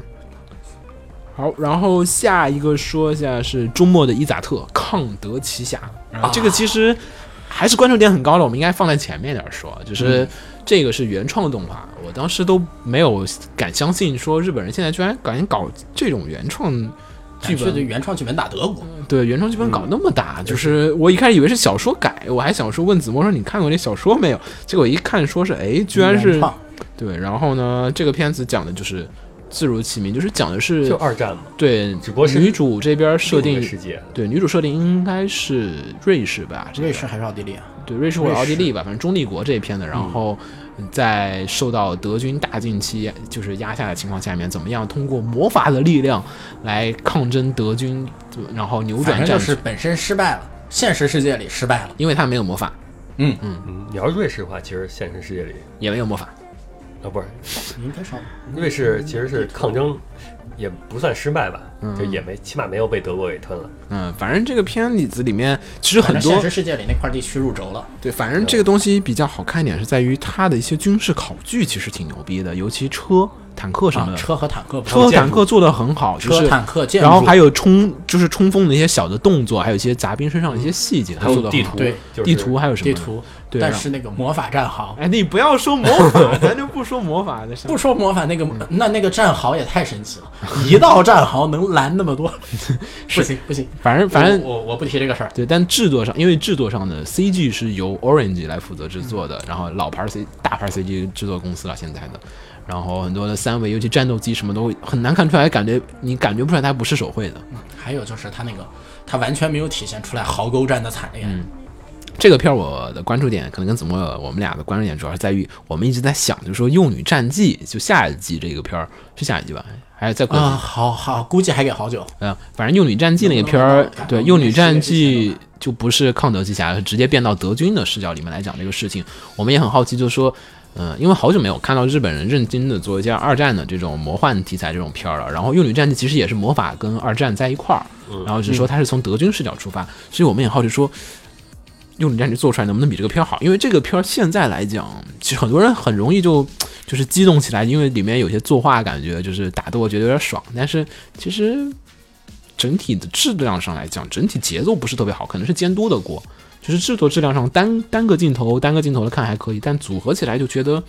[SPEAKER 3] 好，然后下一个说一下是周末的伊扎特抗德奇侠，这个其实还是关注点很高的，我们应该放在前面点儿说，就是这个是原创动画，我当时都没有敢相信，说日本人现在居然敢搞这种原创剧
[SPEAKER 4] 感觉
[SPEAKER 3] 本嗯
[SPEAKER 4] 对哎原创剧本打德国，
[SPEAKER 3] 对原创剧本搞那么大，就是我一开始以为是小说改，我还想说问子墨说你看过这小说没有？结果一看说是哎，居然
[SPEAKER 4] 原
[SPEAKER 3] 是
[SPEAKER 4] 创
[SPEAKER 3] 对。然后呢，这个片子讲的就是自如其名，就是讲的是
[SPEAKER 2] 就二战嘛，
[SPEAKER 3] 对，
[SPEAKER 2] 只不过是
[SPEAKER 3] 女主这边设
[SPEAKER 2] 另一个
[SPEAKER 3] 定
[SPEAKER 2] 世界，
[SPEAKER 3] 对女主设定应该是瑞士吧？这个
[SPEAKER 4] 瑞士还是奥地利啊？
[SPEAKER 3] 对瑞士或者奥地利吧，反正中立国这一片的，然后在受到德军大近期就是压下的情况下面，怎么样通过魔法的力量来抗争德军，然后扭
[SPEAKER 4] 反
[SPEAKER 3] 转
[SPEAKER 4] 正
[SPEAKER 3] 战
[SPEAKER 4] 就
[SPEAKER 3] 局
[SPEAKER 4] 是。本身失败了，现实世界里失败了。嗯
[SPEAKER 3] 因为他没有魔法，
[SPEAKER 2] 嗯嗯，你要是瑞士的话，其实现实世界里
[SPEAKER 3] 也没有魔法，
[SPEAKER 2] 啊，不是，
[SPEAKER 4] 应该上
[SPEAKER 2] 瑞士其实
[SPEAKER 3] 嗯
[SPEAKER 2] 是抗争，也不算失败吧，就也没起码没有被德国给吞了。
[SPEAKER 3] 嗯，反正这个片子里面其实
[SPEAKER 4] 反
[SPEAKER 3] 很
[SPEAKER 4] 正
[SPEAKER 3] 多
[SPEAKER 4] 现实世界里那块地区入轴了，
[SPEAKER 3] 对，反正这个东西比较好看一点是在于它的一些军事考据其实挺牛逼的，尤其车、坦克什么
[SPEAKER 4] 啊，
[SPEAKER 3] 的，
[SPEAKER 4] 车和坦克，
[SPEAKER 3] 车和坦克做的很好，就
[SPEAKER 4] 车
[SPEAKER 3] 是
[SPEAKER 4] 坦克建筑，
[SPEAKER 3] 然后还有冲就是冲锋的一些小的动作，还有一些杂兵身上的一些细
[SPEAKER 4] 嗯
[SPEAKER 3] 节，它
[SPEAKER 2] 还有
[SPEAKER 3] 做的
[SPEAKER 2] 地图
[SPEAKER 4] 对
[SPEAKER 2] 就是
[SPEAKER 3] 地图还有什么
[SPEAKER 4] 地？图，
[SPEAKER 3] 对啊
[SPEAKER 4] 但
[SPEAKER 3] 然后
[SPEAKER 4] 是那个魔法战壕。
[SPEAKER 3] 哎，你不要说魔法，咱就不说魔法的事儿。
[SPEAKER 4] 不说魔法那个，那那个战壕也太神奇了，一道战壕能拦那
[SPEAKER 3] [LAUGHS]
[SPEAKER 4] 么多，不行不行，
[SPEAKER 3] 反正反正
[SPEAKER 4] 我我我不提这个事儿，
[SPEAKER 3] 对，但制作上，因为制作上的 CG 是由 Orange 来负责制作的，然后老牌 C 大牌 CG 制作公司了现在的，然后很多的三维，尤其战斗机什么都很难看出来，感觉你感觉不出来它不是手绘的。
[SPEAKER 4] 还有就是他那个，他完全没有体现出来壕沟战的惨烈。
[SPEAKER 3] 嗯这个片儿我的关注点可能跟子墨我们俩的关注点主要是在于，我们一直在想，就是说《幼女战记》就下一季这个片儿是下一季吧，还是再过几
[SPEAKER 4] 啊，好好，估计还给好久。
[SPEAKER 3] 嗯，反正《幼女战记》那个片儿
[SPEAKER 4] 能不能，
[SPEAKER 3] 对
[SPEAKER 4] 能
[SPEAKER 3] 《
[SPEAKER 4] 不能
[SPEAKER 3] 幼女战
[SPEAKER 4] 世界之
[SPEAKER 3] 记
[SPEAKER 4] 前》
[SPEAKER 3] 就不是抗德机侠，是直接变到德军的视角里面来讲这个事情。我们也很好奇，就是说，嗯、因为好久没有看到日本人认真的做一件二战的这种魔幻题材这种片儿了。然后《幼女战记》其实也是魔法跟二战在一块儿，然后只是说它是从德军视角出发，所以我们也好奇说，《幼女战记》做出来能不能比这个片儿好？因为这个片儿现在来讲，其实很多人很容易就就是激动起来，因为里面有些作画感觉就是打斗，我觉得有点爽，但是其实整体的质量上来讲，整体节奏不是特别好，可能是监督的锅。就是制作质量上单单个镜头单个镜头的看还可以，但组合起来就觉得嘖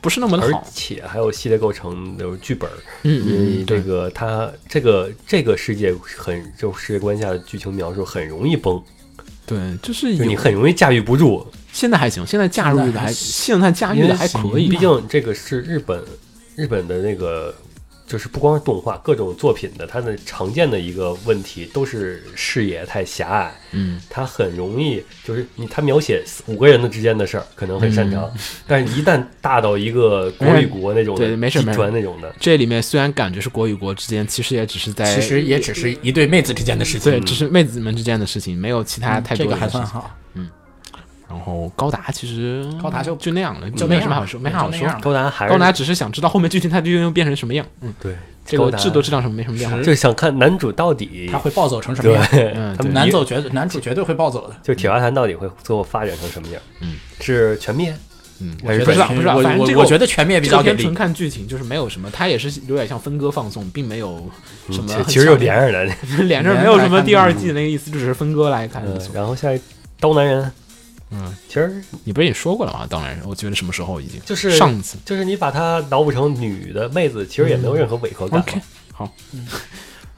[SPEAKER 3] 不是那么的
[SPEAKER 2] 而
[SPEAKER 3] 好。
[SPEAKER 2] 且还有系列构成，就是剧本儿，
[SPEAKER 3] 嗯
[SPEAKER 2] 因为
[SPEAKER 3] 嗯，
[SPEAKER 2] 这
[SPEAKER 3] 对，
[SPEAKER 2] 个它这个这个世界很就世界观下的剧情描述很容易崩，
[SPEAKER 3] 对，就是
[SPEAKER 2] 就
[SPEAKER 3] 有
[SPEAKER 2] 你很容易驾驭不住，
[SPEAKER 3] 现在还行，现在驾入的还现在驾驭
[SPEAKER 2] 因为
[SPEAKER 3] 的还可以，
[SPEAKER 2] 毕竟这个是日本日本的那个，就是不光是动画，各种作品的它的常见的一个问题都是视野太狭隘，
[SPEAKER 3] 嗯，
[SPEAKER 2] 它很容易就是你它描写四五个人的之间的事儿可能很擅长，
[SPEAKER 3] [LAUGHS]
[SPEAKER 2] 但是一旦大到一个国与国那种的
[SPEAKER 3] 对嗯没事没事
[SPEAKER 2] 集团那种的，
[SPEAKER 3] 这里面虽然感觉是国与国之间，其实也只是在
[SPEAKER 4] 其实也只是一对妹子之间的事情，
[SPEAKER 3] 对，只是妹子们之间的事情，没有其他太
[SPEAKER 4] 嗯这
[SPEAKER 3] 多
[SPEAKER 4] 个
[SPEAKER 3] 的
[SPEAKER 4] 还
[SPEAKER 3] 事情
[SPEAKER 4] 算。好。
[SPEAKER 3] 然后高达其实
[SPEAKER 4] 高达就
[SPEAKER 3] 就那样了，
[SPEAKER 4] 就
[SPEAKER 3] 没有
[SPEAKER 4] 那
[SPEAKER 3] 什么
[SPEAKER 4] 样
[SPEAKER 3] 好说，
[SPEAKER 4] 了
[SPEAKER 3] 没啥
[SPEAKER 4] 就
[SPEAKER 3] 好
[SPEAKER 4] 那
[SPEAKER 3] 说。
[SPEAKER 4] 样了
[SPEAKER 2] 高达还是
[SPEAKER 3] 高达只是想知道后面剧情它究竟变成什么样。嗯，
[SPEAKER 2] 对
[SPEAKER 3] 这
[SPEAKER 2] 高
[SPEAKER 3] 个
[SPEAKER 2] 达嗯
[SPEAKER 3] 制作质量上没什么变化。
[SPEAKER 2] 就是想看男主到底
[SPEAKER 4] 他会暴走成什么
[SPEAKER 2] 对
[SPEAKER 4] 样？
[SPEAKER 3] [LAUGHS]
[SPEAKER 2] [LAUGHS]
[SPEAKER 3] 嗯
[SPEAKER 2] 他们
[SPEAKER 4] 男
[SPEAKER 2] 一
[SPEAKER 4] 走绝男主绝对会暴走
[SPEAKER 3] [LAUGHS]
[SPEAKER 4] 的。
[SPEAKER 2] 就铁花坛到底会最后发展成什么样？
[SPEAKER 3] 嗯，
[SPEAKER 2] 是全灭
[SPEAKER 3] 嗯，
[SPEAKER 2] 还是
[SPEAKER 4] 觉得
[SPEAKER 3] 不知道
[SPEAKER 4] 全
[SPEAKER 3] 不知道
[SPEAKER 4] 我
[SPEAKER 3] 反正
[SPEAKER 4] 我
[SPEAKER 3] 这个
[SPEAKER 4] 我觉得全灭比
[SPEAKER 3] 这个
[SPEAKER 4] 较给
[SPEAKER 3] 片
[SPEAKER 4] 力
[SPEAKER 3] 纯。看剧情，就是没有什么，它也是有点像分割放送，并没有什么
[SPEAKER 2] 其
[SPEAKER 3] 很
[SPEAKER 2] 其实就
[SPEAKER 3] 强烈
[SPEAKER 2] 连着的。
[SPEAKER 3] 的 [LAUGHS] 连着没有什么第二季的那个意思，就只是分割来看。
[SPEAKER 2] 嗯，然后下一刀男人，
[SPEAKER 3] 嗯，
[SPEAKER 2] 其实
[SPEAKER 3] 你不是也说过了吗？当然，我觉得什么时候已经
[SPEAKER 2] 就是
[SPEAKER 3] 上次。
[SPEAKER 2] 就是你把她脑补成女的妹子，其实也没有任何违和
[SPEAKER 4] 嗯
[SPEAKER 2] 感嘛。
[SPEAKER 3] OK，好。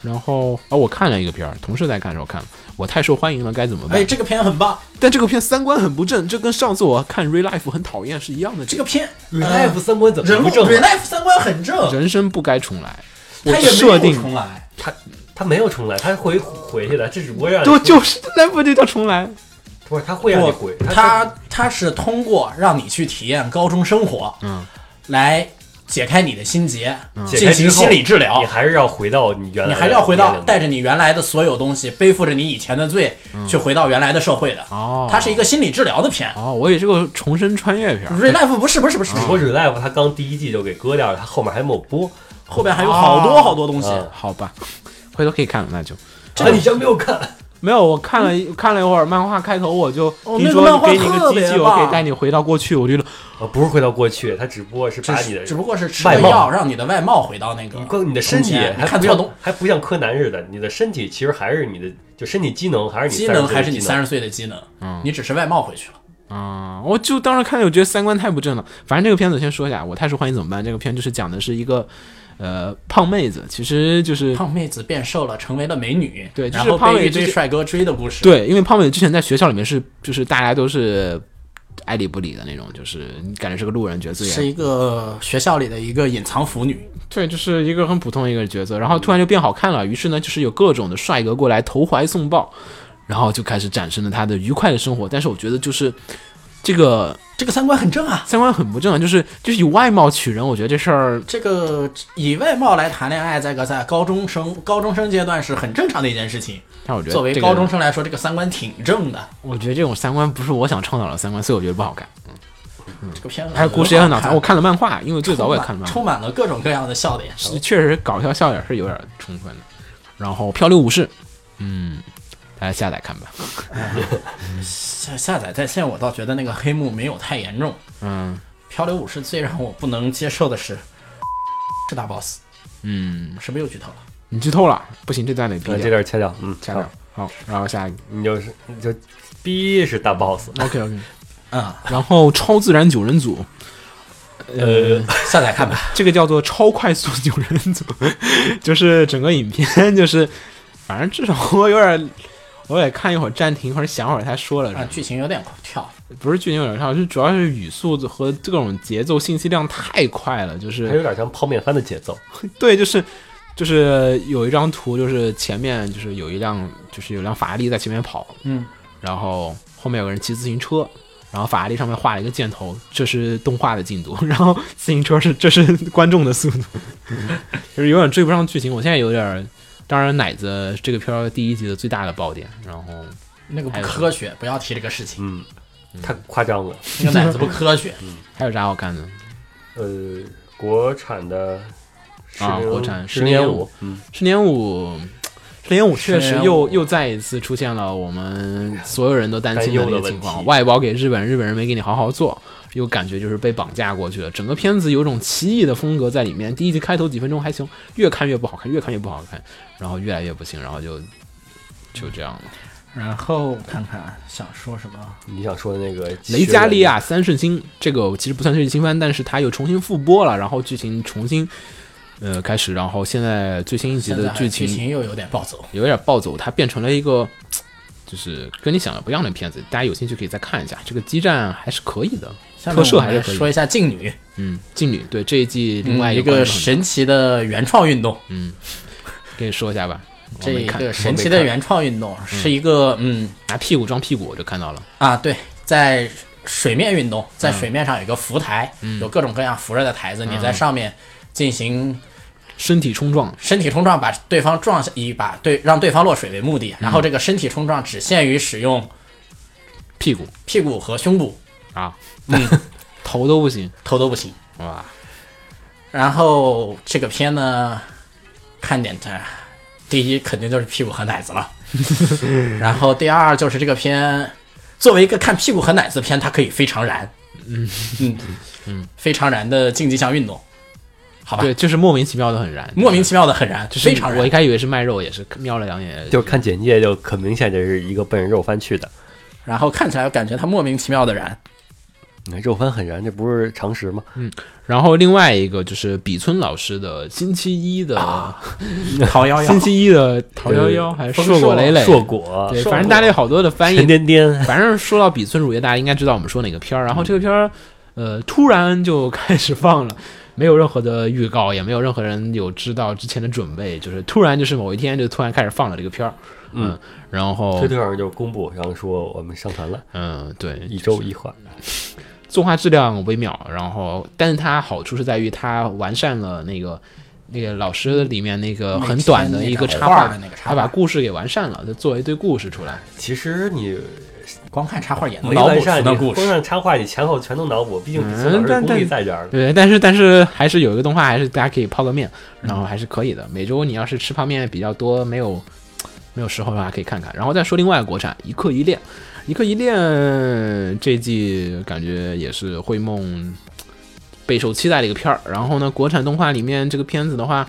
[SPEAKER 3] 然后啊、我看了一个片儿，同事在看的时候看，我太受欢迎了，该怎么办？
[SPEAKER 4] 哎，这个片很棒，
[SPEAKER 3] 但这个片三观很不正，这跟上次我看《Real Life》很讨厌是一样的。
[SPEAKER 4] 这个片
[SPEAKER 2] 女 life 三观怎么
[SPEAKER 4] 人
[SPEAKER 2] 不
[SPEAKER 4] 物
[SPEAKER 2] 正啊
[SPEAKER 4] r e
[SPEAKER 2] 了？
[SPEAKER 4] life 三观很正，
[SPEAKER 3] [LAUGHS] 人生不该重来，
[SPEAKER 4] 他
[SPEAKER 3] 我
[SPEAKER 4] 也
[SPEAKER 3] 设
[SPEAKER 4] 没有
[SPEAKER 3] 定
[SPEAKER 4] 重来。
[SPEAKER 2] 她她没有重来，她会回去的，这只不过让你
[SPEAKER 3] 就就是那不就叫重来？
[SPEAKER 2] 不是她会让你
[SPEAKER 4] 不
[SPEAKER 2] 回，，她
[SPEAKER 4] 他他是通过让你去体验高中生活，
[SPEAKER 3] 嗯，
[SPEAKER 4] 来解开你的心结，
[SPEAKER 2] 嗯解开
[SPEAKER 4] 进行
[SPEAKER 2] 之后
[SPEAKER 4] 心理治疗
[SPEAKER 2] 你。还是要回到你原来的
[SPEAKER 4] 你
[SPEAKER 2] 年龄，
[SPEAKER 4] 还是要回到带着你原来的所有东西，背负着你以前的罪，去回到原来的社会的。
[SPEAKER 3] 哦
[SPEAKER 4] 它是一个心理治疗的片。
[SPEAKER 3] [LAUGHS] 哦，我以为是个重生穿越片儿。
[SPEAKER 4] Real Life 不是不是不是，
[SPEAKER 2] 只不过 r e life 她刚第一季就给割掉了，她后面还没有播。
[SPEAKER 4] 后边还有好多好多东西。
[SPEAKER 2] 啊
[SPEAKER 3] 好吧，嗯回头可以看了，那就
[SPEAKER 2] 啊，你真没有看？
[SPEAKER 3] 没有。我看了一看了一会儿漫画开头，我就
[SPEAKER 4] 哦
[SPEAKER 3] 听
[SPEAKER 4] 那个
[SPEAKER 3] 说
[SPEAKER 4] 漫
[SPEAKER 3] 你
[SPEAKER 4] 画
[SPEAKER 3] 给你一
[SPEAKER 4] 特
[SPEAKER 3] 嗯个机
[SPEAKER 4] 别
[SPEAKER 3] 器，我可以
[SPEAKER 4] 棒
[SPEAKER 3] 带你回到过去，我觉得
[SPEAKER 2] 啊，不是回到过去，她只不过是
[SPEAKER 4] 只
[SPEAKER 2] 把你
[SPEAKER 4] 是
[SPEAKER 2] 的
[SPEAKER 4] 只不过是吃
[SPEAKER 2] 外
[SPEAKER 4] 了
[SPEAKER 2] 貌
[SPEAKER 4] 药，让你的外貌回到那个
[SPEAKER 2] 你光你的身体
[SPEAKER 4] 空间
[SPEAKER 2] 还
[SPEAKER 4] 你看
[SPEAKER 2] 不
[SPEAKER 4] 错东
[SPEAKER 2] 像还不像柯南似的，你的身体其实还是你的，就身体机能嗯还是你
[SPEAKER 4] 机
[SPEAKER 2] 30
[SPEAKER 4] 能
[SPEAKER 2] 岁
[SPEAKER 4] 还是你
[SPEAKER 2] 的
[SPEAKER 4] 三十岁的机能，你只是外貌回去了。
[SPEAKER 3] 啊、我就当时看了，我觉得三观太不正了。反正这个片子先说一下，我太受欢迎怎么办？这个片就是讲的是一个呃胖妹子，其实就是
[SPEAKER 4] 胖妹子变瘦了，成为了美女，
[SPEAKER 3] 对就是
[SPEAKER 4] 然后
[SPEAKER 3] 胖妹
[SPEAKER 4] 被一
[SPEAKER 3] 子就
[SPEAKER 4] 堆
[SPEAKER 3] 是
[SPEAKER 4] 帅哥追的故事。，
[SPEAKER 3] 对，因为胖妹子之前在学校里面是就是大家都是爱理不理的那种，就是你感觉是个路人角色一样，
[SPEAKER 4] 是一个学校里的一个隐藏腐女，
[SPEAKER 3] 对，就是一个很普通的一个角色，然后突然就变好看了，于是呢，就是有各种的帅哥过来投怀送抱，然后就开始展示了他的愉快的生活。但是我觉得就是这个
[SPEAKER 4] 这个三观很正啊。
[SPEAKER 3] 三观很不正常，就是就是以外貌取人，我觉得这事儿
[SPEAKER 4] 这个以外貌来谈恋爱，在个在高中生高中生阶段是很正常的一件事情。
[SPEAKER 3] 让我觉得
[SPEAKER 4] 作为
[SPEAKER 3] 这个
[SPEAKER 4] 高中生来说，这个三观挺正的。
[SPEAKER 3] 我觉得这种三观不是我想倡导的三观，所以我觉得不好看。嗯，
[SPEAKER 4] 这个片子
[SPEAKER 3] 还有故事也很脑残。
[SPEAKER 4] 呃好
[SPEAKER 3] 我看了漫画，因为最早我也看了漫画，
[SPEAKER 4] 充满了各种各样的笑点。
[SPEAKER 3] 是确实搞笑笑点是有点充分的。然后《漂流武士》，嗯，大家下载看吧。
[SPEAKER 4] 下下载在线，我倒觉得那个黑幕没有太严重。
[SPEAKER 3] 嗯
[SPEAKER 4] 漂流武士最让我不能接受的是，是大 boss，
[SPEAKER 3] 嗯，
[SPEAKER 4] 是不是又剧透了？
[SPEAKER 3] 你剧透了，不行，这段得逼
[SPEAKER 2] 呃这
[SPEAKER 3] 掉，
[SPEAKER 2] 段儿切掉，嗯，
[SPEAKER 3] 掐掉
[SPEAKER 2] 好。
[SPEAKER 3] 好，然后下一个
[SPEAKER 2] 你就是你就逼是大 boss，
[SPEAKER 3] ，OK OK。
[SPEAKER 4] 嗯，
[SPEAKER 3] [LAUGHS] 然后超自然九人组，呃，
[SPEAKER 4] 下载看吧。
[SPEAKER 3] 这个叫做超快速九人组， [LAUGHS] 就是整个影片就是，反正至少我有点，我也看一会儿暂停，一会儿想会儿他说了什
[SPEAKER 4] 啊，
[SPEAKER 3] 么，
[SPEAKER 4] 剧情有点跳，
[SPEAKER 3] 不是剧情有点差，就主要是语速和各种节奏信息量太快了，就
[SPEAKER 2] 它有
[SPEAKER 3] 是
[SPEAKER 2] 点像泡面番的节奏，
[SPEAKER 3] 对，就是就是有一张图，就是前面就是有一辆就是有辆法拉利在前面跑，
[SPEAKER 4] 嗯，
[SPEAKER 3] 然后后面有个人骑自行车。然后法拉利上面画了一个箭头，这是动画的进度， [LAUGHS] 然后自行车是这是观众的速度， [LAUGHS] 就是有点追不上剧情。我现在有点儿，当然奶子这个片儿第一集的最大的爆点，然后
[SPEAKER 4] 那个不
[SPEAKER 3] 还有
[SPEAKER 4] 科学，不要提这个事情。
[SPEAKER 2] 嗯，太夸张了。
[SPEAKER 4] 那个奶子不科学，
[SPEAKER 3] 还有啥好看的？
[SPEAKER 2] 呃，国产的十
[SPEAKER 3] 啊
[SPEAKER 2] 年
[SPEAKER 3] 国产
[SPEAKER 2] 十
[SPEAKER 3] 十
[SPEAKER 2] 年
[SPEAKER 3] 年
[SPEAKER 2] 五
[SPEAKER 3] 五，
[SPEAKER 2] 嗯，
[SPEAKER 3] 十年五，十年五确实
[SPEAKER 4] 十年
[SPEAKER 3] 又
[SPEAKER 4] 五
[SPEAKER 3] 又再一次出现了我们所有人都担心
[SPEAKER 2] 担忧
[SPEAKER 3] 的那
[SPEAKER 2] 的
[SPEAKER 3] 个
[SPEAKER 2] 问
[SPEAKER 3] 情况：
[SPEAKER 2] 题
[SPEAKER 3] 外包给日本，日本人没给你好好做，又感觉就是被绑架过去了。整个片子有种奇异的风格在里面。第一集开头几分钟还行，越看越不好看，越看越不好看，然后越来越不行，然后就就这样了。
[SPEAKER 4] 然后看看想说什么。
[SPEAKER 2] 你想说的那个
[SPEAKER 3] 雷加利亚三圣星这个其实不算是新番，但是它又重新复播了，然后剧情重新呃开始，然后现在最新一集
[SPEAKER 4] 现
[SPEAKER 3] 的
[SPEAKER 4] 在
[SPEAKER 3] 剧
[SPEAKER 4] 剧
[SPEAKER 3] 情
[SPEAKER 4] 情又有点暴走，
[SPEAKER 3] 有点暴走，它变成了一个就是跟你想的不一样的片子。大家有兴趣可以再看一下，这个激战还是可以的。
[SPEAKER 4] 下面
[SPEAKER 3] 特摄
[SPEAKER 4] 我们
[SPEAKER 3] 还是
[SPEAKER 4] 来
[SPEAKER 3] 可以
[SPEAKER 4] 说一下劲女，
[SPEAKER 3] 嗯，劲旅对这一季另外
[SPEAKER 4] 嗯一
[SPEAKER 3] 个
[SPEAKER 4] 个
[SPEAKER 3] 观众很
[SPEAKER 4] 神奇的原创运动。
[SPEAKER 3] 跟你说一下吧。嗯我
[SPEAKER 4] 这
[SPEAKER 3] 没看
[SPEAKER 4] 个神奇的原创运动是一个嗯
[SPEAKER 3] 我没看拿屁股装屁股，我就看到了。
[SPEAKER 4] 啊，对，在水面运
[SPEAKER 3] 嗯
[SPEAKER 4] 动，在水面上有一个浮台，有各种各样浮着的台子，你
[SPEAKER 3] 嗯
[SPEAKER 4] 在上面进行
[SPEAKER 3] 身体冲撞，
[SPEAKER 4] 身体冲撞，把对方撞下，以把对让对方落水为目的。然
[SPEAKER 3] 嗯
[SPEAKER 4] 后这个身体冲撞只限于使用
[SPEAKER 3] 屁股
[SPEAKER 4] 屁股和胸部，
[SPEAKER 3] 啊，
[SPEAKER 4] 嗯
[SPEAKER 3] [LAUGHS] 头都不行
[SPEAKER 4] 头都不行。
[SPEAKER 3] 哇！
[SPEAKER 4] 然后这个片呢，看点在第一肯定就是屁股和奶子了， [LAUGHS] 然后第二就是这个片作为一个看屁股和奶子片，它可以非常燃，嗯嗯，非常燃的竞技项运动，好吧
[SPEAKER 3] 对，，就是莫名其妙的很燃，
[SPEAKER 4] 莫名其妙的很燃，
[SPEAKER 3] 就是
[SPEAKER 4] 非常
[SPEAKER 3] 我一
[SPEAKER 4] 燃。
[SPEAKER 3] 开始以为是卖肉，也是瞄了两眼，
[SPEAKER 2] 就是看简介就很明显，这是一个奔着肉番去的。
[SPEAKER 4] 然后看起来感觉它莫名其妙的燃，
[SPEAKER 2] 你看肉番很燃，这不是常识吗？
[SPEAKER 3] 然后另外一个就是比村老师的星期一的、
[SPEAKER 4] 啊
[SPEAKER 2] 嗯
[SPEAKER 4] 桃夭
[SPEAKER 3] 星
[SPEAKER 4] 夭，
[SPEAKER 3] 期一的桃夭夭，还是硕果累累，
[SPEAKER 2] 硕果、
[SPEAKER 3] 对，
[SPEAKER 4] 硕
[SPEAKER 3] 反正大家
[SPEAKER 4] 果
[SPEAKER 3] 有好多的翻
[SPEAKER 2] 沉
[SPEAKER 3] 译。
[SPEAKER 2] 甸甸，
[SPEAKER 3] [LAUGHS] 反正说到比村乳业，大家应该知道我们说哪个片儿。然后这个片儿，呃，突然就开始放了，没有任何的预告，也没有任何人有知道之前的准备，就是突然就是某一天就突然开始放了这个片儿。嗯，然后
[SPEAKER 2] 推特上就公布，然后说我们上传了，
[SPEAKER 3] 嗯，对，
[SPEAKER 2] 一周一话。
[SPEAKER 3] 作画质量微妙，然后但是它好处是在于它完善了那个那个老师里面那个呃很短的一个插
[SPEAKER 4] 每天那个
[SPEAKER 3] 画
[SPEAKER 4] 画的那个插画
[SPEAKER 3] 它把故事给完善了，就做了一堆故事出来。
[SPEAKER 2] 其实你
[SPEAKER 4] 光看插画也能
[SPEAKER 2] 没
[SPEAKER 4] 脑
[SPEAKER 2] 完
[SPEAKER 4] 补
[SPEAKER 2] 善，
[SPEAKER 4] 出
[SPEAKER 2] 你
[SPEAKER 4] 的故
[SPEAKER 2] 光
[SPEAKER 4] 事。
[SPEAKER 2] 上插画，你前后全都脑补，毕竟比
[SPEAKER 3] 嗯
[SPEAKER 2] 村老
[SPEAKER 3] 但
[SPEAKER 2] 师功力
[SPEAKER 3] 但
[SPEAKER 2] 在这儿呢。
[SPEAKER 3] 对，但是但是还是有一个动画，还是大家可以泡个面，然后还是可以的。每周你要是吃泡面比较多，没有没有时候的话可以看看。然后再说另外一个国产《一刻一恋》，《一刻一恋》这季感觉也是会梦备受期待的一个片儿。然后呢，国产动画里面这个片子的话，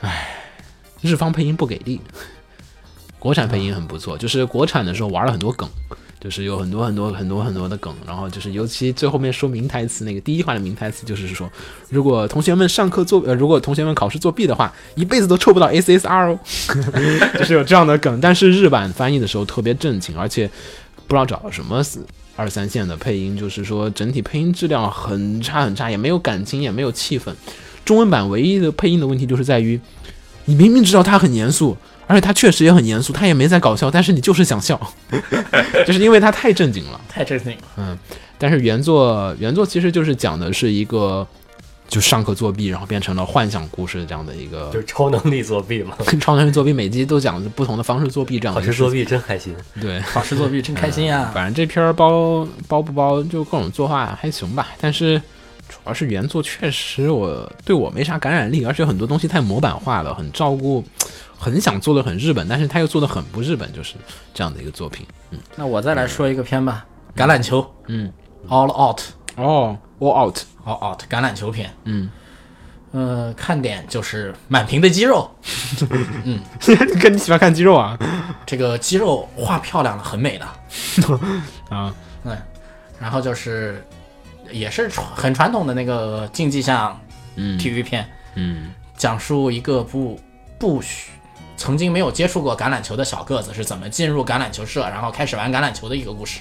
[SPEAKER 3] 唉，日方配音不给力，国产配音很不错，就是国产的时候玩了很多梗。就是有很多很多很多很多的梗，然后就是尤其最后面说明台词那个第一话的明台词就是说，如果同学们上课作呃，如果同学们考试作弊的话，一辈子都抽不到 SSR 哦， [LAUGHS] 就是有这样的梗。但是日版翻译的时候特别正经，而且不知道找了什么二三线的配音，就是说整体配音质量很差很差，也没有感情，也没有气氛。中文版唯一的配音的问题就是在于，你明明知道它很严肃，而且它确实也很严肃，它也没在搞笑，但是你就是想笑。就是因为它太正经了。
[SPEAKER 4] 太正经了，
[SPEAKER 3] 但是原作原作其实就是讲的是一个就上课作弊，然后变成了幻想故事这样的一个
[SPEAKER 2] 就。是超能力作弊嘛，
[SPEAKER 4] 嗯
[SPEAKER 3] 超能力作弊每集都讲不同的方式作弊，这样
[SPEAKER 2] 考
[SPEAKER 3] 的一个
[SPEAKER 2] 试
[SPEAKER 3] 事
[SPEAKER 2] 作
[SPEAKER 3] 情
[SPEAKER 2] 弊真开心。
[SPEAKER 3] 对。
[SPEAKER 4] 考试作弊真开心啊呀！
[SPEAKER 3] 反正这片儿包包不包，就各种作画还行吧。但是主要是原作确实我对我没啥感染力，而且有很多东西太模板化了，很照顾，很想做的很日本，但是他又做的很不日本，就是这样的一个作品。
[SPEAKER 4] 那我再来说一个片吧，《橄榄球》
[SPEAKER 3] 嗯
[SPEAKER 4] All Out
[SPEAKER 3] 哦，All Out， [LAUGHS]
[SPEAKER 4] All Out 橄榄球片。
[SPEAKER 3] 嗯，
[SPEAKER 4] 呃，看点就是满屏的肌肉，
[SPEAKER 3] 跟你喜欢看肌肉啊？
[SPEAKER 4] 这个肌肉画漂亮了，很美的。
[SPEAKER 3] 啊，
[SPEAKER 4] 嗯，然后就是也是传很传统的那个竞技项
[SPEAKER 3] 嗯
[SPEAKER 4] TV 片，
[SPEAKER 3] 嗯
[SPEAKER 4] 讲述一个不不许曾经没有接触过橄榄球的小个子是怎么进入橄榄球社，然后开始玩橄榄球的一个故事。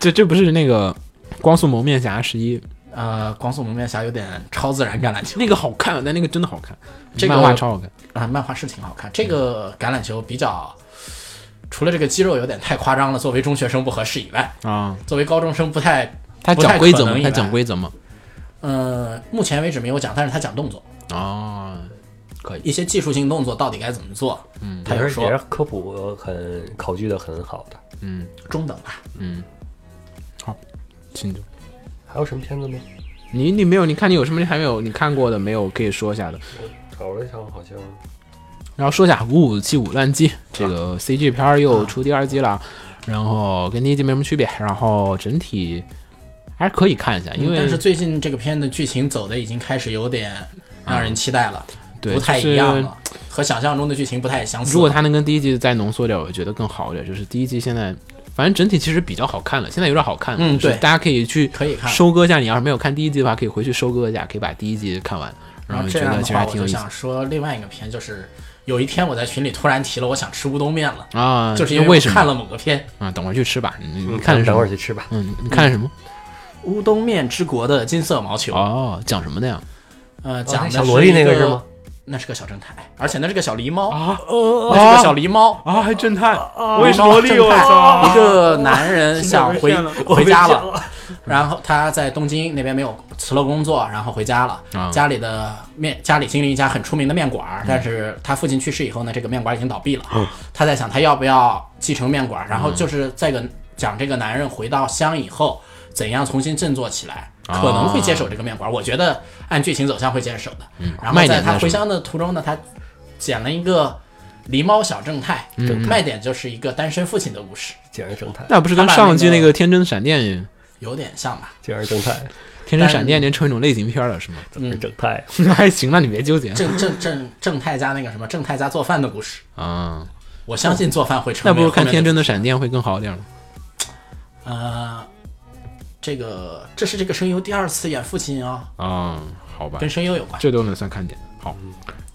[SPEAKER 3] 这这不是那个《光速蒙面侠十一》
[SPEAKER 4] 呃，光速蒙面侠有点超自然橄榄球
[SPEAKER 3] 那个好看，但那个真的好看，
[SPEAKER 4] 这个
[SPEAKER 3] 漫画超好看。
[SPEAKER 4] 啊，漫画是挺好看。这个橄榄球比较，除了这个肌肉有点太夸张了，作为中学生不合适以外，
[SPEAKER 3] 啊，
[SPEAKER 4] 作为高中生不太，
[SPEAKER 3] 他
[SPEAKER 4] 不太
[SPEAKER 3] 讲规
[SPEAKER 4] 可
[SPEAKER 3] 则吗
[SPEAKER 4] 能？以
[SPEAKER 3] 他
[SPEAKER 4] 外
[SPEAKER 3] 讲规则吗？
[SPEAKER 4] 呃，目前为止没有讲，但是他讲动作，
[SPEAKER 3] 哦，
[SPEAKER 4] 一些技术性动作到底该怎么做，嗯，他有
[SPEAKER 2] 也是也
[SPEAKER 4] 说
[SPEAKER 2] 是科普很考据的很好的。
[SPEAKER 4] 中等吧。
[SPEAKER 3] 清楚。
[SPEAKER 2] 还有什么片子吗？
[SPEAKER 3] 你你没有？你看你有什么还没有你看过的没有可以说一下的？
[SPEAKER 2] 找了一下，好像
[SPEAKER 3] 然后说一下《五五七五乱击》这个 CG 片儿又出第二季了，然后跟第一季没什么区别，然后整体还是可以看一下，因为
[SPEAKER 4] 嗯
[SPEAKER 3] 啊
[SPEAKER 4] 但是最近这个片的剧情走的已经开始有点让人期待了，
[SPEAKER 3] 对
[SPEAKER 4] 不太
[SPEAKER 3] 就是
[SPEAKER 4] 一样了，和想象中的剧情不太相似了。
[SPEAKER 3] 如果它能跟第一季再浓缩点，我觉得更好一点。就是第一季现在，反正整体其实比较好看了，现在有点好看了。
[SPEAKER 4] 嗯
[SPEAKER 3] 就是
[SPEAKER 4] 对
[SPEAKER 3] 大家可以去
[SPEAKER 4] 可以看
[SPEAKER 3] 收割一下。你要是没有看第一季的话，可以回去收割一下，可以把第一季看完，
[SPEAKER 4] 然
[SPEAKER 3] 嗯
[SPEAKER 4] 后
[SPEAKER 3] 后觉
[SPEAKER 4] 啊这样
[SPEAKER 3] 得
[SPEAKER 4] 的
[SPEAKER 3] 其实还
[SPEAKER 4] 话，我
[SPEAKER 3] 挺有意
[SPEAKER 4] 就
[SPEAKER 3] 思
[SPEAKER 4] 想说另外一个片，就是有一天我在群里突然提了我想吃乌冬面了，
[SPEAKER 3] 啊。
[SPEAKER 4] 就是因
[SPEAKER 3] 那
[SPEAKER 4] 为我
[SPEAKER 3] 什么
[SPEAKER 4] 看了嗯某个片
[SPEAKER 3] 啊？等会儿去吃吧。你
[SPEAKER 2] 你
[SPEAKER 3] 你看了什
[SPEAKER 2] 嗯等会
[SPEAKER 3] 么
[SPEAKER 2] 儿？去吃吧。
[SPEAKER 3] 嗯，你看了什么？
[SPEAKER 4] 《乌冬面之国的金色毛球》，
[SPEAKER 3] 哦，讲什么的呀？
[SPEAKER 4] 呃，讲的
[SPEAKER 2] 小
[SPEAKER 4] 是
[SPEAKER 2] 萝莉
[SPEAKER 4] 一
[SPEAKER 2] 哦那
[SPEAKER 4] 个
[SPEAKER 2] 个是吗？？哦
[SPEAKER 4] 那是个小正太，而且那是个小狸猫
[SPEAKER 3] 啊，
[SPEAKER 4] 那是个小啊狸猫，
[SPEAKER 3] 啊，还侦探，
[SPEAKER 4] 我也是萝莉，我操！一个男人想 [LAUGHS] 回回家了，然后他在东京那边没有辞了工作，然后回家了
[SPEAKER 3] 啊。
[SPEAKER 4] 家里的面家里经营一家很出名的面馆儿，但是他父亲去世以后呢，这个面馆已经倒闭了。他在想他要不要继承面馆儿，然后就是这个讲这个男人回到乡以后怎样重新振作起
[SPEAKER 3] 啊
[SPEAKER 4] 来。可能会接手这个面馆儿，我觉得按剧情走向会接手的。然后
[SPEAKER 3] 卖
[SPEAKER 4] 在
[SPEAKER 3] 点
[SPEAKER 4] 他
[SPEAKER 3] 在
[SPEAKER 4] 回
[SPEAKER 3] 什么
[SPEAKER 4] 乡的途中呢，他捡了一个狸猫小正太，
[SPEAKER 3] 嗯
[SPEAKER 4] 卖点就是一个单身父亲的故事，
[SPEAKER 2] 竟然是正太，
[SPEAKER 3] 那不是跟
[SPEAKER 4] 他把那
[SPEAKER 3] 上季那
[SPEAKER 4] 个
[SPEAKER 3] 个《天真闪电》《
[SPEAKER 4] 有点像吧？
[SPEAKER 2] 竟然是正
[SPEAKER 4] 嗯
[SPEAKER 2] 太，
[SPEAKER 3] 天真
[SPEAKER 4] 但
[SPEAKER 3] 闪电》连成一种类型片了是吗？ [LAUGHS]
[SPEAKER 2] 是正太。
[SPEAKER 4] 哦
[SPEAKER 3] 还行，那你别纠结
[SPEAKER 4] 正正正正太家那个什么正太家做饭的故事，
[SPEAKER 3] 啊。
[SPEAKER 4] 我相信做饭会成为
[SPEAKER 3] 那不如看《
[SPEAKER 4] 后面
[SPEAKER 3] 天
[SPEAKER 4] 的
[SPEAKER 3] 真的闪电》会更好点吗？
[SPEAKER 4] 呃，这个这是这个声优第二次演父亲哦，
[SPEAKER 3] 啊，好吧
[SPEAKER 4] 跟声优有关。
[SPEAKER 3] 这都能算看点。嗯好，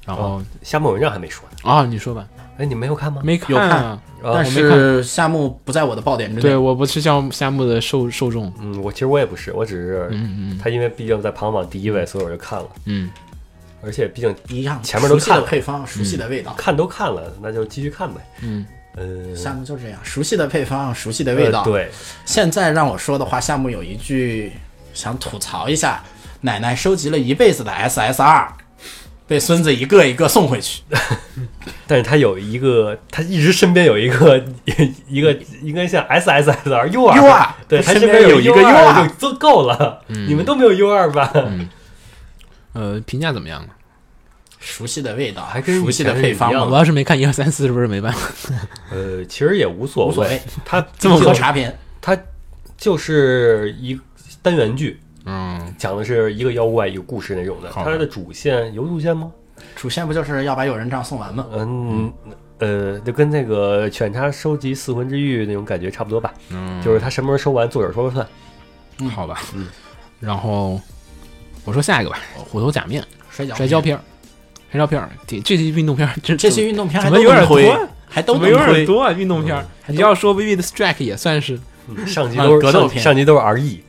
[SPEAKER 3] 然后
[SPEAKER 2] 哦夏目友人帐还没说呢，
[SPEAKER 3] 啊，你说吧，
[SPEAKER 2] 哎，你没有看吗？
[SPEAKER 3] 没看啊？
[SPEAKER 2] 啊
[SPEAKER 4] 但
[SPEAKER 3] 我没
[SPEAKER 4] 是夏目不在我的爆点之
[SPEAKER 3] 对，
[SPEAKER 4] 内，
[SPEAKER 3] 我不是像夏目的受受众，
[SPEAKER 2] 嗯，我其实我也不是，我只是，
[SPEAKER 4] 嗯
[SPEAKER 2] 他因为毕竟在排行榜第一位，所以我就看了，
[SPEAKER 3] 嗯，
[SPEAKER 2] 而且毕竟
[SPEAKER 4] 一样
[SPEAKER 2] 前面都
[SPEAKER 4] 熟悉的
[SPEAKER 2] 看了
[SPEAKER 4] 配方，熟悉的味道。
[SPEAKER 2] 看都看了，那就继续看呗。
[SPEAKER 3] 嗯
[SPEAKER 2] 嗯，
[SPEAKER 4] 夏目就这样，熟悉的配方，熟悉的味道。
[SPEAKER 2] 呃，对，
[SPEAKER 4] 现在让我说的话，夏目有一句想吐槽一下：奶奶收集了一辈子的 SSR，被孙子一个一个送回去。
[SPEAKER 2] 但是他有一个，他一直身边有一个 [LAUGHS] 一个应该像 SSSR U 二
[SPEAKER 4] U 二
[SPEAKER 2] 对他
[SPEAKER 4] 身
[SPEAKER 2] 身
[SPEAKER 4] 边
[SPEAKER 2] 边
[SPEAKER 4] 有
[SPEAKER 2] 一
[SPEAKER 4] 一
[SPEAKER 2] 个
[SPEAKER 4] 个 U 嗯二
[SPEAKER 2] 就足够了，你们都没有 U 二吧？
[SPEAKER 3] 呃，评价怎么样呢？
[SPEAKER 4] 熟悉的味道，
[SPEAKER 2] 还跟以前
[SPEAKER 4] 熟悉的配方
[SPEAKER 2] 是一样
[SPEAKER 4] 嘛
[SPEAKER 2] 的
[SPEAKER 3] 我要是没看一二三四，是不是没办法？
[SPEAKER 2] 呃，其实也无所
[SPEAKER 4] 无所谓
[SPEAKER 2] 他
[SPEAKER 4] 这么
[SPEAKER 2] 毕竟
[SPEAKER 4] 喝茶片，
[SPEAKER 2] 它就是一单元剧，
[SPEAKER 3] 嗯，
[SPEAKER 2] 讲的是一个妖怪一个故事那种的。
[SPEAKER 3] 好
[SPEAKER 2] 它
[SPEAKER 3] 的
[SPEAKER 2] 的主线有主线吗？
[SPEAKER 4] 主线不就是要把有人帐送完吗？
[SPEAKER 2] 嗯呃，就跟那个《犬叉收集四魂之玉》那种感觉差不多吧。
[SPEAKER 4] 嗯
[SPEAKER 2] 就是他什么时候收完，作者说了算。
[SPEAKER 3] 好吧， [LAUGHS] 然后我说下一个吧，《虎哦头假面》。
[SPEAKER 4] 摔跤
[SPEAKER 3] 摔跤，片儿，摔跤片儿，这这些运动片儿，这
[SPEAKER 4] 这些运动片还
[SPEAKER 3] 怎
[SPEAKER 4] 都
[SPEAKER 3] 么有点
[SPEAKER 4] 能推
[SPEAKER 3] 多啊，
[SPEAKER 4] 还都
[SPEAKER 3] 怎么
[SPEAKER 4] 能
[SPEAKER 3] 有点
[SPEAKER 4] 推。
[SPEAKER 3] 多啊？运动片儿，你要说《v i v i 的 Strike》也算是
[SPEAKER 2] 嗯上集
[SPEAKER 4] 啊
[SPEAKER 2] 都是
[SPEAKER 4] 格斗
[SPEAKER 2] 上
[SPEAKER 4] 片
[SPEAKER 2] 上集都是 R E，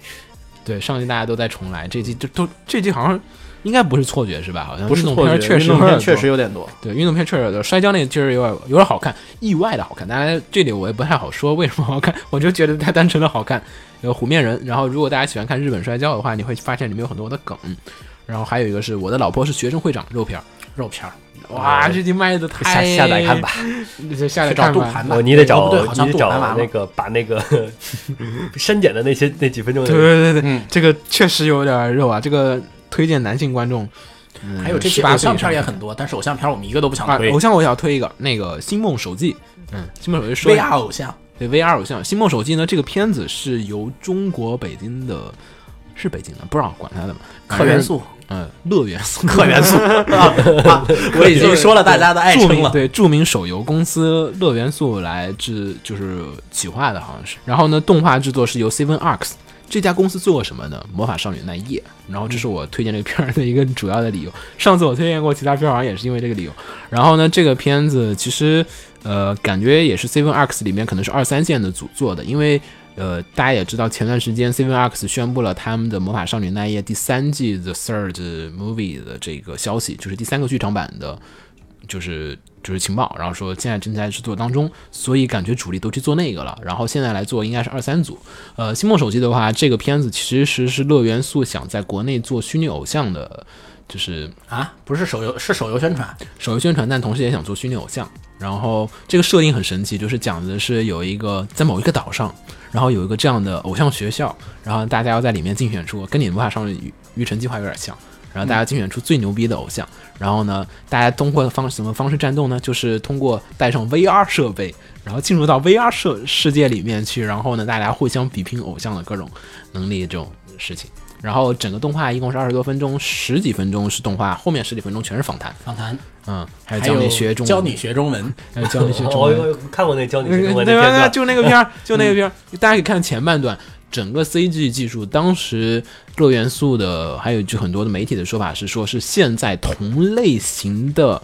[SPEAKER 3] 对，上季大家都在重来，这季就都这季好像应该不是错觉是吧？好像
[SPEAKER 4] 不是
[SPEAKER 3] 运动
[SPEAKER 4] 错觉，
[SPEAKER 3] 片确
[SPEAKER 4] 运
[SPEAKER 3] 实
[SPEAKER 4] 动
[SPEAKER 3] 有
[SPEAKER 4] 片
[SPEAKER 3] 点
[SPEAKER 4] 确实
[SPEAKER 3] 多
[SPEAKER 4] 有点多。
[SPEAKER 3] 对运动片确实有点多摔跤那确实有点有点好看，意外的好看。当然这里我也不太好说为什么好看，我就觉得它单纯的好看。有虎面人，然后如果大家喜欢看日本摔跤的话，你会发现里面有很多的梗。然后还有一个是我的老婆是学生会长肉片儿，
[SPEAKER 4] 肉片儿，
[SPEAKER 3] 哇，
[SPEAKER 4] 呃
[SPEAKER 3] 这集卖的太
[SPEAKER 2] 下下载看吧，
[SPEAKER 3] [LAUGHS] 就下载
[SPEAKER 4] 去找
[SPEAKER 3] 看
[SPEAKER 4] 杜
[SPEAKER 3] 吧。
[SPEAKER 4] 盘吧。
[SPEAKER 2] 哦，你得
[SPEAKER 4] 哦
[SPEAKER 2] 找
[SPEAKER 4] 不对，好像
[SPEAKER 2] 你得
[SPEAKER 4] 杜
[SPEAKER 2] 找
[SPEAKER 4] 盘完
[SPEAKER 2] 那
[SPEAKER 4] 了。
[SPEAKER 2] 个把那个 [LAUGHS] 删减的那些那几分钟的
[SPEAKER 3] 对对对对，
[SPEAKER 4] 嗯
[SPEAKER 3] 这个确实有点肉啊。这个推荐男性观众，嗯
[SPEAKER 4] 还有这些
[SPEAKER 3] 18
[SPEAKER 4] 偶像
[SPEAKER 3] 岁以上
[SPEAKER 4] 片也很多，但是偶像片我们一个都不想
[SPEAKER 3] 啊
[SPEAKER 4] 推。，
[SPEAKER 3] 偶像我也要推一个，那个《星梦手记》。嗯，《星梦手记》说一下
[SPEAKER 4] VR 偶像，
[SPEAKER 3] 对 VR 偶像《星梦手记》呢，这个片子是由中国北京的，是北京的，不知道管他的嘛，
[SPEAKER 4] 客元素，
[SPEAKER 3] 嗯，乐元素，
[SPEAKER 4] 客元素啊啊！我已经说了大家的爱
[SPEAKER 3] 著
[SPEAKER 4] 称
[SPEAKER 3] 名
[SPEAKER 4] 了。
[SPEAKER 3] 对著名手游公司乐元素来制，就是企划的，好像是。然后呢，动画制作是由 Seven Arcs 这家公司做过什么呢？《魔法少女奈叶》。然后这是我推荐这个片儿的一个主要的理由。上次我推荐过其他片儿，好像也是因为这个理由。然后呢，这个片子其实呃，感觉也是 Seven Arcs 里面可能是二三线的组做的，因为。呃，大家也知道，前段时间 Seven Arcs 宣布了他们的《魔法少女奈叶》第三季 The Third Movie 的这个消息，就是第三个剧场版的就是就是情报，然后说现在正在制作当中，所以感觉主力都去做那个了。然后现在来做应该是二三组。呃，星梦手机的话，这个片子其实是乐元素想在国内做虚拟偶像的，就是
[SPEAKER 4] 啊，不是手游，是手游宣传。
[SPEAKER 3] 手游宣传，但同时也想做虚拟偶像。然后这个设定很神奇，就是讲的是有一个在某一个岛上，然后有一个这样的偶像学校，然后大家要在里面竞选出，跟你们魔法少女育育成计划有点像。然后大家竞选出最牛逼的偶像，然后呢，大家通过方什么方式战斗呢？就是通过带上 VR 设备，然后进入到 VR 世世界里面去，然后呢，大家互相比拼偶像的各种能力这种事情。然后整个动画一共是二十多分钟，十几分钟是动画，后面十几分钟全是访谈。
[SPEAKER 4] 访谈，
[SPEAKER 3] 嗯，还有
[SPEAKER 4] 还
[SPEAKER 3] 教
[SPEAKER 4] 有
[SPEAKER 3] 你学中文，哦
[SPEAKER 4] 教你学中文，
[SPEAKER 3] 还有教你学中
[SPEAKER 2] 哦我
[SPEAKER 3] 文。
[SPEAKER 2] 我看过那教你
[SPEAKER 3] 那
[SPEAKER 2] 学
[SPEAKER 3] 个
[SPEAKER 2] 中文
[SPEAKER 3] 对
[SPEAKER 2] 的
[SPEAKER 3] 吧？
[SPEAKER 2] 片段，
[SPEAKER 3] 就那个片儿， [LAUGHS] 就那个片儿，大家可以看前半段，整个 CG 技术，当时乐元素的，还有就很多的媒体的说法是说，是现在同类型的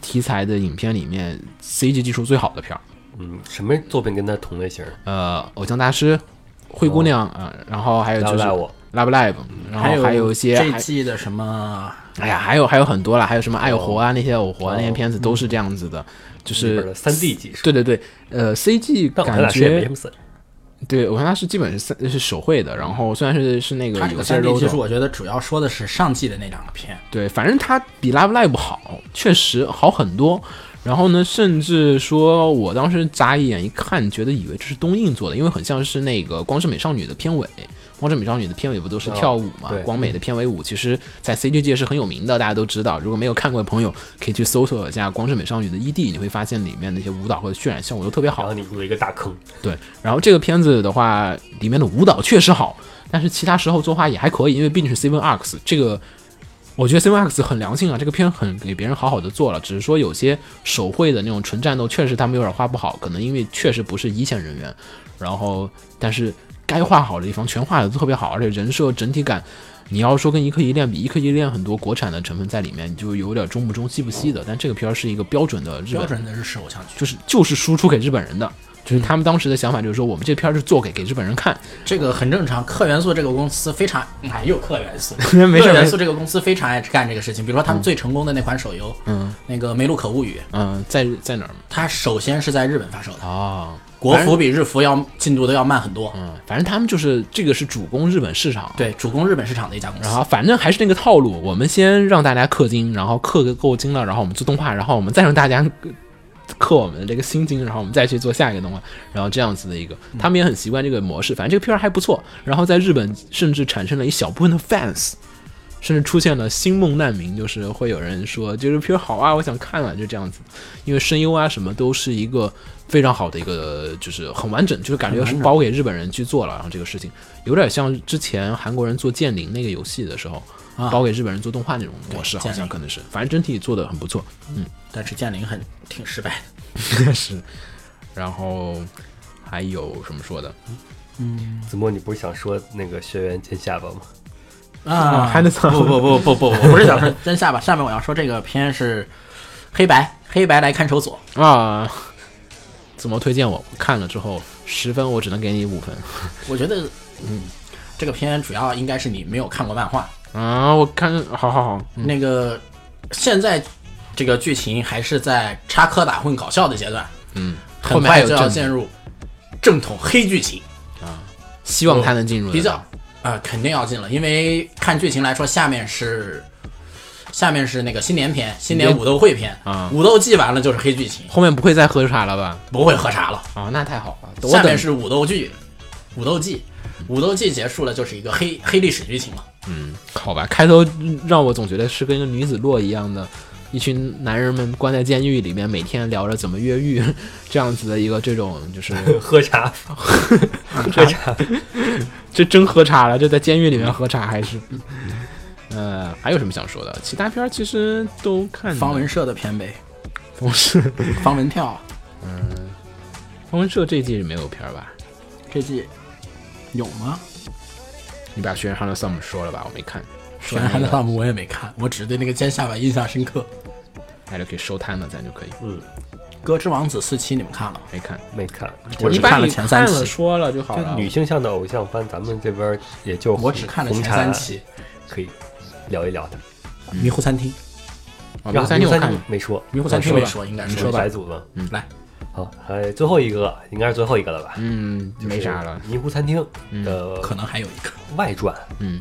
[SPEAKER 3] 题材的影片里面 CG 技术最好的片儿。
[SPEAKER 2] 嗯，什么作品跟它同类型？
[SPEAKER 3] 呃，偶像大师、灰姑娘啊、呃然后还有就是
[SPEAKER 2] 哦 Love
[SPEAKER 3] Love
[SPEAKER 2] Live
[SPEAKER 3] Live，然后还有一些
[SPEAKER 4] 这
[SPEAKER 3] 还
[SPEAKER 4] 季的什么
[SPEAKER 3] 哎呀，还有还有很多啦，还有什
[SPEAKER 2] 哦
[SPEAKER 3] 么爱活啊、那些偶活啊、那些片子都是这样子的，就
[SPEAKER 2] 嗯里
[SPEAKER 3] 是
[SPEAKER 2] 边的 3D 技术
[SPEAKER 3] 对对对，呃，CG
[SPEAKER 2] 但我们俩
[SPEAKER 3] 感
[SPEAKER 2] 谁也没什
[SPEAKER 3] 觉
[SPEAKER 2] 么森。
[SPEAKER 3] 对，我看它是基本是三是手绘的，然后虽然是是那个
[SPEAKER 4] 他这
[SPEAKER 3] 有
[SPEAKER 4] 个
[SPEAKER 3] 些
[SPEAKER 4] 三 D 技
[SPEAKER 3] roll
[SPEAKER 4] 术，我觉得主要说的是上季的那两个片，
[SPEAKER 3] 对，反正它比 Love Live 好，确实好很多。然后呢，甚至说我当时眨一眼一看，觉得以为这是东映做的，因为很像是那个《光之美少女》的片尾，《光之美少女》的片尾不都是跳舞嘛？
[SPEAKER 2] 对
[SPEAKER 3] 光美的片尾舞其实在 CG 界是很有名的，大家都知道。如果没有看过的朋友，可以去搜索一下《光之美少女》的 ED，你会发现里面那些舞蹈和渲染效果都特别好
[SPEAKER 2] 然后。你入了一个大坑，
[SPEAKER 3] 对，然后这个片子的话，里面的舞蹈确实好，但是其他时候作画也还可以，因为毕竟是 Seven Arcs 这个，我觉得 Seven Arcs 很良心啊，这个片很给别人好好的做了，只是说有些手绘的那种纯战斗，确实他们有点画不好，可能因为确实不是一线人员，然后但是该画好的地方全画的特别好，而且人设整体感。你要说跟一刻一恋比，一刻一恋很多国产的成分在里面，你就有点中不中西不西的。但这个片儿是一个标准的日
[SPEAKER 4] 标
[SPEAKER 3] 本
[SPEAKER 4] 准的日式偶像剧。
[SPEAKER 3] 就是就是输出给日本人的，就是他们当时的想法就是说，我们这片儿是做给给日本人看，
[SPEAKER 4] 这个很正常。客元素这个公司非常哎，又客元素，
[SPEAKER 3] [LAUGHS] 没事嗯
[SPEAKER 4] 客
[SPEAKER 3] 没
[SPEAKER 4] 元素
[SPEAKER 3] 事，
[SPEAKER 4] 这个公司非常爱干这个事情。比如说他们最成功的那款手游，嗯，那个《梅鲁可物语》，
[SPEAKER 3] 嗯，在在哪儿
[SPEAKER 4] 它首先是在日本发售的，
[SPEAKER 3] 啊？
[SPEAKER 4] 国服比日服要进度都要慢很多。
[SPEAKER 3] 嗯，反正他们就是这个是主攻日本市场，
[SPEAKER 4] 对，主攻日本市场的一家公司
[SPEAKER 3] 然。后反正还是那个套路，我们先让大家氪金，然后氪个够金了，然后我们做动画，然后我们再让大家呃氪我们的这个新金，然后我们再去做下一个动画，然后这样子的一个，他们也很习惯这个模式。反正这个片儿还不错，然后在日本甚至产生了一小部分的 fans。甚至出现了星梦难民，就是会有人说，就是片儿好啊，我想看啊，就这样子，因为声优啊什么都是一个非常好的一个，就是很完整，就是感觉是包给日本人去做了，然后这个事情有点像之前韩国人做剑灵那个游戏的时候，
[SPEAKER 4] 啊
[SPEAKER 3] 包给日本人做动画那种模式，
[SPEAKER 4] 对
[SPEAKER 3] 好
[SPEAKER 4] 剑
[SPEAKER 3] 像
[SPEAKER 4] 灵
[SPEAKER 3] 可能是，反正整体做的很不错，
[SPEAKER 4] 但是剑灵很挺失败的。
[SPEAKER 3] 是。然后还有什么说的
[SPEAKER 2] 子墨，你不是想说那个学员尖下巴吗？
[SPEAKER 4] 啊，
[SPEAKER 3] 还能藏
[SPEAKER 4] 不不不不不，我不是想说真下巴，下面我要说这个片是黑白，黑白来看守所，
[SPEAKER 3] 啊？怎么推荐我？我看了之后十分，我只能给你五分。
[SPEAKER 4] 我觉得嗯，这个片主要应该是你没有看过漫画，
[SPEAKER 3] 啊，我看，好好好，嗯
[SPEAKER 4] 那个现在这个剧情还是在插科打诨搞笑的阶段，
[SPEAKER 3] 嗯，后
[SPEAKER 4] 很
[SPEAKER 3] 面还
[SPEAKER 4] 快
[SPEAKER 3] 有
[SPEAKER 4] 就
[SPEAKER 3] 正
[SPEAKER 4] 要进入正统黑剧情，
[SPEAKER 3] 希望他能进入
[SPEAKER 4] 比
[SPEAKER 3] 的
[SPEAKER 4] 较呃肯定要进了，因为看剧情来说，下面是下面是那个新年篇、新年武斗会篇
[SPEAKER 3] 啊
[SPEAKER 4] 武斗季完了就是黑剧情，
[SPEAKER 3] 后面不会再喝茶了吧？
[SPEAKER 4] 不会喝茶了。
[SPEAKER 3] 啊，那太好了，我
[SPEAKER 4] 下面
[SPEAKER 3] 等
[SPEAKER 4] 是武斗剧，武斗季，武斗季结束了就是一个黑黑历史剧情了。
[SPEAKER 3] 好吧，开头让我总觉得是跟一个女子洛一样的，一群男人们关在监狱里面，每天聊着怎么越狱 [LAUGHS] 这样子的一个这种，就是
[SPEAKER 2] 喝
[SPEAKER 4] [LAUGHS]
[SPEAKER 2] 茶， [LAUGHS] 喝茶，
[SPEAKER 3] [LAUGHS] 这真喝茶了，这在监狱里面喝茶还是。呃，还有什么想说的？其他片儿其实都看了
[SPEAKER 4] 方文社的片呗，
[SPEAKER 3] 方文
[SPEAKER 4] 方文跳
[SPEAKER 3] 方文社这一季是没有片儿吧？
[SPEAKER 4] 这季有 [LAUGHS] 吗？
[SPEAKER 3] 你把《学院汉的 Sam》说了吧，我没看。
[SPEAKER 4] 虽然他的弹幕我也没看，我只对那个尖下巴印象深刻。
[SPEAKER 3] 那就可以收摊了，咱就可以
[SPEAKER 2] 嗯，
[SPEAKER 4] 歌之王子四期你们看了吗？
[SPEAKER 3] 没看。
[SPEAKER 2] 没看，
[SPEAKER 4] 我
[SPEAKER 3] 你
[SPEAKER 4] 只
[SPEAKER 3] 把
[SPEAKER 4] 看了
[SPEAKER 3] 你
[SPEAKER 4] 前三
[SPEAKER 3] 看了
[SPEAKER 4] 期
[SPEAKER 3] 说了就好了。
[SPEAKER 2] 女性向的偶像番，咱们这边也就
[SPEAKER 4] 我只看了
[SPEAKER 2] 红
[SPEAKER 4] 前
[SPEAKER 2] 茶
[SPEAKER 3] 啊
[SPEAKER 4] 三期
[SPEAKER 2] 可以聊一聊的。
[SPEAKER 3] 嗯
[SPEAKER 4] 《迷糊餐厅》，
[SPEAKER 3] 啊，
[SPEAKER 2] 然
[SPEAKER 3] 刘
[SPEAKER 2] 后
[SPEAKER 3] 三
[SPEAKER 2] 迷
[SPEAKER 3] 六
[SPEAKER 2] 糊
[SPEAKER 3] 我
[SPEAKER 2] 三
[SPEAKER 3] 看
[SPEAKER 2] 厅没说，
[SPEAKER 4] 迷糊餐厅
[SPEAKER 3] 说吧
[SPEAKER 4] 没说，应该
[SPEAKER 3] 你
[SPEAKER 4] 是
[SPEAKER 3] 说吧
[SPEAKER 2] 白组了。
[SPEAKER 3] 嗯
[SPEAKER 4] 来，
[SPEAKER 2] 好，还最后一个应该是最后一个了吧？
[SPEAKER 3] 嗯，没啥了。
[SPEAKER 2] 就是迷糊餐厅的
[SPEAKER 4] 可能还有一个
[SPEAKER 2] 外传，
[SPEAKER 3] 嗯，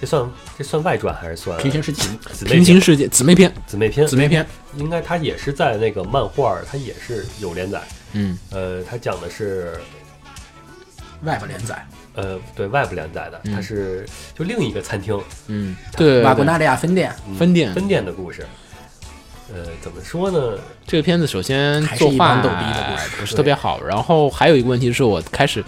[SPEAKER 2] 这算这算外传还是算
[SPEAKER 4] 平行世纪，
[SPEAKER 2] 姊妹
[SPEAKER 3] 平行世界姊妹篇，
[SPEAKER 2] 姊妹篇
[SPEAKER 3] 姊？妹篇。
[SPEAKER 2] 应该它也是在那个漫画儿，它也是有连载。
[SPEAKER 3] 嗯
[SPEAKER 2] 呃，它讲的是
[SPEAKER 4] 外边连载，
[SPEAKER 2] 呃对外部连载的，它是就另一个餐厅
[SPEAKER 3] 嗯，对，
[SPEAKER 4] 瓦格纳利亚分店
[SPEAKER 2] 嗯
[SPEAKER 3] 分店
[SPEAKER 2] 分店的故事。呃，怎么说呢？
[SPEAKER 3] 这个片子首先
[SPEAKER 4] 还是
[SPEAKER 3] 作
[SPEAKER 4] 一
[SPEAKER 3] 画
[SPEAKER 4] 帮逗逼的故事
[SPEAKER 3] 不是特别好，然后还有一个问题是我开始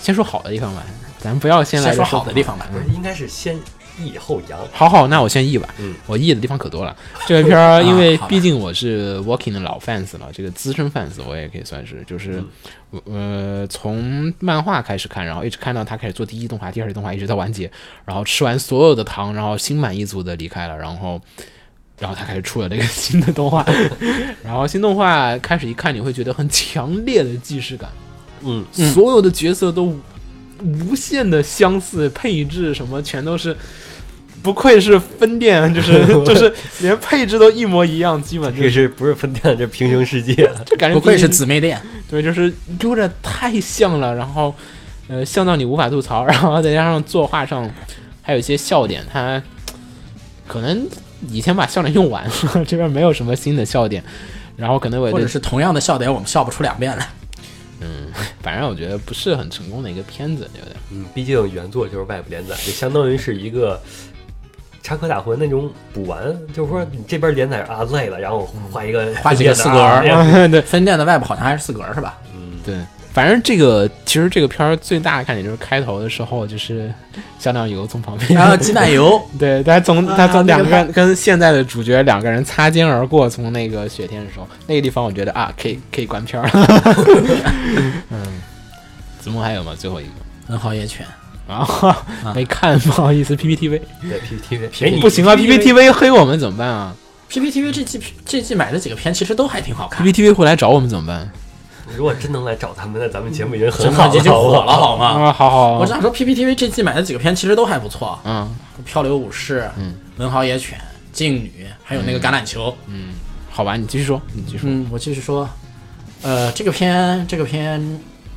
[SPEAKER 3] 先说好的地方吧，咱不要先来
[SPEAKER 4] 先
[SPEAKER 3] 着
[SPEAKER 4] 说好的地方吧。
[SPEAKER 2] 不是应该是先抑后扬，
[SPEAKER 3] 好好，那我先译吧。
[SPEAKER 2] 嗯
[SPEAKER 3] 我译的地方可多了。这个片儿，因为
[SPEAKER 4] [LAUGHS] 啊好吧
[SPEAKER 3] 毕竟我是 Walking 的老 fans 了，这个资深 fans 我也可以算是，就是、呃，从漫画开始看，然后一直看到他开始做第一动画、第二动画，一直到完结，然后吃完所有的糖，然后心满意足的离开了，然后。然后他开始出了这个新的动画，然后新动画开始一看，你会觉得很强烈的既视感，
[SPEAKER 2] 嗯，
[SPEAKER 3] 所有的角色都无限的相似，配置什么全都是，不愧是分店， [LAUGHS] 就是就是连配置都一模一样，基本
[SPEAKER 2] 这
[SPEAKER 3] 就
[SPEAKER 2] 个
[SPEAKER 3] 是
[SPEAKER 2] 是不是分店？这平行世界。
[SPEAKER 3] 就感觉
[SPEAKER 4] 不愧是
[SPEAKER 3] 自
[SPEAKER 4] 姊妹店，
[SPEAKER 3] 对，就是有点太像了，然后呃像到你无法吐槽，然后再加上作画上还有一些笑点，它可能以前把笑点用完 [LAUGHS] 了，这边没有什么新的笑点。然后可能我也
[SPEAKER 4] 或
[SPEAKER 3] 对
[SPEAKER 4] 者是同样的笑点我们笑不出两遍来。
[SPEAKER 3] 反正我觉得不是很成功的一个片子，对不对？ [LAUGHS]
[SPEAKER 2] 嗯，毕竟原作就是外部连载，就相当于是一个插科打诨那种补完，就是说你这边连载啊累了，然后画一个
[SPEAKER 4] 嗯画几个
[SPEAKER 2] 别的
[SPEAKER 4] 四格儿
[SPEAKER 2] 啊哎呀
[SPEAKER 3] 对，
[SPEAKER 4] 分店的外部好像还是四格儿是吧？
[SPEAKER 3] 对，反正这个其实这个片儿最大的看点就是开头的时候，就是小鸟油从旁 [LAUGHS] 边，
[SPEAKER 4] [LAUGHS] 然后鸡蛋油
[SPEAKER 3] 啊对他从
[SPEAKER 4] 啊
[SPEAKER 3] 他从
[SPEAKER 4] 那
[SPEAKER 3] 两
[SPEAKER 4] 个
[SPEAKER 3] 个、跟现在的主角两个人擦肩而过，从那个雪天的时候， [LAUGHS] 那个地方我觉得啊，可以可以关片儿了。嗯， [LAUGHS] 子墨还有吗？最后一个
[SPEAKER 4] 文豪野犬，
[SPEAKER 3] 啊，没看，不好意思，PPTV
[SPEAKER 4] 嗯
[SPEAKER 2] 对 PPTV，哎你
[SPEAKER 3] 不行啊，PPTV 黑我们怎么办啊
[SPEAKER 4] PPTV 这季这季买的几个片其实都还挺好看，
[SPEAKER 3] ？PPTV 回来找我们怎么办？
[SPEAKER 2] 如果真能来找他们，那咱们节目已经很
[SPEAKER 4] 真
[SPEAKER 2] 好
[SPEAKER 4] 的
[SPEAKER 2] 了，
[SPEAKER 4] 已经火
[SPEAKER 2] 好
[SPEAKER 4] 了
[SPEAKER 2] 不好
[SPEAKER 4] 好吗？
[SPEAKER 3] 啊，好好，
[SPEAKER 4] 我想说 PPTV 这季买的几个片其实都还不错，
[SPEAKER 3] 嗯，
[SPEAKER 4] 《漂流武士》、《文豪野犬》、《静女》，还有那个橄榄球。
[SPEAKER 3] 好吧，你继续说，你继续说，
[SPEAKER 4] 嗯，我继续说，呃，这个片这个片，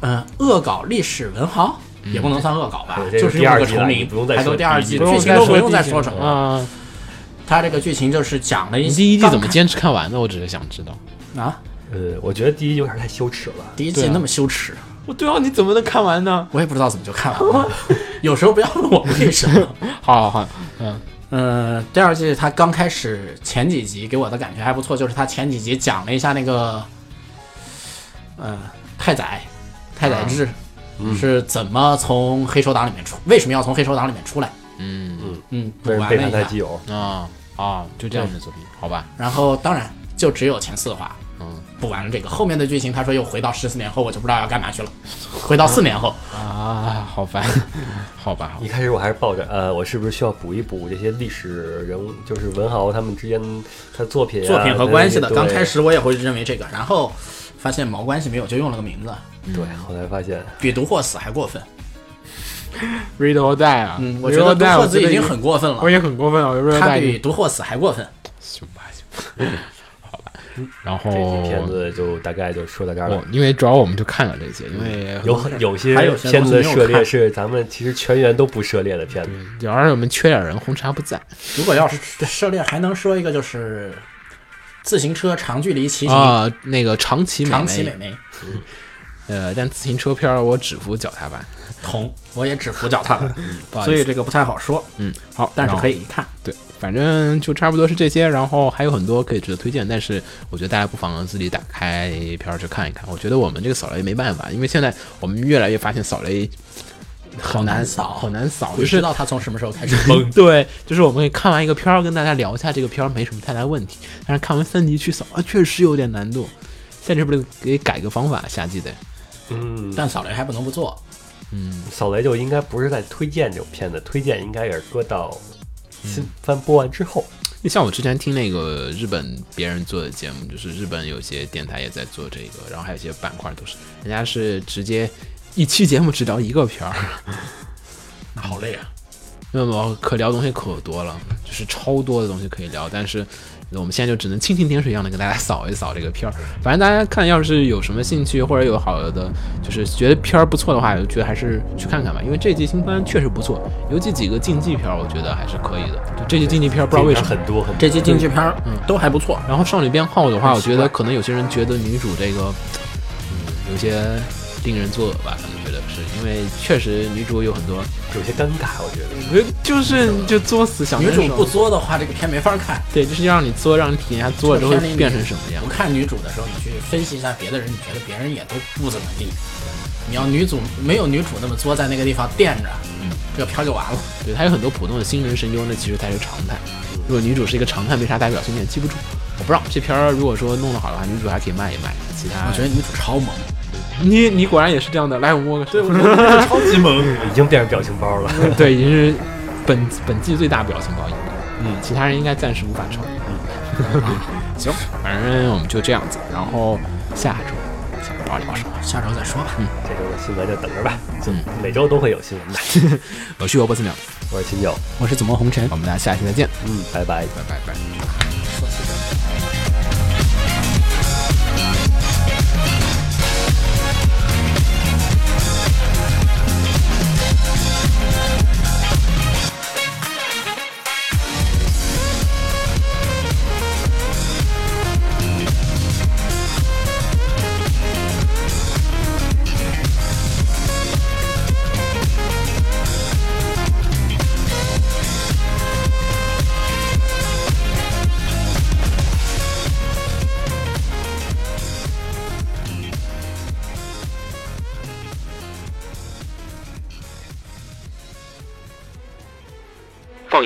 [SPEAKER 4] 嗯、恶搞历史文豪。也不能算恶搞吧，
[SPEAKER 2] 对这
[SPEAKER 4] 就是是用
[SPEAKER 2] 第
[SPEAKER 4] 了
[SPEAKER 2] 二
[SPEAKER 4] 个
[SPEAKER 2] 季
[SPEAKER 4] 重
[SPEAKER 2] 了你
[SPEAKER 4] 名，
[SPEAKER 2] 不用再
[SPEAKER 4] 还都
[SPEAKER 2] 说
[SPEAKER 4] 第二
[SPEAKER 2] 第一
[SPEAKER 4] 季，
[SPEAKER 2] 季
[SPEAKER 4] 剧
[SPEAKER 2] 了
[SPEAKER 4] 情都不用再说什
[SPEAKER 3] 什
[SPEAKER 4] 么
[SPEAKER 3] 么
[SPEAKER 4] 了。
[SPEAKER 3] 啊。
[SPEAKER 4] 它这个剧情就是讲了一
[SPEAKER 3] 你第一季
[SPEAKER 4] 刚
[SPEAKER 3] 怎么
[SPEAKER 4] 开
[SPEAKER 3] 坚持看完的？我只是想知道。
[SPEAKER 4] 啊？
[SPEAKER 2] [LAUGHS] 呃，我觉得第一有点太羞耻了，
[SPEAKER 4] 第一
[SPEAKER 3] 对
[SPEAKER 4] 季
[SPEAKER 3] 啊
[SPEAKER 4] 那么羞耻，
[SPEAKER 3] 我对啊，你怎么能看完呢？
[SPEAKER 4] 我也不知道怎么就看完了。有时候不要问我为什么。
[SPEAKER 3] 好好好，嗯
[SPEAKER 4] 嗯，第二季它刚开始前几集给我的感觉还不错，就是它前几集讲了一下那个，呃，太宰，太
[SPEAKER 2] 啊
[SPEAKER 4] 宰治、
[SPEAKER 2] 嗯
[SPEAKER 4] 是怎么从黑手党里面出，为什么要从黑手党里面出来？
[SPEAKER 3] 嗯
[SPEAKER 4] 嗯，补
[SPEAKER 2] 为什么
[SPEAKER 4] 完
[SPEAKER 2] 背叛
[SPEAKER 4] 了
[SPEAKER 2] 他
[SPEAKER 4] 一
[SPEAKER 2] 基
[SPEAKER 4] 下，
[SPEAKER 2] 友？
[SPEAKER 3] 啊啊，就这样的作品，好吧，
[SPEAKER 4] 然后当然就只有前四话
[SPEAKER 3] 嗯
[SPEAKER 4] 补完了这个，后面的剧情他说又回到十四年后，我就不知道要干嘛去了，回到四年后，
[SPEAKER 3] 啊，好烦，好吧，好
[SPEAKER 2] 一
[SPEAKER 3] 吧
[SPEAKER 2] 开始我还是抱着呃，我是不是需要补一补这些历史人物，就是文豪他们之间他作品、啊、
[SPEAKER 4] 作品和关系的，
[SPEAKER 2] 对
[SPEAKER 4] 刚开始我也会认为这个，然后发现毛关系没有，就用了个名字，
[SPEAKER 2] 对，后来发现
[SPEAKER 4] 比毒或死还过分。
[SPEAKER 5] Read or Die 啊，
[SPEAKER 4] 嗯，我觉得
[SPEAKER 5] Read or
[SPEAKER 4] 毒
[SPEAKER 5] Die
[SPEAKER 4] 货
[SPEAKER 5] 我
[SPEAKER 4] 子
[SPEAKER 5] 觉
[SPEAKER 4] 已
[SPEAKER 5] 得
[SPEAKER 4] 经很过分了
[SPEAKER 5] 我，也很过分了，我 Read or
[SPEAKER 4] 他
[SPEAKER 5] Die 已
[SPEAKER 4] 比
[SPEAKER 5] 经
[SPEAKER 4] 毒货子还过分。
[SPEAKER 3] 行吧行吧，好吧。然后
[SPEAKER 2] 这期片子就大概就说到这儿了
[SPEAKER 3] 我。因为主要我们就看了这些，因为
[SPEAKER 2] 有很有些
[SPEAKER 4] 还有些
[SPEAKER 2] 片子的
[SPEAKER 4] 东西没
[SPEAKER 2] 涉
[SPEAKER 4] 有
[SPEAKER 2] 猎
[SPEAKER 4] 看
[SPEAKER 2] 是咱们其实全员都不涉猎的片子，
[SPEAKER 3] 主要是我们缺点人，红茶不在
[SPEAKER 4] 如果要 [LAUGHS] 是涉猎，还能说一个就是自行车长距离骑行，
[SPEAKER 3] 啊、那个长崎美
[SPEAKER 4] 长骑
[SPEAKER 3] 眉
[SPEAKER 4] 美，眉
[SPEAKER 3] 呃，但自行车片儿我只服脚踏板，
[SPEAKER 4] 同，我也只服脚踏板，
[SPEAKER 3] 不好
[SPEAKER 4] 所
[SPEAKER 3] 意
[SPEAKER 4] 以
[SPEAKER 3] 思，
[SPEAKER 4] 这个不太好说，
[SPEAKER 3] 嗯，好，
[SPEAKER 4] 但是可
[SPEAKER 3] 以。
[SPEAKER 4] 以一看。
[SPEAKER 3] 对，反正就差不多是这些，然后还有很多可以值得推荐，但是我觉得大家不妨自己打开片儿去看一看。我觉得我们这个扫雷没办法，因为现在我们越来越发现扫雷好
[SPEAKER 4] 难
[SPEAKER 3] 扫，
[SPEAKER 4] 扫
[SPEAKER 3] 好难扫，就
[SPEAKER 4] 不知
[SPEAKER 3] 是嗯
[SPEAKER 4] 道他从什么时候开始
[SPEAKER 3] 对，就是我们可以看完一个片儿，跟大家聊一下这个片儿没什么太大问题，但是看完三集去扫啊，确实有点难度。现在是不是给改个方法？下季得
[SPEAKER 2] 嗯，
[SPEAKER 4] [LAUGHS] 但扫雷还不能不做。
[SPEAKER 2] 扫雷就应该不是在推荐这种片子，推荐应该也是搁到新番播完之后。
[SPEAKER 3] 那像我之前听那个日本别人做的节目，就是日本有些电台也在做这个，然后还有一些板块都是，人家是直接一期节目只聊一个片儿， [LAUGHS]
[SPEAKER 4] 那好累啊！
[SPEAKER 3] 那么可聊的东西可多了，就是超多的东西可以聊，但是。我们现在就只能蜻蜓点水一样的给大家扫一扫这个片儿，反正大家看，要是有什么兴趣或者有好的，就是觉得片儿不错的话，我觉得还是去看看吧，因为这季新番确实不错，尤其几个竞技片儿，我觉得还是可以的。就这季竞技片儿不知道为什么
[SPEAKER 2] 很多很多，
[SPEAKER 4] 这期京剧片儿都还不错，
[SPEAKER 3] 然后少女编号的话，我觉
[SPEAKER 4] 很
[SPEAKER 3] 得
[SPEAKER 4] 奇怪
[SPEAKER 3] 可能有些人觉得女主这个，嗯，有些令人作呕吧，可能觉得是因为确实女主有很多，
[SPEAKER 2] 有些尴尬，我觉得。
[SPEAKER 3] 就是就作死想
[SPEAKER 4] 女主不作的话，这个片没法看。
[SPEAKER 3] 对，就是让你作，让你体验一下作了之后
[SPEAKER 4] 这个片里
[SPEAKER 3] 变成什么样
[SPEAKER 4] 不。看女主的时候，你去分析一下别的人，你觉得别人也都不怎么地。你要女主没有女主那么作在那个地方垫着，
[SPEAKER 3] 嗯
[SPEAKER 4] 这个片儿就完了。
[SPEAKER 3] 对，它有很多普通的新人声优，那其实才是常态。如果女主是一个常态，没啥代表性，你也记不住。我不知道这片儿如果说弄得好的话，女主还可以卖一卖。其他
[SPEAKER 4] 我觉得女主超萌，
[SPEAKER 3] 你你果然也是这样的，来我摸个手。
[SPEAKER 2] 超级萌， [LAUGHS] 已经变成表情包了。
[SPEAKER 3] [LAUGHS] 对，已经是本本季最大表情包一个，嗯，其他人应该暂时无法超越。 [LAUGHS] 行，反正我们就这样子，然后下周下周不知道聊什么，
[SPEAKER 4] 下周再说吧。
[SPEAKER 2] [LAUGHS] 这周的新闻就等着吧，就每周都会有新闻的。
[SPEAKER 3] 我是萝卜四秒，
[SPEAKER 2] 我是秦九，
[SPEAKER 4] 我是紫陌红尘。
[SPEAKER 3] 我们大家下期再见，
[SPEAKER 2] 嗯，拜拜。
[SPEAKER 3] 拜拜拜。
[SPEAKER 6] 放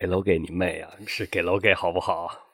[SPEAKER 2] 给楼给你妹啊！是给楼给好不好？